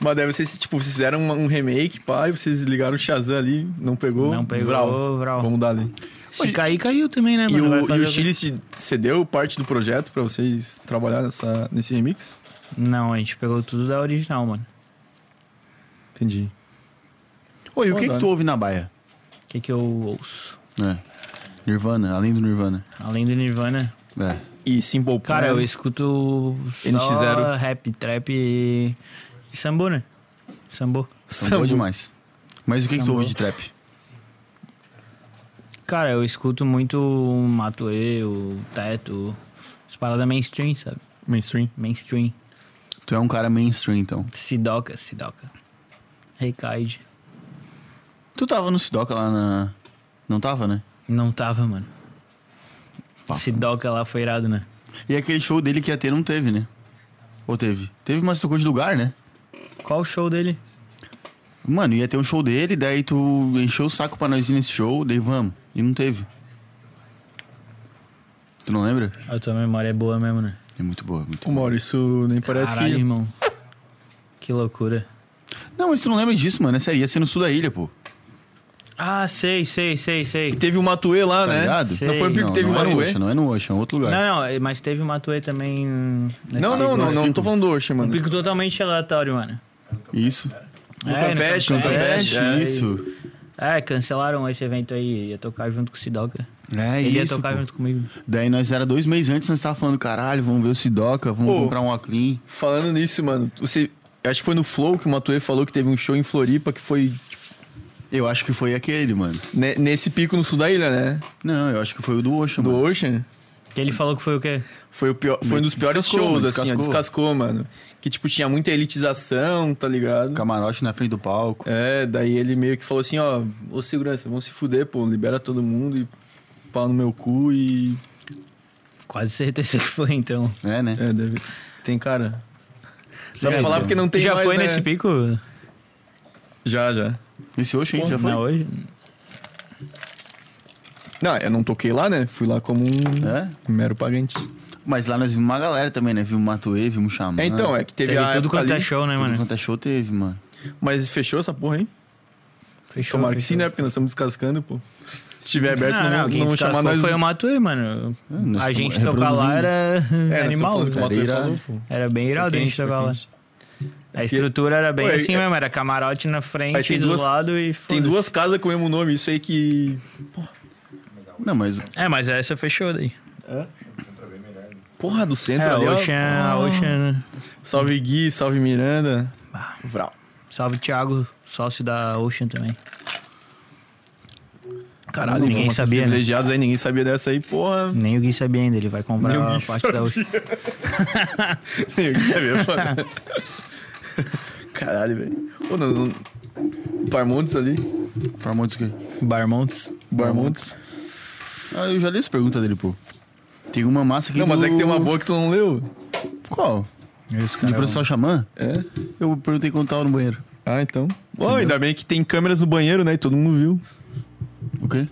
S2: Mas daí vocês, tipo, vocês fizeram uma- um remake, pá, e vocês ligaram o Shazam ali, não pegou.
S3: Não pegou,
S2: Vral.
S3: Vral.
S2: Vamos dar ali.
S3: Se cair, caiu também, né,
S2: E
S3: mano? Vai
S2: o, e
S3: fazer
S2: o Chile
S3: quê?
S2: te cedeu parte do projeto pra vocês trabalhar nessa, nesse remix?
S3: Não, a gente pegou tudo da original, mano.
S2: Entendi.
S1: Oi, o
S2: Pô,
S1: que que
S2: Dani.
S1: tu ouve na baia?
S3: O que, que eu ouço?
S1: É. Nirvana, além do Nirvana.
S3: Além do Nirvana.
S1: É.
S2: E Simple Plan.
S3: Cara, eu escuto só
S2: NX0.
S3: rap, trap e. e sambô, né? Sambô.
S1: São boa demais. Mas o que que tu ouve de trap?
S3: Cara, eu escuto muito o Matuê, o Teto, as paradas mainstream, sabe?
S2: Mainstream.
S3: Mainstream.
S1: Tu é um cara mainstream, então.
S3: Sidoca, Sidoca. Recaide.
S1: Tu tava no Sidoca lá na... Não tava, né?
S3: Não tava, mano.
S1: Pá.
S3: Sidoca lá foi irado, né?
S1: E aquele show dele que ia ter não teve, né? Ou teve? Teve, mas trocou de lugar, né?
S3: Qual o show dele?
S1: Mano, ia ter um show dele, daí tu encheu o saco pra nós ir nesse show, daí vamos. E não teve. Tu não lembra?
S3: A tua memória é boa mesmo, né?
S1: É muito boa, muito
S2: Ô, Mauro, isso nem parece
S3: Caralho,
S2: que.
S3: irmão. Que loucura.
S1: Não, mas tu não lembra disso, mano. É sério, ia ser no sul da ilha, pô.
S3: Ah, sei, sei, sei, sei.
S2: Teve o Matue lá,
S1: Tá
S2: né?
S1: ligado?
S2: Não foi o Pico que teve Né? o
S1: não é no
S2: Matue.
S1: Ocean, não é no Ocean, é outro
S3: Não,
S1: lugar.
S3: não, mas teve o Matuê também.
S1: Tá
S3: nesse
S2: Não, não,
S3: pico.
S2: não, não, tô falando do Ocean,
S3: Um
S2: mano.
S3: pico totalmente aleatório, mano.
S1: Isso.
S2: No
S3: É, no
S2: Campeche, no
S3: Campeche.
S2: Campeche. é.
S1: isso.
S3: É, cancelaram esse evento aí. Ia tocar junto com o Sidoca.
S1: É
S3: Né? Ele ia
S1: isso.
S3: tocar
S1: pô.
S3: junto comigo.
S1: Daí nós era dois meses antes, nós tava falando, caralho, vamos ver o Sidoca, vamos
S2: Pô.
S1: comprar um Aclean.
S2: Falando nisso, mano, você. Acho que foi no Flow que o Matue falou que teve um show em Floripa que foi
S1: Eu acho que foi aquele, mano.
S2: ne- nesse pico no sul da ilha, né?
S1: Não, eu acho que foi o do Ocean,
S2: Do
S1: mano.
S2: Ocean.
S3: Que ele falou que foi o quê?
S2: Foi, o pior, foi um dos piores
S1: Descascou,
S2: shows,
S1: mano,
S2: assim, ó,
S1: descascou.
S2: descascou, mano. Que, tipo, tinha muita elitização, tá ligado?
S1: Camarote na frente do palco.
S2: É, daí ele meio que falou assim, ó, ô segurança, vão se fuder, pô, libera todo mundo e pau no meu cu e.
S3: Quase certeza que foi, então.
S1: É, né?
S2: É, deve. Tem cara. Dá pra
S1: É,
S2: falar
S1: então.
S2: porque não
S3: Tu
S2: tem
S3: já
S2: mais,
S3: foi
S2: né?
S3: nesse pico?
S2: Já, já.
S1: Esse Ocean aí já foi.
S3: Não, hoje?
S2: Não, eu não toquei lá, né? Fui lá como um
S1: É?
S2: mero pagante.
S1: Mas lá nós vimos uma galera também, né? Vimos Matuê, vimos Xamã.
S2: É, então, é que teve,
S3: Teve
S2: a
S3: tudo
S2: época
S3: quanto é
S2: ali,
S3: show, né,
S1: Tudo
S3: mano?
S1: quanto é show teve, mano.
S2: Mas fechou essa porra, hein?
S3: Fechou,
S2: Tomara que
S3: fechou.
S2: sim, né? Porque nós estamos descascando, pô. Se tiver aberto,
S3: Não,
S2: não,
S3: não,
S2: vão-
S3: quem
S2: não vão
S3: Ah, descascou
S2: chamar nós.
S3: foi um o Matuê, mano.
S1: É, nós
S3: a
S1: estamos
S3: gente tocar lá era
S2: É, nós estamos
S3: animal. né?
S2: falando que o
S1: cara,
S2: Matuê falou,
S1: irado.
S2: pô.
S3: Era bem irado a gente
S2: quente, foi
S3: tocar lá.
S2: quente.
S3: A estrutura era bem
S2: Pô, é-
S3: assim
S2: é-
S3: mesmo, era camarote na frente,
S2: Aí tem
S3: do
S2: duas-
S3: lado
S2: Tem
S3: e foda-se.
S2: duas casas com o mesmo nome, isso aí que.
S1: Não, mas
S3: É, mas essa fechou daí.
S2: Porra, do
S3: É,
S2: centro
S3: a
S2: ali, ó. Ah.
S3: Ocean, a Ocean, né?
S2: Salve Gui, salve Miranda. Ah, Vral.
S3: Salve Thiago, sócio da Ocean também.
S2: Caralho,
S3: Ninguém
S2: informações
S3: sabia, né?
S2: privilegiados aí, ninguém sabia dessa aí, porra.
S3: Nem o Gui sabia ainda, ele vai comprar
S2: Nem o
S3: a
S2: Gui
S3: parte da Ocean.
S2: ninguém sabia, mano. Caralho, velho. Ô, não, não... Barmontes ali.
S1: pra montes que.
S3: Barmontes.
S2: Barmontes.
S1: Ah, eu já li essa pergunta dele, pô. Tem uma massa aqui
S2: Não, mas
S1: do-
S2: é que tem uma boa que tu não leu.
S1: Qual?
S3: Esse
S1: De
S3: cara é um-
S1: professor Xamã?
S2: É?
S1: Eu perguntei quanto tava no banheiro.
S2: Ah, então. Bom, ainda bem que tem câmeras no banheiro, né? E todo mundo viu.
S1: O quê?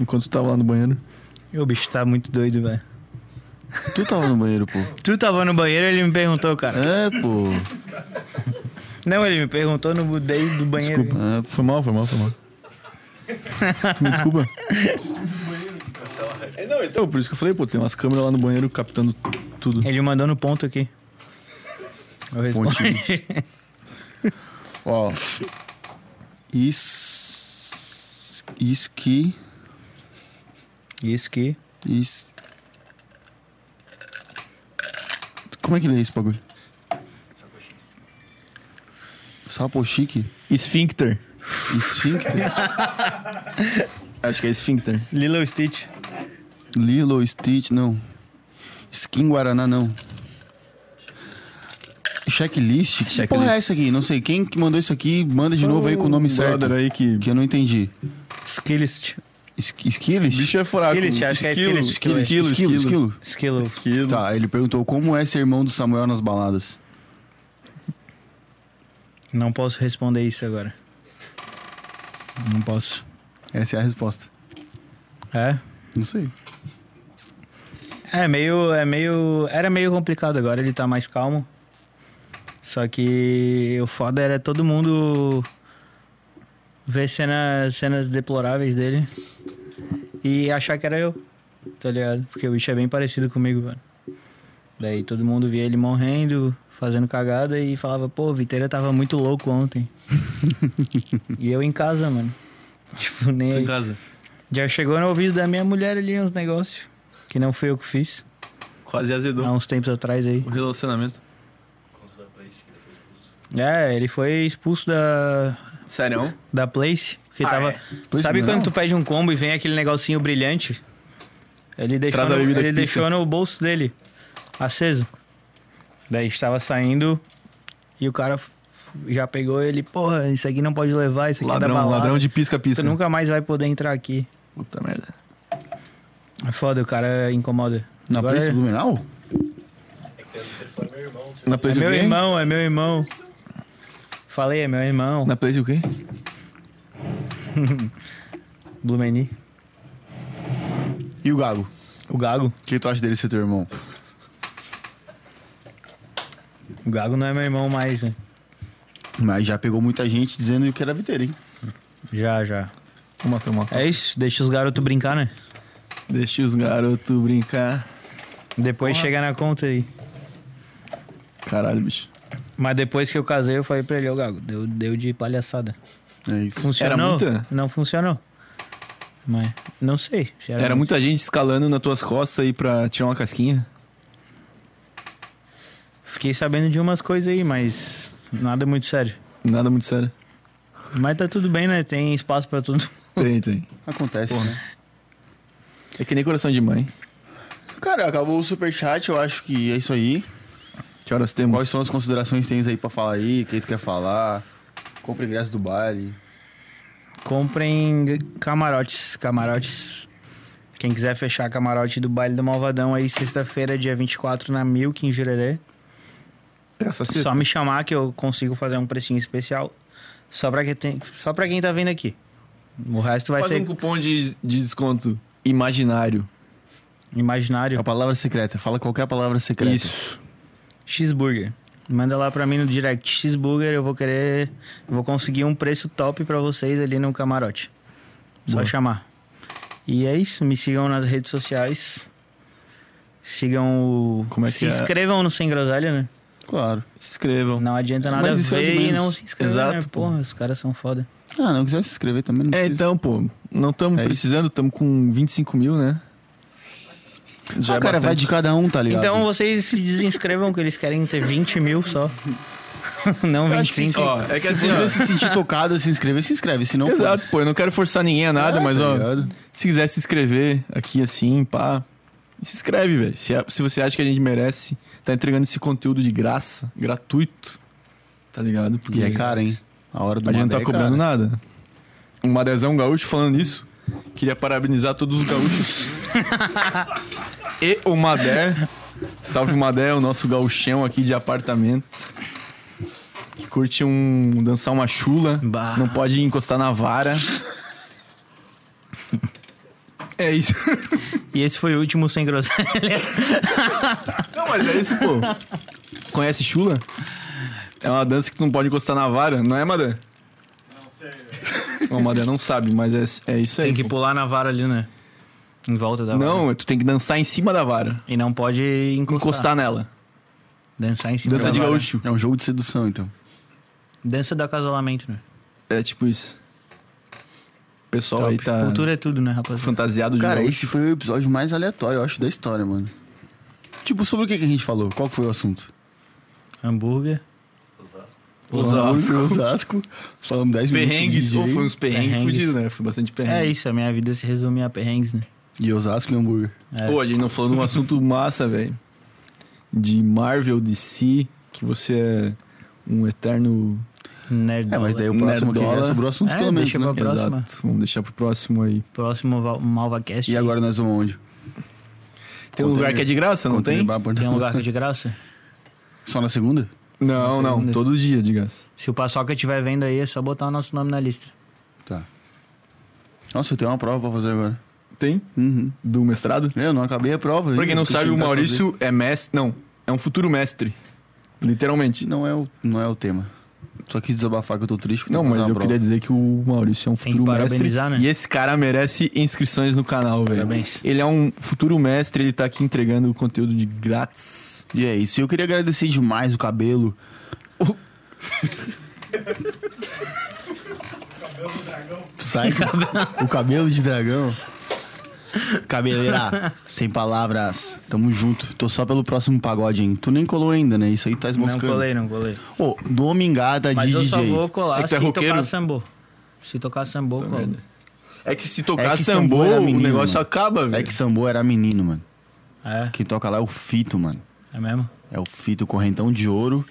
S2: Enquanto tu tava lá no banheiro.
S3: O bicho tá muito doido, velho.
S1: Tu tava no banheiro, pô.
S3: Tu tava no banheiro ele me perguntou, cara.
S1: É, pô.
S3: Não, ele me perguntou no desde do banheiro.
S2: Desculpa.
S1: É,
S2: Foi mal, foi mal, foi mal. tu me desculpa. É, não, então, por isso que eu falei, pô, tem umas câmeras lá no banheiro captando tudo.
S3: Ele mandou no ponto aqui. Eu respondi.
S1: Ó. Is... Isqui...
S3: Isso que.
S1: Is... Como é que lê esse bagulho? Sapochique?
S2: Esfíncter.
S1: Esfíncter?
S2: Acho que é esfíncter.
S3: Lilo Stitch.
S1: Lilo Stitch, não. Skin Guaraná, não. Checklist? Que porra é essa aqui? Não sei. Quem que mandou isso aqui, manda de novo aí com o nome certo.
S2: um Brother aí que...
S1: Que é eu não entendi.
S3: Skillist.
S1: Skillish?
S2: Bicho é furado.
S3: Skillet, acho que é skillet.
S2: Esquilo,
S1: esquilo, esquilo,
S2: esquilo.
S3: Skill.
S2: Esquilo.
S1: Tá, ele perguntou como é ser irmão do Samuel nas baladas.
S3: Não posso responder isso agora. Não posso.
S1: Essa é a resposta.
S3: É?
S1: Não sei.
S3: É meio, é meio, era meio complicado agora, ele tá mais calmo. Só que o foda era todo mundo ver cenas, cenas deploráveis dele e achar que era eu, tá ligado? Porque o bicho é bem parecido comigo, mano. Daí todo mundo via ele morrendo, fazendo cagada e falava, pô, o Viteira tava muito louco ontem. e eu em casa, mano. Tipo, nem. aí.
S2: casa.
S3: Já chegou no ouvido da minha mulher ali uns negócios que não fui eu que fiz
S2: Quase azedou
S3: há uns tempos atrás aí.
S2: o relacionamento.
S3: É, ele foi expulso da,
S2: Sério?
S3: da Place. Porque
S2: Ah,
S3: tava.
S2: é?
S1: Place
S3: Sabe
S1: não.
S3: quando tu pede um combo e vem aquele negocinho brilhante? Ele deixou,
S2: Traz a
S3: no,
S2: bebida
S3: ele
S2: que pisca.
S3: deixou no bolso dele, aceso. Daí estava saindo e o cara f- já pegou ele. Porra, isso aqui não pode levar, isso aqui é da
S2: Ladrão,
S3: balada.
S2: ladrão de pisca-pisca.
S3: Tu nunca mais vai poder entrar aqui.
S2: Puta merda.
S3: É foda, o cara incomoda.
S1: Na
S3: Agora-
S1: Place Blumenau?
S2: Na
S3: É
S2: Place
S3: meu
S2: o quê?
S3: irmão, é meu irmão. Falei, é meu irmão.
S2: Na Place o quê?
S3: Blumeni.
S1: E o Gago?
S3: O Gago.
S1: O que tu acha dele ser teu irmão?
S3: O Gago não é meu irmão mais, né?
S1: Mas já pegou muita gente dizendo que era viteiro, hein?
S3: Já, já.
S2: Vamos matar uma.
S3: É isso, deixa os garotos brincar, né?
S2: Deixa os garotos brincar.
S3: Depois chega na conta aí.
S2: Caralho, bicho.
S3: Mas depois que eu casei, eu falei pra ele, ô Gago, deu, deu de palhaçada.
S1: É isso.
S3: Funcionou?
S2: muita?
S3: Não funcionou. Mas não sei. se
S1: É
S2: Era muita gente escalando nas tuas costas aí pra tirar uma casquinha.
S3: Fiquei sabendo de umas coisas aí, mas nada muito sério.
S2: Nada muito sério.
S3: Mas tá tudo bem, né? Tem espaço pra tudo.
S2: Tem, tem.
S1: Acontece, né?
S2: É que nem coração de mãe.
S1: Cara, acabou o superchat, eu acho que é isso aí.
S2: Que horas temos?
S1: Quais são as considerações que tens aí pra falar aí? O que tu quer falar? Compre ingresso do baile.
S3: Comprem camarotes, camarotes. Quem quiser fechar camarote do baile do Malvadão aí sexta-feira, dia 24 na Milk em Jurerê.
S1: é
S2: Essa
S3: Só me chamar que eu consigo fazer um precinho especial. Só pra, que tem, só pra quem tá vindo aqui. O resto vai
S2: Faz
S3: ser
S2: um cupom de, de desconto imaginário.
S3: Imaginário.
S1: A palavra secreta. Fala qualquer palavra secreta.
S2: Isso.
S3: Cheeseburger. Manda lá pra mim no direct cheeseburger, eu vou querer. eu vou conseguir um preço top pra vocês ali no camarote. Só chamar. E é isso, me sigam nas redes sociais. Sigam o.
S2: Como é que
S3: se
S2: é?
S3: inscrevam no Sem Groselha, né?
S1: Claro.
S2: Se inscrevam.
S3: Não adianta nada
S1: Mas isso é o de
S3: ver e
S1: menos.
S3: não se inscrever.
S2: Exato,
S3: né?
S2: pô.
S3: Porra, os caras são foda.
S1: Ah, não quiser se inscrever também, não
S2: É,
S1: precisa.
S2: então, pô, não estamos
S1: É isso.
S2: precisando, estamos com 25 mil, né?
S1: ah,
S2: é
S1: cara, vai
S2: bastante.
S1: de cada um, tá ligado?
S3: Então vocês se desinscrevam que eles querem ter 20 mil só. não
S1: Eu acho que
S3: 25.
S2: Ó, é que
S1: se
S2: assim,
S1: você
S2: ó,
S1: se sentir tocado a se inscrever, se inscreve. Se não,
S2: Exato,
S1: foda-se.
S2: pô, eu não quero forçar ninguém a nada,
S1: É,
S2: mas
S1: tá
S2: ó,
S1: ligado?
S2: se quiser se inscrever aqui assim, pá, se inscreve, velho. Se, é- se você acha que a gente merece, tá entregando esse conteúdo de graça, gratuito, tá ligado? Porque
S1: E é caro, hein? A hora do
S2: a gente não
S1: Madé
S2: tá
S1: é
S2: cobrando
S1: cara.
S2: nada. Um Madezão gaúcho falando nisso, queria parabenizar todos os gaúchos. e o Madé, salve o Madé, o nosso gauchão aqui de apartamento. Que curte um dançar uma chula,
S3: Bah.
S2: não pode encostar na vara. É isso.
S3: E esse foi o último Sem Groselha.
S2: Não, mas é isso, pô. Conhece chula? É uma dança que tu não pode encostar na vara, não é, Madé?
S5: Não sei, velho.
S2: O Madé não sabe, mas é, é isso aí.
S3: Tem que
S2: pô.
S3: pular na vara ali, né? Em volta da vara.
S2: Não, tu tem que dançar em cima da vara.
S3: E não pode encostar.
S2: Encostar nela.
S3: Dançar em cima
S2: Dança
S3: da
S2: de
S3: vara.
S2: gaúcho.
S1: É um jogo de sedução, então.
S3: Dança do acasalamento, né?
S2: É tipo isso. O pessoal aí
S3: Top.
S2: tá
S3: Cultura é tudo, né, rapaz?
S2: fantasiado de
S1: Cara,
S2: gaúcho.
S1: esse foi o episódio mais aleatório, eu acho, da história, mano. Tipo, sobre o que que a gente falou? Qual que foi o assunto?
S3: Hambúrguer.
S2: Osasco.
S1: Osasco. Falamos 10 minutos. de
S2: Perrengues.
S1: DJ,
S2: Ou foi um uns perrengues
S3: Perrengues.
S2: fudidos, né? Foi bastante
S3: É
S2: perrengue.
S3: isso, a minha vida se resume a perrengues, né?
S1: E Osasco e hambúrguer.
S3: É.
S2: Pô, a gente não falou de um assunto massa, velho. De Marvel, DC, que você é um eterno...
S3: Nerd.
S1: É, mas daí o próximo que é
S2: Nerdola.
S1: sobre o assunto,
S3: É,
S1: pelo menos,
S3: deixa
S1: né?
S3: pra próxima.
S2: Exato. Vamos deixar pro próximo aí.
S3: Próximo Val- MalvaCast.
S1: E agora nós vamos onde?
S2: Tem um lugar
S1: Conteúdo-
S2: que é de graça, não
S1: Conteúdo
S2: tem?
S1: bar-
S3: Tem um lugar que é de graça?
S1: Só na segunda?
S2: Não, não.
S3: ainda.
S2: Todo dia, de graça.
S3: Se o Paçoca estiver vendo aí, é só botar o nosso nome na lista.
S1: Tá. Nossa, eu tenho uma prova pra fazer agora.
S2: Tem?
S1: Uhum.
S2: Do mestrado?
S1: Eu não acabei a prova.
S2: Pra quem não
S1: Eu
S2: sabe,
S1: tenho
S2: o
S1: que fazer.
S2: Maurício é mestre. Não, é um futuro mestre. Literalmente.
S1: Não é, o, não é o tema. Só quis desabafar que eu tô triste. que
S2: Não,
S1: tenho que
S2: mas
S1: fazer
S2: eu
S1: uma
S2: queria dizer que o Maurício é um
S3: Tem que
S2: futuro mestre.
S3: parabenizar, né?
S2: E esse cara merece inscrições no canal, velho.
S3: Parabéns.
S2: Ele é um futuro mestre, ele tá aqui entregando o conteúdo de grátis.
S1: prova. E é isso. E Eu queria agradecer demais o cabelo.
S5: Cabelo do dragão.
S1: Sai com- o cabelo de dragão. Cabeleira, sem palavras. Tamo junto. Tô só pelo próximo pagode, hein? Tu nem colou ainda, né? Isso aí tá
S3: Não
S1: esboscando.
S3: colei, não colei.
S1: Ô, Domingada
S3: Mas
S1: de
S3: eu
S1: DJ.
S3: só vou colar
S2: É que tu
S3: se
S2: é roqueiro? Tá
S3: tocar sambô. Se tocar sambô, eu colo.
S2: É que se tocar
S1: É que
S2: sambô,
S1: sambô era menino,
S2: o negócio
S1: mano.
S2: acaba, velho.
S1: É que Sambo era menino, mano.
S3: É,
S1: Quem toca lá é o Fito, mano.
S3: é mesmo?
S1: É o Fito, correntão de ouro,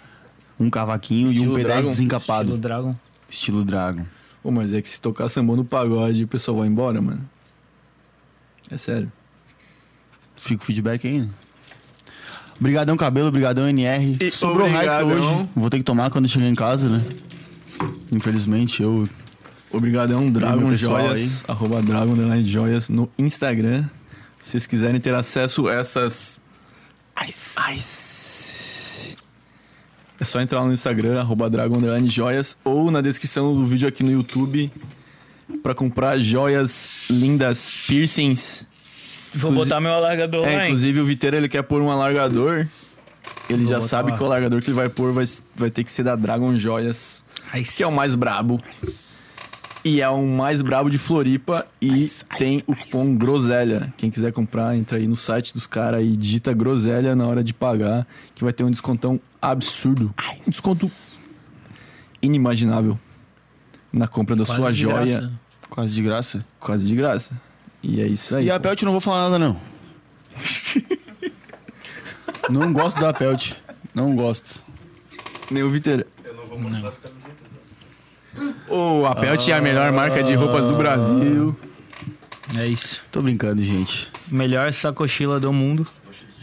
S1: um cavaquinho e
S2: Estilo
S1: um pedaço
S2: Dragon.
S1: desencapado.
S3: Estilo Dragon.
S1: Estilo Dragon.
S2: Pô, mas é que se tocar sambô no pagode, o pessoal vai embora, mano. É sério.
S1: Fica o feedback aí, né? Obrigadão, cabelo, obrigadão, NR.
S2: E
S1: Sobrou Raisca
S2: obrigadão.
S1: hoje. Vou ter que tomar quando chegar em casa, né? Infelizmente, eu.
S2: Obrigadão,
S1: meu
S2: Dragon
S1: pessoal
S2: Joias, arroba Dragon Underline Joias no Instagram. Se vocês quiserem ter acesso a essas. Ice. É só entrar lá no Instagram, arroba Dragon Underline Joias, ou na descrição do vídeo aqui no YouTube pra comprar joias lindas, piercings.
S3: Vou botar meu alargador lá,
S2: É,
S3: hein?
S2: inclusive o Viteira ele quer pôr um alargador. Ele
S3: Vou
S2: já
S3: botar
S2: sabe
S3: lá.
S2: que o alargador que ele vai pôr vai, vai ter que ser da Dragon Joias
S3: Ai,
S2: que é o mais brabo. E é o mais brabo de Floripa e tem o cupom Groselha. Quem quiser comprar, entra aí no site dos caras e digita Groselha na hora de pagar, que vai ter um descontão absurdo. Um desconto inimaginável na compra da
S3: Quase
S2: sua
S3: de
S2: joia,
S3: graça.
S1: Quase de graça.
S2: quase de graça. E é isso aí.
S1: E a
S2: pô.
S1: Pelt eu não vou falar nada, não. não gosto da Pelt. Não gosto.
S2: Nem o Viteira. Eu não vou mostrar as camisetas. Ô, a Pelt é a melhor marca de roupas do Brasil.
S3: É isso.
S1: Tô brincando, gente.
S3: Melhor sacochila do mundo.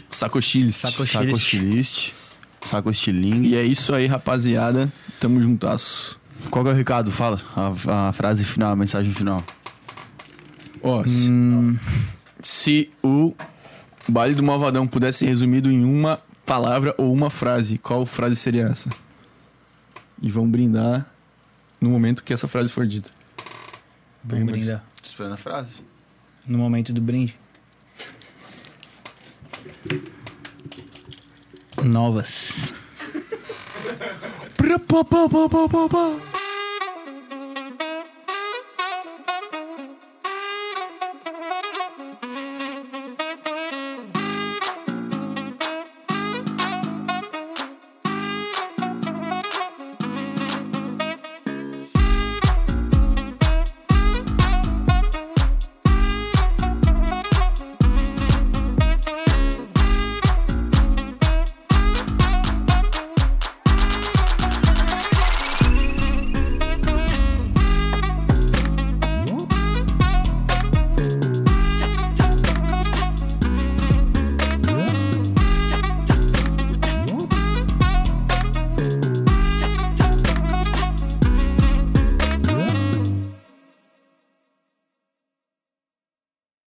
S2: Saco Chiles.
S3: Sacochilist.
S1: Saco estiliste. Saco estilingue.
S2: E é isso aí, rapaziada. Tamo juntasso.
S1: Qual que é o recado? Fala. A, a frase final, a mensagem final.
S2: Ó, se- se Hum, o baile do Malvadão pudesse ser resumido em uma palavra ou uma frase, qual frase seria essa? E vão brindar no momento que essa frase for dita.
S3: Vamos brindar.
S1: Tô esperando a frase.
S3: No momento do brinde. Novas.
S2: Pra, pá, pá, pá, pá, pá, pá.